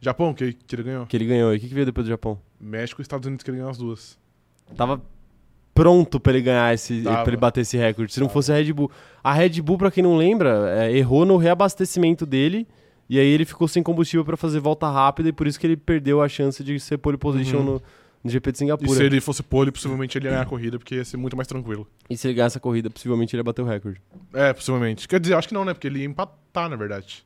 B: Japão, que, que ele ganhou.
C: Que ele ganhou. E o que, que veio depois do Japão?
B: México e Estados Unidos que ele ganhou as duas.
C: Tava pronto pra ele ganhar esse.
B: Tava.
C: pra ele bater esse recorde. Se não fosse a Red Bull. A Red Bull, pra quem não lembra, é, errou no reabastecimento dele. E aí ele ficou sem combustível pra fazer volta rápida e por isso que ele perdeu a chance de ser pole position no, no
B: Uhum.
C: GP de
B: E se
C: Singapura.
B: ele fosse pole, possivelmente ele ia ganhar a corrida, porque ia ser muito mais tranquilo.
C: E se ele ganhar essa corrida, possivelmente ele ia bater o recorde.
B: É, possivelmente. Quer dizer, acho que não, né? Porque ele ia empatar, na verdade.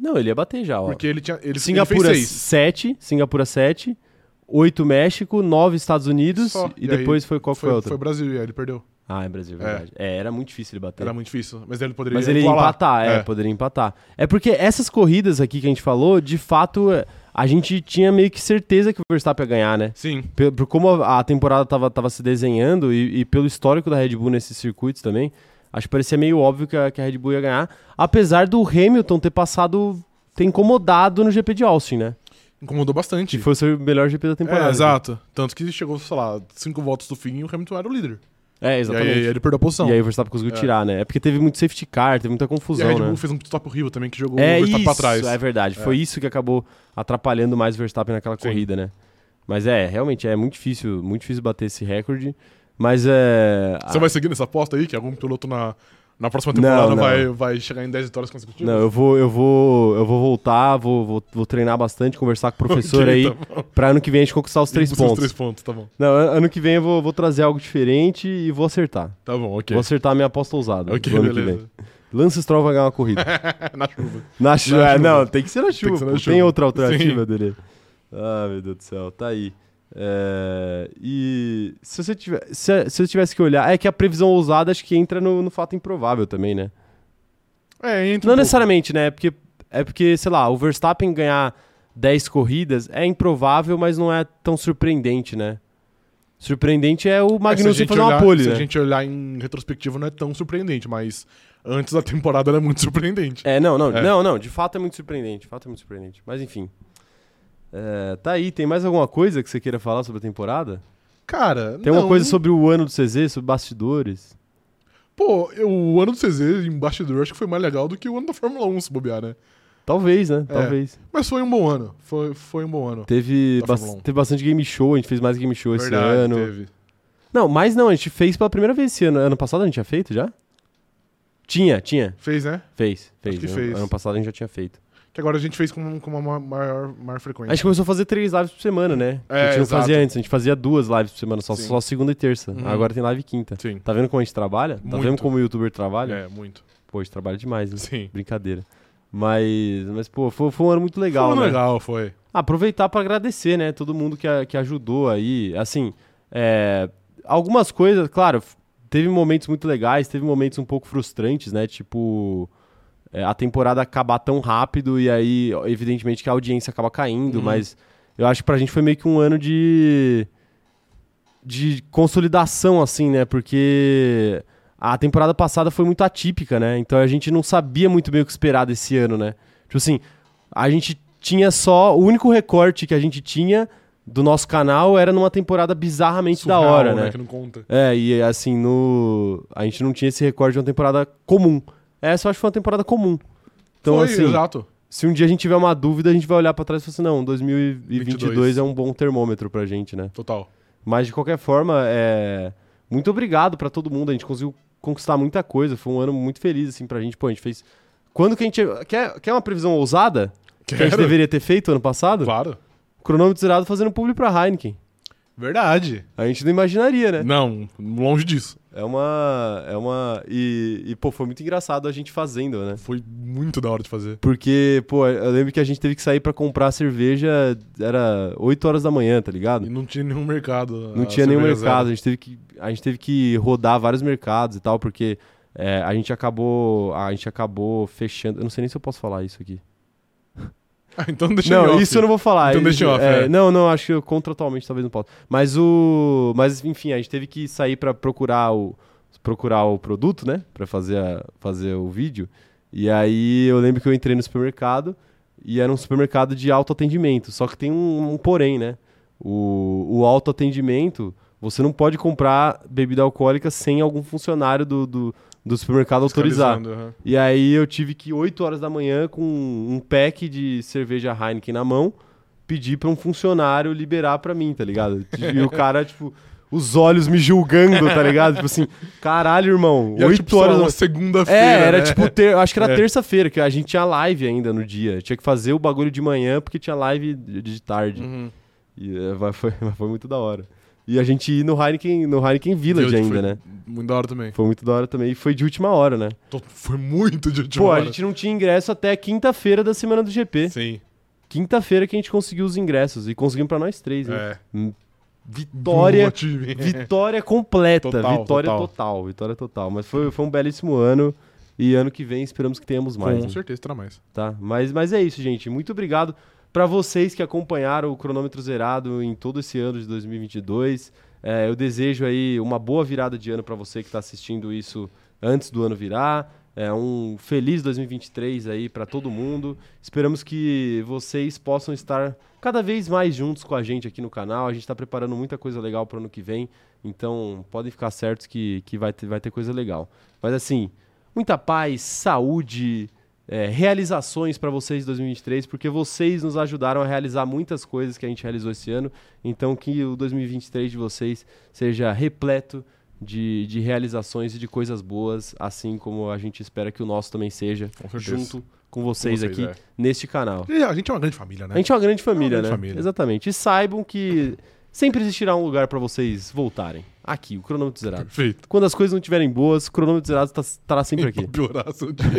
C: Não, ele ia bater já, ó.
B: Porque ele tinha. Ele,
C: Singapura
B: ele fez seis.
C: 7, Singapura 7, 8 México, 9 Estados Unidos
B: Só.
C: e,
B: E
C: depois foi qual que foi, a
B: Foi,
C: outra?
B: foi o Brasil, e aí ele perdeu.
C: Ah, é Brasil,
B: É.
C: verdade. É. era muito difícil ele bater.
B: Era muito difícil. Mas ele poderia
C: Mas ele ia
B: igualar.
C: empatar, é, poderia empatar. É porque essas corridas aqui que a gente falou, de fato, é, a gente tinha meio que certeza que o Verstappen ia ganhar, né?
B: Sim.
C: Pe- Por como a a temporada estava se desenhando e, e pelo histórico da Red Bull nesses circuitos também, acho que parecia meio óbvio que a, que a Red Bull ia ganhar, apesar do Hamilton ter passado, ter incomodado no GP de Austin, né?
B: Incomodou bastante.
C: Que foi o seu melhor GP da temporada.
B: É, exato. Tanto que chegou, sei lá, cinco votos do fim e o Hamilton era o líder.
C: É,
B: E
C: exatamente.
B: aí, ele perdeu a posição.
C: E aí o Verstappen conseguiu
B: É.
C: tirar, né? É porque teve muito safety car, teve muita
B: E a
C: confusão,
B: Red Bull
C: né?
B: fez um pit stop horrível também, que jogou
C: É
B: o Verstappen
C: isso,
B: pra trás.
C: é verdade.
B: É.
C: Foi isso que acabou atrapalhando mais o Verstappen naquela
B: Sim.
C: corrida, né? Mas é, realmente é muito difícil, muito difícil bater esse recorde. Mas é.
B: Você
C: ah,
B: vai seguir nessa aposta aí, que algum piloto na, na próxima
C: Não,
B: temporada
C: não.
B: Vai, vai chegar em 10 vitórias consecutivas?
C: Não, eu vou, eu vou, eu vou voltar, vou, vou, vou treinar bastante, conversar com o professor
B: Ok,
C: aí,
B: tá bom.
C: pra ano que vem a gente conquistar os três
B: Você os
C: pontos.
B: três pontos, tá bom.
C: Não, an- ano que vem eu vou, vou trazer algo diferente e vou acertar.
B: Tá bom, ok.
C: Vou acertar a minha aposta ousada.
B: Ok,
C: do ano que vem.
B: beleza. É,
C: Lance Stroll vai ganhar uma corrida.
B: na chuva.
C: Na chuva.
B: Na
C: é,
B: chuva.
C: Não, tem que ser na chuva.
B: que
C: pô.
B: ser
C: Tem,
B: na chuva.
C: outra alternativa dele. Ah, meu Deus do céu, tá aí. É, e se você, tiver, se, se eu tivesse que olhar, é que a previsão ousada acho que entra no, no fato improvável também, né?
B: É, entra
C: Não
B: um pouco.
C: necessariamente, né? É porque, é porque, sei lá, o Verstappen ganhar 10 corridas é improvável, mas não é tão surpreendente, né? Surpreendente é o
B: É, se a
C: Magnussen
B: gente
C: fazer
B: olhar-
C: uma pole,
B: Se
C: né?
B: a gente olhar em retrospectiva, não é tão surpreendente, mas antes da temporada era muito surpreendente.
C: É, não, não,
B: É.
C: não, não, de fato é muito surpreendente, de fato é muito surpreendente. Mas enfim. É, tá aí, tem mais alguma coisa que você queira falar sobre a temporada?
B: Cara,
C: Tem
B: não,
C: alguma coisa sobre o ano do CZ, sobre bastidores?
B: Pô, eu- o ano do CZ em bastidor acho que foi mais legal do que o ano da Fórmula 1, se bobear, né?
C: Talvez,
B: É.
C: né? Talvez.
B: Mas foi um bom ano. Foi, foi um bom ano.
C: Teve,
B: Da
C: bas-
B: Fórmula 1.
C: teve bastante game show, a gente fez mais game show esse ano.
B: teve.
C: Não, mas não, a gente fez pela primeira vez esse ano. Ano passado a gente tinha feito já? Tinha, tinha.
B: Fez, né?
C: Fez, fez.
B: que
C: ano,
B: fez.
C: ano passado a gente já tinha feito.
B: Que agora a gente fez com, com uma ma- maior, maior frequência.
C: A gente começou a fazer três lives por semana, né? Que a
B: É,
C: gente não
B: exato.
C: fazia antes, a gente fazia duas lives por semana, só,
B: Sim.
C: só segunda e terça.
B: Uhum.
C: Agora tem live quinta.
B: Sim.
C: Tá vendo como a gente trabalha? Tá
B: Muito.
C: vendo como o youtuber trabalha?
B: É, muito.
C: Pô, a gente trabalha demais, né?
B: Sim.
C: Brincadeira. Mas, mas pô, foi, foi um ano muito legal,
B: foi um ano
C: né?
B: legal, foi.
C: Aproveitar pra agradecer, né? Todo mundo que, a- que ajudou aí. Assim, é, algumas coisas, claro, f- teve momentos muito legais, teve momentos um pouco frustrantes, né? Tipo, é, a temporada acabar tão rápido e aí, ó, evidentemente, que a audiência acaba caindo,
B: Uhum.
C: mas eu acho que pra gente foi meio que um ano de. de consolidação, assim, né? Porque a temporada passada foi muito atípica, né? Então a gente não sabia muito bem o que esperar desse ano, né? Tipo assim, a gente tinha só. O único recorte que a gente tinha do nosso canal era numa temporada bizarramente
B: Surreal,
C: da hora, né?
B: Que não conta.
C: É, e assim, no. A gente não tinha esse recorde de uma temporada comum. Essa eu acho que foi uma temporada comum. Então,
B: foi,
C: assim,
B: exato.
C: se um dia a gente tiver uma dúvida, a gente vai olhar pra trás e falar assim: não, 2022
B: 22
C: é um bom termômetro pra gente, né?
B: Total.
C: Mas de qualquer forma, é... muito obrigado pra todo mundo. A gente conseguiu conquistar muita coisa. Foi um ano muito feliz, assim, pra gente. Pô, a gente fez. Quando que a gente. Quer, quer uma previsão ousada? Que a gente
B: Quero.
C: deveria ter feito ano passado?
B: Claro.
C: Cronômetro zerado fazendo publi pra Heineken.
B: Verdade.
C: A gente não imaginaria, né?
B: Não, longe disso.
C: É uma. É uma. E, e, pô, foi muito engraçado a gente fazendo, né?
B: Foi muito da hora de fazer.
C: Porque, pô, eu lembro que a gente teve que sair pra comprar cerveja, era 8 horas da manhã, tá
B: E
C: ligado?
B: não tinha nenhum mercado.
C: Não
B: a
C: tinha nenhum
B: cerveja zero.
C: mercado, a gente, teve que, a gente teve que rodar vários mercados e tal, porque é, a gente acabou. A gente acabou fechando. Eu não sei nem se eu posso falar isso aqui.
B: Ah, então deixa em
C: Não,
B: off.
C: isso eu não vou falar.
B: Então
C: Isso-
B: deixa em off,
C: é,
B: é.
C: Não, não, acho que eu contratualmente talvez não possa. Mas o. Mas, enfim, a gente teve que sair pra procurar o. Procurar o produto, né? Pra fazer, a- fazer o vídeo. E aí eu lembro que eu entrei no supermercado e era um supermercado de autoatendimento. Só que tem um, um porém, né? O, o autoatendimento, você não pode comprar bebida alcoólica sem algum funcionário do, do, do supermercado autorizar.
B: Fiscalizando, aham.
C: E aí eu tive que 8 horas da manhã com um pack de cerveja Heineken na mão pedir pra um funcionário liberar pra mim, tá ligado? E o cara tipo os olhos me julgando, tá ligado? Tipo assim, caralho, irmão,
B: E era,
C: oito
B: tipo, sei lá,
C: horas.
B: uma
C: da-
B: segunda-feira.
C: É, era
B: né?
C: tipo, ter... acho que era
B: É.
C: terça-feira, que a gente tinha live ainda no dia. Tinha que fazer o bagulho de manhã, porque tinha live de de tarde.
B: Uhum.
C: E, é, mas foi, mas foi muito da hora. E a gente ir no Heineken, no Heineken Village
B: Village
C: ainda,
B: tipo, foi-
C: né?
B: Muito da hora também.
C: Foi muito da hora também. E foi de última hora, né?
B: Tô- Foi muito de última
C: Pô,
B: hora.
C: a gente não tinha ingresso até quinta-feira da semana do GP.
B: Sim,
C: Quinta-feira que a gente conseguiu os ingressos. E conseguimos pra nós três, né?
B: é.
C: Vitória.
B: Boa, time.
C: Vitória completa.
B: Total,
C: vitória total.
B: total.
C: Vitória total. Mas foi, foi um belíssimo ano. E ano que vem esperamos que tenhamos mais.
B: Com
C: né?
B: certeza, terá mais.
C: tá? Mas, mas é isso, gente. Muito obrigado para vocês que acompanharam o cronômetro zerado em todo esse ano de 2022. É, eu desejo aí uma boa virada de ano para você que está assistindo isso antes do ano virar. É um feliz 2023 aí para todo mundo. Esperamos que vocês possam estar cada vez mais juntos com a gente aqui no canal. A gente está preparando muita coisa legal para o ano que vem, então podem ficar certos que, que vai, ter, vai ter coisa legal. Mas assim, muita paz, saúde, é, realizações para vocês em 2023, porque vocês nos ajudaram a realizar muitas coisas que a gente realizou esse ano. Então, que o 2023 de vocês seja repleto de, de realizações e de coisas boas, assim como a gente espera que o nosso também seja,
B: Com certeza.
C: junto com vocês,
B: vocês,
C: aqui
B: é.
C: neste canal.
B: E A gente é uma grande família, né?
C: A gente é uma grande família,
B: grande
C: né?
B: família.
C: Exatamente. E saibam que sempre existirá um lugar para vocês voltarem. Aqui, o cronômetro zerado.
B: Perfeito.
C: Quando as coisas não estiverem boas, o cronômetro zerado tá- estará sempre aqui.
B: Pra piorar seu dia.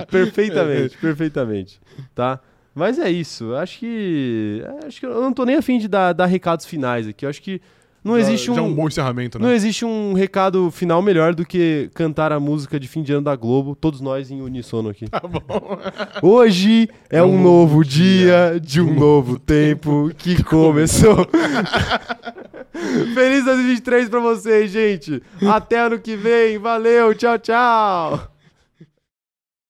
B: É.
C: perfeitamente, perfeitamente. Tá? Mas é isso. Acho que. é, Acho que eu não tô nem afim de dar, dar recados finais aqui. Eu acho que não
B: Já-
C: existe
B: Já é
C: um.
B: um bom encerramento,
C: não
B: né?
C: existe um recado final melhor do que cantar a música de fim de ano da Globo, todos nós em unissono aqui.
B: Tá bom.
C: Hoje é um novo dia de um novo tempo que começou. Feliz 2023 pra vocês, gente. Até ano que vem. Valeu, tchau, tchau.